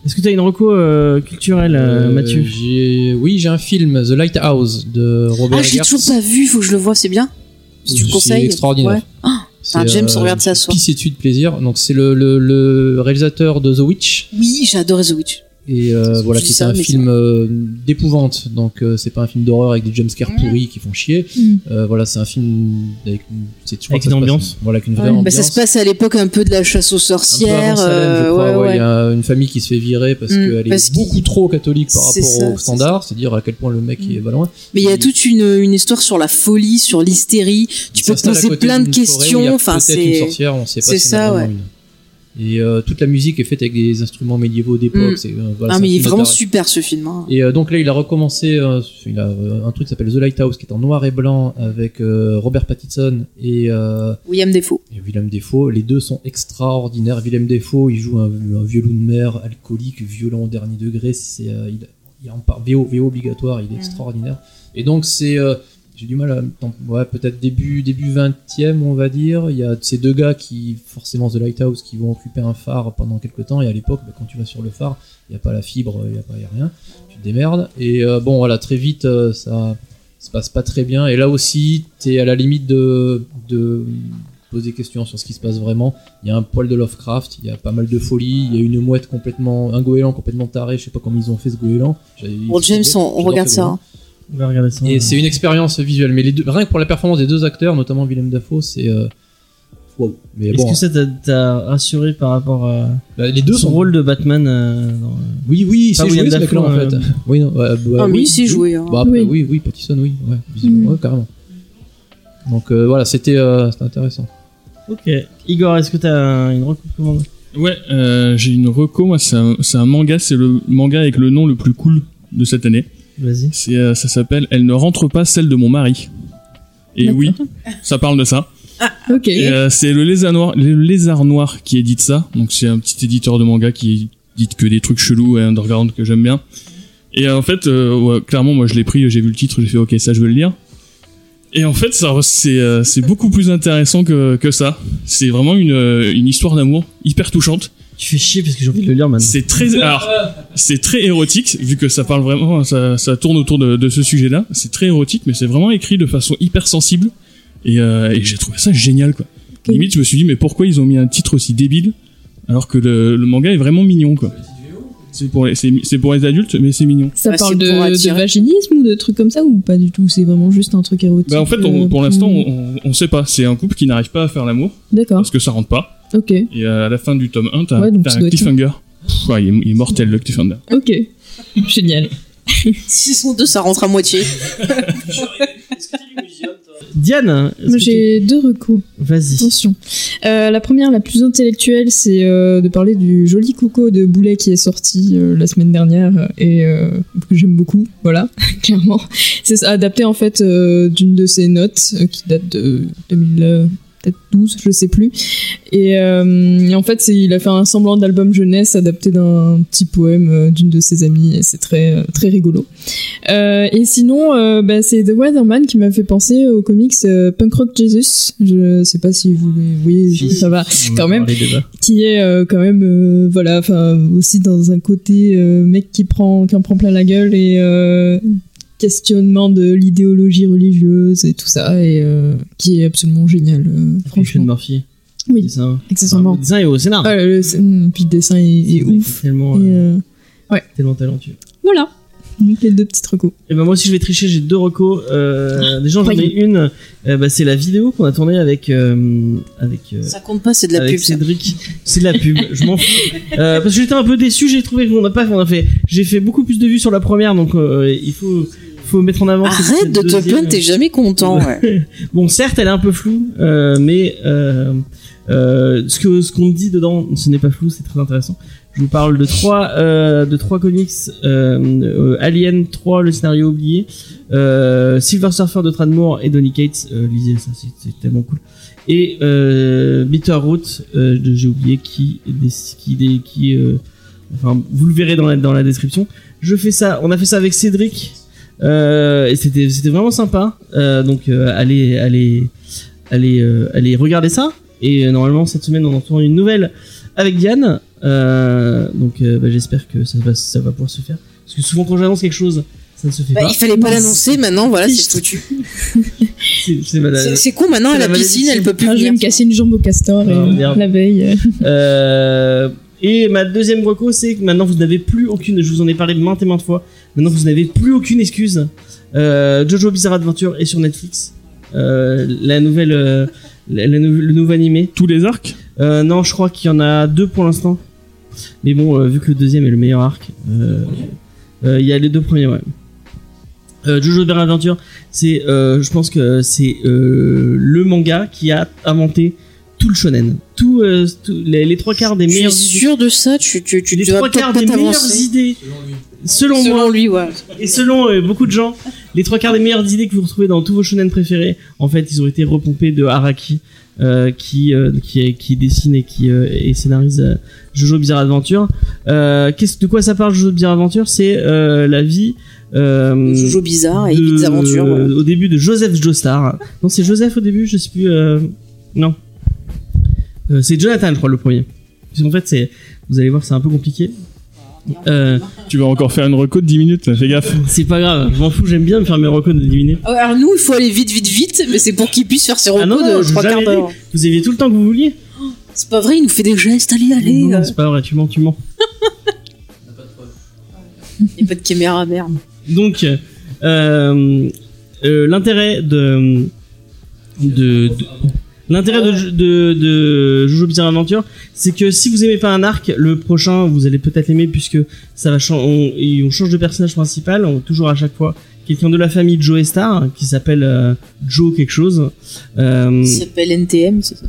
[SPEAKER 1] Est-ce que tu as une reco euh, culturelle, euh,
[SPEAKER 4] Euh,
[SPEAKER 1] Mathieu
[SPEAKER 4] j'ai- Oui, j'ai un film, The Lighthouse, de Robert
[SPEAKER 3] Ah, je l'ai
[SPEAKER 4] Eggers.
[SPEAKER 3] toujours pas vu, faut que je le vois, c'est bien. Si tu me
[SPEAKER 4] C'est
[SPEAKER 3] conseilles.
[SPEAKER 4] extraordinaire.
[SPEAKER 3] Ouais. Ah, Ah, James,
[SPEAKER 4] euh,
[SPEAKER 3] on regarde ça ce soir.
[SPEAKER 4] Pisse et tue de plaisir. Donc, c'est le, le, le réalisateur de The Witch.
[SPEAKER 3] oui, j'adore The Witch.
[SPEAKER 4] Et euh,
[SPEAKER 3] Je
[SPEAKER 4] voilà,
[SPEAKER 3] dis
[SPEAKER 4] qui est
[SPEAKER 3] ça,
[SPEAKER 4] un
[SPEAKER 3] mais
[SPEAKER 4] film euh, d'épouvante. Donc, euh, c'est pas un film d'horreur avec des jumpscares pourris qui font chier.
[SPEAKER 2] Mm.
[SPEAKER 4] Euh, voilà, c'est un film avec une, c'est- je crois
[SPEAKER 1] Avec
[SPEAKER 4] que ça
[SPEAKER 1] une
[SPEAKER 4] se passe-
[SPEAKER 1] ambiance.
[SPEAKER 4] voilà, avec une vraie
[SPEAKER 2] Ouais.
[SPEAKER 4] ambiance.
[SPEAKER 3] Bah, ça se passe à l'époque un peu de la chasse aux
[SPEAKER 4] Un peu avant
[SPEAKER 3] sorcières,
[SPEAKER 4] Salem, je
[SPEAKER 3] euh,
[SPEAKER 4] crois,
[SPEAKER 3] ouais,
[SPEAKER 4] ouais, Il y
[SPEAKER 3] ouais.
[SPEAKER 4] a une famille qui se fait virer parce
[SPEAKER 3] Mm,
[SPEAKER 4] qu'elle
[SPEAKER 3] parce
[SPEAKER 4] est beaucoup
[SPEAKER 3] qu'il-
[SPEAKER 4] trop catholique par
[SPEAKER 3] C'est
[SPEAKER 4] rapport
[SPEAKER 3] ça,
[SPEAKER 4] aux
[SPEAKER 3] c'est Mm.
[SPEAKER 4] standards, c'est-à-dire à quel point le mec il est pas loin.
[SPEAKER 3] Mais il y a toute une, une histoire sur la folie, sur l'hystérie, tu
[SPEAKER 4] Il
[SPEAKER 3] peux te
[SPEAKER 4] s'installe à
[SPEAKER 3] poser
[SPEAKER 4] côté
[SPEAKER 3] plein de
[SPEAKER 4] d'une forêt où il y
[SPEAKER 3] questions,
[SPEAKER 4] a
[SPEAKER 3] enfin,
[SPEAKER 4] peut-être une
[SPEAKER 3] c'est.
[SPEAKER 4] sorcière, on sait pas
[SPEAKER 3] c'est
[SPEAKER 4] s'il y en a
[SPEAKER 3] ça,
[SPEAKER 4] vraiment une. Et euh, toute la musique est faite avec des instruments médiévaux d'époque.
[SPEAKER 3] Mm.
[SPEAKER 4] c'est, euh, voilà,
[SPEAKER 3] Ah,
[SPEAKER 4] c'est un
[SPEAKER 3] mais il est
[SPEAKER 4] film
[SPEAKER 3] vraiment
[SPEAKER 4] d'intérêt.
[SPEAKER 3] super ce film, hein.
[SPEAKER 4] Et euh, donc là, il a recommencé. euh, il a euh, un truc qui s'appelle The Lighthouse, qui est en noir et blanc avec euh, Robert Pattinson et, euh,
[SPEAKER 3] William Defoe.
[SPEAKER 4] et Willem Defoe. Les deux sont extraordinaires. Willem Defoe, il joue un, un vieux loup de mer, alcoolique, violent au dernier degré. C'est, euh, il, il en parle VO, VO obligatoire.
[SPEAKER 3] Mm.
[SPEAKER 4] Il est extraordinaire. Et donc c'est euh, j'ai du mal à t'en- ouais, peut-être début début 20e on va dire il y a ces deux gars qui forcément The Lighthouse qui vont occuper un phare pendant quelques temps et à l'époque bah, quand tu vas sur le phare il n'y a pas la fibre il n'y a pas il y a rien tu te démerdes et euh, bon voilà très vite euh, ça se passe pas très bien et là aussi tu es à la limite de, de poser question sur ce qui se passe vraiment il y a un poil de Lovecraft il y a pas mal de folie il y a une mouette complètement un goéland complètement taré je sais pas comment ils ont fait ce goéland J'avais-
[SPEAKER 3] Bon, James, on, on
[SPEAKER 4] J'adore
[SPEAKER 3] regarde
[SPEAKER 4] ce
[SPEAKER 3] ça.
[SPEAKER 4] goéland.
[SPEAKER 3] hein.
[SPEAKER 1] On va regarder ça.
[SPEAKER 4] Et c'est une expérience visuelle. Mais les deux, rien que pour la performance des deux acteurs, notamment Willem Dafoe, c'est. euh, Wow. Mais
[SPEAKER 1] Est-ce
[SPEAKER 4] bon,
[SPEAKER 1] que ça t'a- t'a rassuré par rapport à
[SPEAKER 4] bah, les deux
[SPEAKER 1] son
[SPEAKER 4] sont.
[SPEAKER 1] rôle de Batman euh, dans-
[SPEAKER 4] Oui, oui,
[SPEAKER 1] Pas
[SPEAKER 4] c'est
[SPEAKER 1] Willem
[SPEAKER 4] joué ce mec-là en
[SPEAKER 1] Dafoe,
[SPEAKER 4] fait.
[SPEAKER 1] euh,
[SPEAKER 4] Oui, non, ouais, bah,
[SPEAKER 3] Ah, mais
[SPEAKER 4] oui,
[SPEAKER 3] il sait
[SPEAKER 4] oui.
[SPEAKER 3] jouer. hein.
[SPEAKER 4] Bah, après,
[SPEAKER 2] Oui.
[SPEAKER 4] oui. oui, Pattinson, oui, ouais, visiblement,
[SPEAKER 3] Hmm.
[SPEAKER 2] Mm.
[SPEAKER 4] ouais, carrément. Donc euh, voilà, c'était euh, c'était intéressant.
[SPEAKER 1] Ok. Igor, est-ce que tu as une reco commande
[SPEAKER 5] Ouais, euh, j'ai une reco, moi, c'est un, c'est un manga, c'est le manga avec le nom le plus cool de cette année.
[SPEAKER 1] Vas-y.
[SPEAKER 5] C'est, euh, ça s'appelle Elle ne rentre pas celle de mon mari. Et
[SPEAKER 2] D'accord.
[SPEAKER 5] oui, ça parle de ça.
[SPEAKER 2] Ok.
[SPEAKER 5] Et, euh, c'est le lézard noir, le lézard noir qui édite ça. Donc c'est un petit éditeur de manga qui édite que des trucs chelous et underground que j'aime bien. Et euh, en fait, euh, ouais, clairement, moi je l'ai pris, j'ai vu le titre, j'ai fait ok, ça je veux le lire. Et en fait, ça, c'est, euh, c'est beaucoup plus intéressant que, que ça. C'est vraiment une, euh, une histoire d'amour hyper touchante.
[SPEAKER 1] Tu fais chier parce que j'ai envie de le lire maintenant.
[SPEAKER 5] C'est très, alors, c'est très érotique, vu que ça parle vraiment, ça, ça tourne autour de, de ce sujet-là. C'est très érotique, mais c'est vraiment écrit de façon hyper sensible. Et, euh, et j'ai trouvé ça génial, quoi.
[SPEAKER 2] Ok.
[SPEAKER 5] Limite, je me suis dit, mais pourquoi ils ont mis un titre aussi débile, alors que le, le manga est vraiment mignon, quoi. C'est pour, les- c'est mi- c'est pour les adultes, mais c'est mignon.
[SPEAKER 2] Ça
[SPEAKER 3] Ouais,
[SPEAKER 2] parle
[SPEAKER 3] c'est
[SPEAKER 2] de,
[SPEAKER 3] pour
[SPEAKER 2] de
[SPEAKER 3] attirer.
[SPEAKER 2] vaginisme ou de trucs comme ça ou pas du tout C'est vraiment juste un truc érotique.
[SPEAKER 5] Bah, en fait,
[SPEAKER 2] euh,
[SPEAKER 5] on- pour l'instant,
[SPEAKER 2] ou-
[SPEAKER 5] on, on sait pas. C'est un couple qui n'arrive pas à faire l'amour
[SPEAKER 2] D'accord,
[SPEAKER 5] parce que ça rentre pas.
[SPEAKER 2] ok.
[SPEAKER 5] Et euh, à la fin du tome 1, t'as
[SPEAKER 2] Ah. Ouais, donc
[SPEAKER 5] t'as
[SPEAKER 2] ça
[SPEAKER 5] un
[SPEAKER 2] doit être-
[SPEAKER 5] cliffhanger. Pff, ouais, il, est, il est mortel le cliffhanger.
[SPEAKER 2] Ok. Génial.
[SPEAKER 3] Saison 2, ça rentre à moitié.
[SPEAKER 1] Diane, hein, est-ce que
[SPEAKER 2] J'ai deux recours.
[SPEAKER 1] tu- vas-y.
[SPEAKER 2] Attention. Euh, la première, la plus intellectuelle, c'est euh, de parler du joli coco de Boulet qui est sorti euh, la semaine dernière euh, et euh, que j'aime beaucoup, voilà, clairement. C'est adapté en fait euh, d'une de ses notes euh, qui date de 2000. euh, peut-être 12, je sais plus. Et, euh, et en fait, c'est- il a fait un semblant d'album jeunesse adapté d'un petit poème euh, d'une de ses amies, et c'est très, euh, très rigolo. Euh, et sinon, euh, bah, c'est The Weatherman qui m'a fait penser au comics euh, Punk Rock Jesus. Je sais pas si vous les voyez,
[SPEAKER 4] Si,
[SPEAKER 2] ça va, quand même,
[SPEAKER 4] les débats.
[SPEAKER 2] qui est euh, quand même, euh, voilà, enfin aussi dans un côté euh, mec qui prend, qui en prend plein la gueule et euh, questionnement de l'idéologie religieuse et tout ça, et euh, qui est absolument génial, euh,
[SPEAKER 1] Franchement.
[SPEAKER 2] franchement.
[SPEAKER 1] Murphy.
[SPEAKER 2] Oui.
[SPEAKER 1] Dessin. Enfin,
[SPEAKER 2] Accessoirement.
[SPEAKER 1] Bah, le dessin est au scénar.
[SPEAKER 2] Ah, le, le- et puis le dessin est, est
[SPEAKER 1] Le mec
[SPEAKER 2] ouf.
[SPEAKER 1] est Tellement,
[SPEAKER 2] Et,
[SPEAKER 1] euh,
[SPEAKER 2] euh,
[SPEAKER 1] tellement talentueux.
[SPEAKER 2] voilà. Donc les deux petits recos.
[SPEAKER 1] Et ben moi aussi je vais tricher, j'ai deux recos. Euh, déjà j'en ai
[SPEAKER 2] voyons.
[SPEAKER 1] une, euh, bah, c'est la vidéo qu'on a tournée avec euh, avec euh,
[SPEAKER 3] Ça compte pas, c'est de la
[SPEAKER 1] avec
[SPEAKER 3] pub. ça.
[SPEAKER 1] Cédric. C'est de la pub, je m'en fous. Euh, parce que j'étais un peu déçu, j'ai trouvé qu'on n'a pas qu'on a fait. J'ai fait beaucoup plus de vues sur la première, donc euh, il faut faut mettre en avant. cette-
[SPEAKER 3] Arrête
[SPEAKER 1] cette
[SPEAKER 3] de te
[SPEAKER 1] deuxième.
[SPEAKER 3] plaindre, t'es jamais content. ouais.
[SPEAKER 1] Bon, certes, elle est un peu floue, euh, mais euh, euh, ce que ce qu'on me dit dedans, ce n'est pas flou, c'est très intéressant. Je vous parle de trois euh, de trois comics euh, euh, Alien 3, le scénario oublié, euh, Silver Surfer de Tranmore et Donny Cates. Euh, lisez ça, c'est- c'est tellement cool. Et euh, Bitter Root, euh, de- j'ai oublié qui des, qui des, qui euh, enfin vous le verrez dans la dans la description. Je fais ça, on a fait ça avec Cédric. Euh, et c'était c'était vraiment sympa. Euh, donc euh, allez allez allez euh, allez regarder ça. Et euh, normalement cette semaine on en tourne une nouvelle avec Diane. Euh, donc euh, bah, j'espère que ça va ça va pouvoir se faire. Parce que souvent quand j'annonce quelque chose ça ne se fait
[SPEAKER 3] Bah,
[SPEAKER 1] pas.
[SPEAKER 3] il fallait pas l'annoncer, maintenant, voilà, c'est foutu.
[SPEAKER 1] C'est c'est mal-
[SPEAKER 3] C'est c'est con, maintenant,
[SPEAKER 1] c'est
[SPEAKER 3] à la
[SPEAKER 1] la
[SPEAKER 3] piscine,
[SPEAKER 1] malédiction.
[SPEAKER 3] elle peut plus
[SPEAKER 2] Ah, je vais
[SPEAKER 3] venir.
[SPEAKER 2] me casser une jambe au castor
[SPEAKER 1] Ah,
[SPEAKER 2] et,
[SPEAKER 1] merde.
[SPEAKER 2] la veille. euh.
[SPEAKER 1] Euh, et ma deuxième reco, c'est que maintenant vous n'avez plus aucune. Je vous en ai parlé maintes et maintes fois. Maintenant vous n'avez plus aucune excuse. Euh, Jojo Bizarre Adventure est sur Netflix. Euh, la nouvelle, euh, la- la nou- le nouveau animé.
[SPEAKER 5] Tous les arcs
[SPEAKER 1] Euh, non, je crois qu'il y en a deux pour l'instant. Mais bon, euh, vu que le deuxième est le meilleur arc, euh, euh, il y a les deux premiers, ouais. Euh, Jojo Bizarre Adventure, c'est, euh, je pense que c'est euh, le manga qui a inventé tout le shonen, tout, euh, tout- les, les trois quarts des
[SPEAKER 3] Je suis
[SPEAKER 1] meilleurs
[SPEAKER 3] sûr de ça, tu, tu, tu,
[SPEAKER 1] les
[SPEAKER 3] tu vas
[SPEAKER 1] trois
[SPEAKER 3] peut-être
[SPEAKER 1] quarts
[SPEAKER 3] pas
[SPEAKER 1] des meilleures
[SPEAKER 3] t'avancer.
[SPEAKER 1] idées, selon, moi,
[SPEAKER 3] Selon lui, ouais.
[SPEAKER 1] et selon euh, beaucoup de gens, les trois quarts des meilleures idées que vous retrouvez dans tous vos shonen préférés, en fait, ils ont été repompés de Araki, euh, qui, euh, qui, qui dessine et qui euh, et scénarise euh, Jojo Bizarre Adventure. Euh, qu'est-ce- de quoi ça parle Jojo Bizarre Adventure C'est euh, la vie. euh,
[SPEAKER 3] Jojo bizarre et
[SPEAKER 1] de- euh,
[SPEAKER 3] Vite Aventures. voilà.
[SPEAKER 1] Au début de Joseph Joestar. Non, c'est Joseph au début, je sais plus. euh, Non. Euh, c'est Jonathan, je crois, le premier. Parce qu'en fait, c'est. Vous allez voir, c'est un peu compliqué. Euh,
[SPEAKER 5] Tu vas encore faire une reco de 10 minutes, fais gaffe.
[SPEAKER 1] c'est pas grave, je m'en fous, j'aime bien me faire mes recos de 10 minutes.
[SPEAKER 3] Ah ouais, Alors nous, il faut aller vite, vite, vite, mais c'est pour qu'il puisse faire ses
[SPEAKER 1] euh, Ah
[SPEAKER 3] recos
[SPEAKER 1] non, non,
[SPEAKER 3] de
[SPEAKER 1] je
[SPEAKER 3] trois
[SPEAKER 1] vous
[SPEAKER 3] quarts
[SPEAKER 1] avais
[SPEAKER 3] d'heure.
[SPEAKER 1] Vous aviez tout le temps que vous vouliez
[SPEAKER 3] C'est pas vrai, il nous fait des gestes, allez, allez.
[SPEAKER 1] Non,
[SPEAKER 3] euh.
[SPEAKER 1] c'est pas vrai, tu mens, tu mens.
[SPEAKER 3] Il n'y a pas de caméra, merde.
[SPEAKER 1] Donc, euh, euh, l'intérêt de, de, de- l'intérêt de, de, de Jojo Bizarre Adventure, c'est que si vous aimez pas un arc, le prochain vous allez peut-être l'aimer puisque ça va chan- on, et on change de personnage principal, on toujours à chaque fois quelqu'un de la famille Joe Star qui s'appelle euh, Joe quelque chose. Euh,
[SPEAKER 3] Il s'appelle NTM, c'est ça.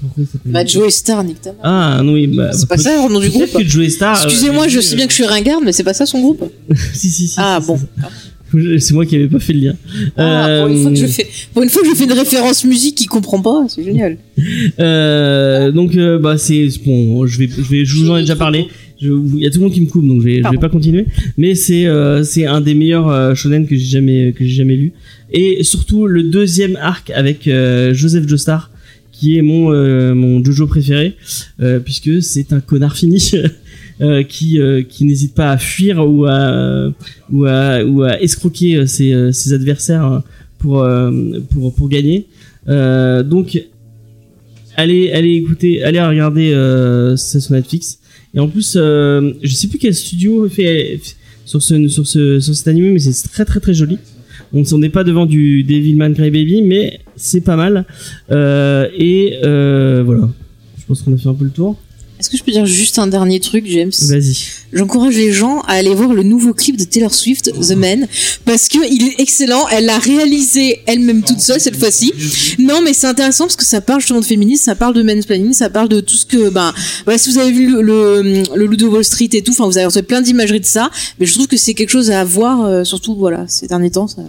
[SPEAKER 1] pourquoi il s'appelle-
[SPEAKER 3] Bah, Joe et Star, nique ta mère.
[SPEAKER 1] Ah non, oui, bah,
[SPEAKER 3] C'est pas
[SPEAKER 1] peut-
[SPEAKER 3] ça le nom du
[SPEAKER 1] peut-être
[SPEAKER 3] groupe.
[SPEAKER 1] que Joe Star. euh,
[SPEAKER 3] Excusez-moi,
[SPEAKER 1] est
[SPEAKER 3] je
[SPEAKER 1] venu,
[SPEAKER 3] sais bien que je suis ringarde, mais c'est pas ça son groupe.
[SPEAKER 1] si, si, si,
[SPEAKER 3] Ah
[SPEAKER 1] si,
[SPEAKER 3] bon.
[SPEAKER 1] si, si. C'est moi qui avais pas fait le lien.
[SPEAKER 3] Ah, pour, une
[SPEAKER 1] Euh,
[SPEAKER 3] fois que je fais, pour une fois que je fais une référence musique qu'il comprend pas, c'est génial.
[SPEAKER 1] Euh, donc euh, bah c'est bon, je vais je vais je vous en ai déjà parlé. Je- Il y a tout le monde qui me coupe donc je vais, je vais
[SPEAKER 3] Pardon.
[SPEAKER 1] pas continuer. Mais c'est euh, c'est un des meilleurs euh, shonen que j'ai jamais que j'ai jamais lu et surtout le deuxième arc avec euh, Joseph Joestar qui est mon euh, mon Jojo préféré euh, puisque c'est un connard fini. euh, qui euh, qui n'hésite pas à fuir ou à ou à ou à escroquer euh, ses, euh, ses adversaires euh, pour euh, pour pour gagner Euh, donc allez, allez écouter, allez regarder euh, ça sur Netflix. Et en plus, euh, je sais plus quel studio fait sur ce, sur ce, sur cet animé, mais c'est très très très joli. On on n'est pas devant du Devilman Crybaby, mais c'est pas mal. Euh, et euh, voilà. Je pense qu'on a fait un peu le tour.
[SPEAKER 3] Est-ce que je peux dire juste un dernier truc, James
[SPEAKER 1] Vas-y.
[SPEAKER 3] J'encourage les gens à aller voir le nouveau clip de Taylor Swift, The Man, parce que il est excellent. Elle l'a réalisé elle-même toute seule cette fois-ci. Non, mais c'est intéressant parce que ça parle justement de féminisme, ça parle de mansplaining, ça parle de tout ce que, ben, voilà, si vous avez vu le, le, le Loup de Wall Street et tout, enfin, vous avez retrouvé plein d'imageries de ça, mais je trouve que c'est quelque chose à voir, euh, surtout, voilà, ces derniers temps, ça-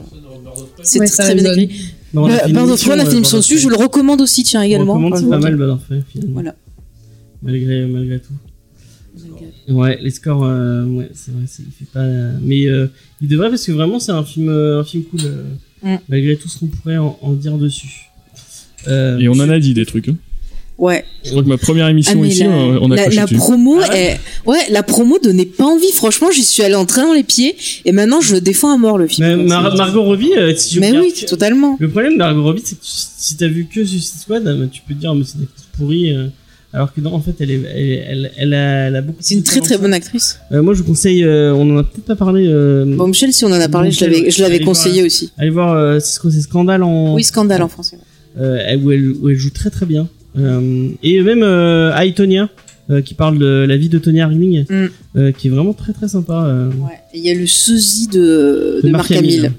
[SPEAKER 3] c'est
[SPEAKER 2] Ouais,
[SPEAKER 3] très,
[SPEAKER 2] ça
[SPEAKER 3] très bien
[SPEAKER 2] résonne.
[SPEAKER 3] écrit.
[SPEAKER 1] Non, on a fait une
[SPEAKER 3] Pardon,
[SPEAKER 1] émission,
[SPEAKER 3] on a
[SPEAKER 1] euh,
[SPEAKER 3] fait une émission
[SPEAKER 1] Bird of
[SPEAKER 3] dessus,
[SPEAKER 1] Prey.
[SPEAKER 3] je le recommande aussi, tiens,
[SPEAKER 1] On
[SPEAKER 3] également.
[SPEAKER 1] recommande,
[SPEAKER 3] Enfin,
[SPEAKER 1] c'est pas mal, Bird of Prey, finalement.
[SPEAKER 3] Voilà.
[SPEAKER 1] Malgré, malgré tout. Ouais, les scores, euh, ouais, c'est vrai, c'est- il fait pas. Mais euh, il devrait parce que vraiment c'est un film, euh, un film cool. euh,
[SPEAKER 3] Mm.
[SPEAKER 1] Malgré tout ce qu'on pourrait en, en dire dessus. Euh,
[SPEAKER 5] Et on en a dit des trucs. hein.
[SPEAKER 3] Ouais.
[SPEAKER 5] Je crois que ma première
[SPEAKER 3] Ah,
[SPEAKER 5] émission
[SPEAKER 3] mais
[SPEAKER 5] ici,
[SPEAKER 3] la,
[SPEAKER 5] on on a
[SPEAKER 3] la-
[SPEAKER 5] craché
[SPEAKER 3] la
[SPEAKER 5] dessus.
[SPEAKER 3] promo,
[SPEAKER 1] Ah
[SPEAKER 3] est- ouais, la promo donnait pas envie. Franchement, j'y suis allée en train dans les pieds et maintenant je le défends à mort le film.
[SPEAKER 1] mais
[SPEAKER 3] Ouais,
[SPEAKER 1] Mar-
[SPEAKER 3] c'est-
[SPEAKER 1] Margot Robbie, euh, si je
[SPEAKER 3] mais
[SPEAKER 1] regarde-
[SPEAKER 3] oui, totalement.
[SPEAKER 1] Le problème de Margot Robbie, c'est que tu- si t'as vu que Suicide Squad, euh, tu peux te dire, mais c'est des trucs pourris. euh, alors que non, en fait, elle, est, elle, elle, elle a, elle a beaucoup.
[SPEAKER 3] C'est une
[SPEAKER 1] de
[SPEAKER 3] très très
[SPEAKER 1] talent.
[SPEAKER 3] bonne actrice.
[SPEAKER 1] Euh, moi, je vous conseille. euh, on en a peut-être pas parlé. euh,
[SPEAKER 3] Bon, Michel, si on en a parlé, je
[SPEAKER 1] Michel,
[SPEAKER 3] l'avais, je l'avais
[SPEAKER 1] allez voir.
[SPEAKER 3] conseillé aussi.
[SPEAKER 1] Allez voir. euh, c'est ce qu'on- c'est Scandale en.
[SPEAKER 3] Oui, scandale en français.
[SPEAKER 1] euh, elle- où, elle, où elle joue très très bien. Euh, et même euh, I, Tonya, euh, qui parle de la vie de Tonya Harding,
[SPEAKER 3] Mm.
[SPEAKER 1] euh, qui est vraiment très très sympa. euh,
[SPEAKER 3] Ouais. Et Il y a le sosie de, de, Marc Hamill.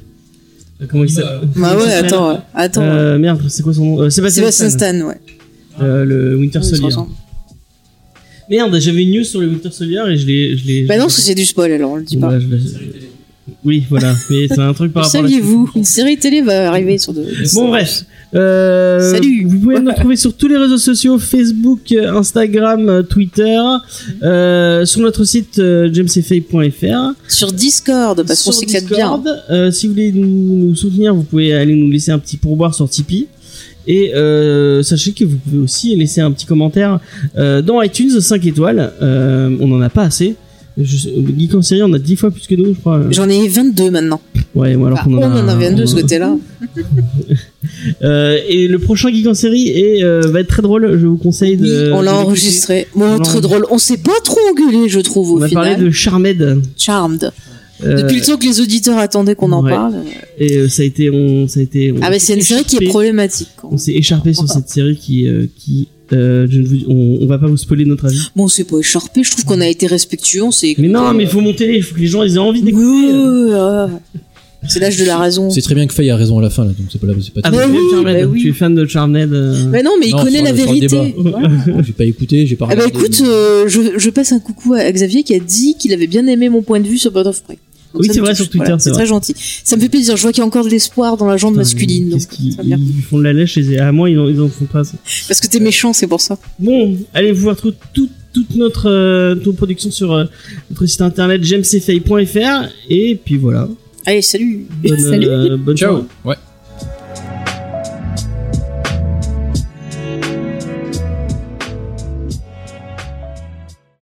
[SPEAKER 1] Euh, Comment il s'appelle
[SPEAKER 3] Bah
[SPEAKER 1] Comment il
[SPEAKER 3] ouais,
[SPEAKER 1] s'appelle
[SPEAKER 3] attends, ouais. attends. ouais.
[SPEAKER 1] Euh, merde, c'est quoi son nom euh, Sébastien,
[SPEAKER 3] Sébastien
[SPEAKER 1] Stan,
[SPEAKER 3] Stan, ouais.
[SPEAKER 1] euh, le Winter
[SPEAKER 3] On se
[SPEAKER 1] Soldier.
[SPEAKER 3] ressemble.
[SPEAKER 1] Merde, j'avais une news sur le Winter Soldier et je l'ai. je l'ai-
[SPEAKER 3] Bah
[SPEAKER 1] je
[SPEAKER 3] non,
[SPEAKER 1] l'ai-
[SPEAKER 3] parce que c'est du spoil alors, on le dit pas.
[SPEAKER 1] Ouais, je l'ai- Oui, voilà, mais c'est un truc par
[SPEAKER 3] Le
[SPEAKER 1] rapport à la
[SPEAKER 3] Saviez-vous, une série télé va arriver sur de.
[SPEAKER 1] Bon bref. Euh,
[SPEAKER 3] Salut.
[SPEAKER 1] Vous pouvez nous retrouver sur tous les réseaux sociaux Facebook, euh, Instagram, euh, Twitter, euh, sur notre site euh, jamesfay.fr,
[SPEAKER 3] Sur Discord, parce qu'on
[SPEAKER 1] sur
[SPEAKER 3] s'éclate bien.
[SPEAKER 1] Discord. Euh, si vous voulez nous, nous soutenir, vous pouvez aller nous laisser un petit pourboire sur Tipeee. Et euh, sachez que vous pouvez aussi laisser un petit commentaire euh, dans iTunes 5 étoiles. Euh, on n'en a pas assez. Je, sais- Geek en série, on a 10 fois plus que nous, je crois.
[SPEAKER 3] J'en ai 22 maintenant.
[SPEAKER 1] Ouais, ou alors
[SPEAKER 3] Enfin,
[SPEAKER 1] qu'on
[SPEAKER 3] Ah, on en a 22 de ce
[SPEAKER 1] on-
[SPEAKER 3] côté-là.
[SPEAKER 1] Euh, et le prochain Geek en série est, euh, va être très drôle. Je vous conseille
[SPEAKER 3] Oui,
[SPEAKER 1] de.
[SPEAKER 3] on l'a
[SPEAKER 1] de l'écouter.
[SPEAKER 3] enregistré. Bon,
[SPEAKER 1] l'a
[SPEAKER 3] très drôle. On s'est pas trop engueulé, je trouve,
[SPEAKER 1] On
[SPEAKER 3] au
[SPEAKER 1] a
[SPEAKER 3] final.
[SPEAKER 1] parlé de Charmed.
[SPEAKER 3] Charmed.
[SPEAKER 1] euh,
[SPEAKER 3] Depuis le temps que les auditeurs attendaient qu'on en
[SPEAKER 1] ouais.
[SPEAKER 3] parle.
[SPEAKER 1] Et euh, ça a été. On, ça a été on
[SPEAKER 3] Ah, mais c'est une
[SPEAKER 1] s'est
[SPEAKER 3] série qui est
[SPEAKER 1] écharpé-
[SPEAKER 3] problématique. quoi.
[SPEAKER 1] On s'est écharpé sur
[SPEAKER 3] Enfin.
[SPEAKER 1] cette série qui. euh, qui euh, je ne vous, on, on va pas vous spoiler notre avis.
[SPEAKER 3] Bon, c'est pas écharpé. Je trouve qu'on a été respectueux. On s'est.
[SPEAKER 1] Mais non, mais il faut monter. Il faut que les gens ils aient envie
[SPEAKER 3] Ouais,
[SPEAKER 1] d'écouter.
[SPEAKER 3] ouais, ouais, ouais. C'est l'âge de la raison.
[SPEAKER 4] C'est très bien que Faye a raison à la fin, là, donc c'est pas là, c'est pas
[SPEAKER 1] Ah, mais
[SPEAKER 3] bah
[SPEAKER 1] tu es
[SPEAKER 3] oui,
[SPEAKER 1] Charmed,
[SPEAKER 3] bah oui.
[SPEAKER 1] Tu es fan de Charmed. euh,
[SPEAKER 3] Mais non, mais il
[SPEAKER 4] Non,
[SPEAKER 3] connaît
[SPEAKER 4] sur
[SPEAKER 3] la
[SPEAKER 4] le- sur le
[SPEAKER 3] vérité.
[SPEAKER 4] débat.
[SPEAKER 3] Voilà.
[SPEAKER 4] J'ai pas écouté, j'ai pas
[SPEAKER 3] Ah bah
[SPEAKER 4] regardé,
[SPEAKER 3] écoute,
[SPEAKER 4] mais-
[SPEAKER 3] euh, je, je passe un coucou à Xavier qui a dit qu'il avait bien aimé mon point de vue sur Bird of Prey. Donc
[SPEAKER 1] Oui,
[SPEAKER 3] ça
[SPEAKER 1] c'est
[SPEAKER 3] me
[SPEAKER 1] vrai,
[SPEAKER 3] touche.
[SPEAKER 1] sur Twitter,
[SPEAKER 3] Voilà,
[SPEAKER 1] c'est
[SPEAKER 3] c'est
[SPEAKER 1] vrai.
[SPEAKER 3] très gentil. Ça me fait plaisir. Je vois qu'il y a encore de l'espoir dans la jambe
[SPEAKER 1] putain,
[SPEAKER 3] masculine.
[SPEAKER 1] qu'est-ce
[SPEAKER 3] Donc,
[SPEAKER 1] qu'ils-
[SPEAKER 3] ça va bien.
[SPEAKER 1] ils font de la lèche et à moi ils en, ils en font pas. ça.
[SPEAKER 3] Parce que t'es méchant, c'est pour ça.
[SPEAKER 1] Bon, allez vous voir tout- tout- toute notre euh, toute production sur euh, notre site internet jamesfay.fr et puis voilà.
[SPEAKER 3] Allez, salut.
[SPEAKER 1] Bonne,
[SPEAKER 2] Salut.
[SPEAKER 1] euh, bonne
[SPEAKER 4] Ciao.
[SPEAKER 1] soirée.
[SPEAKER 4] Ouais.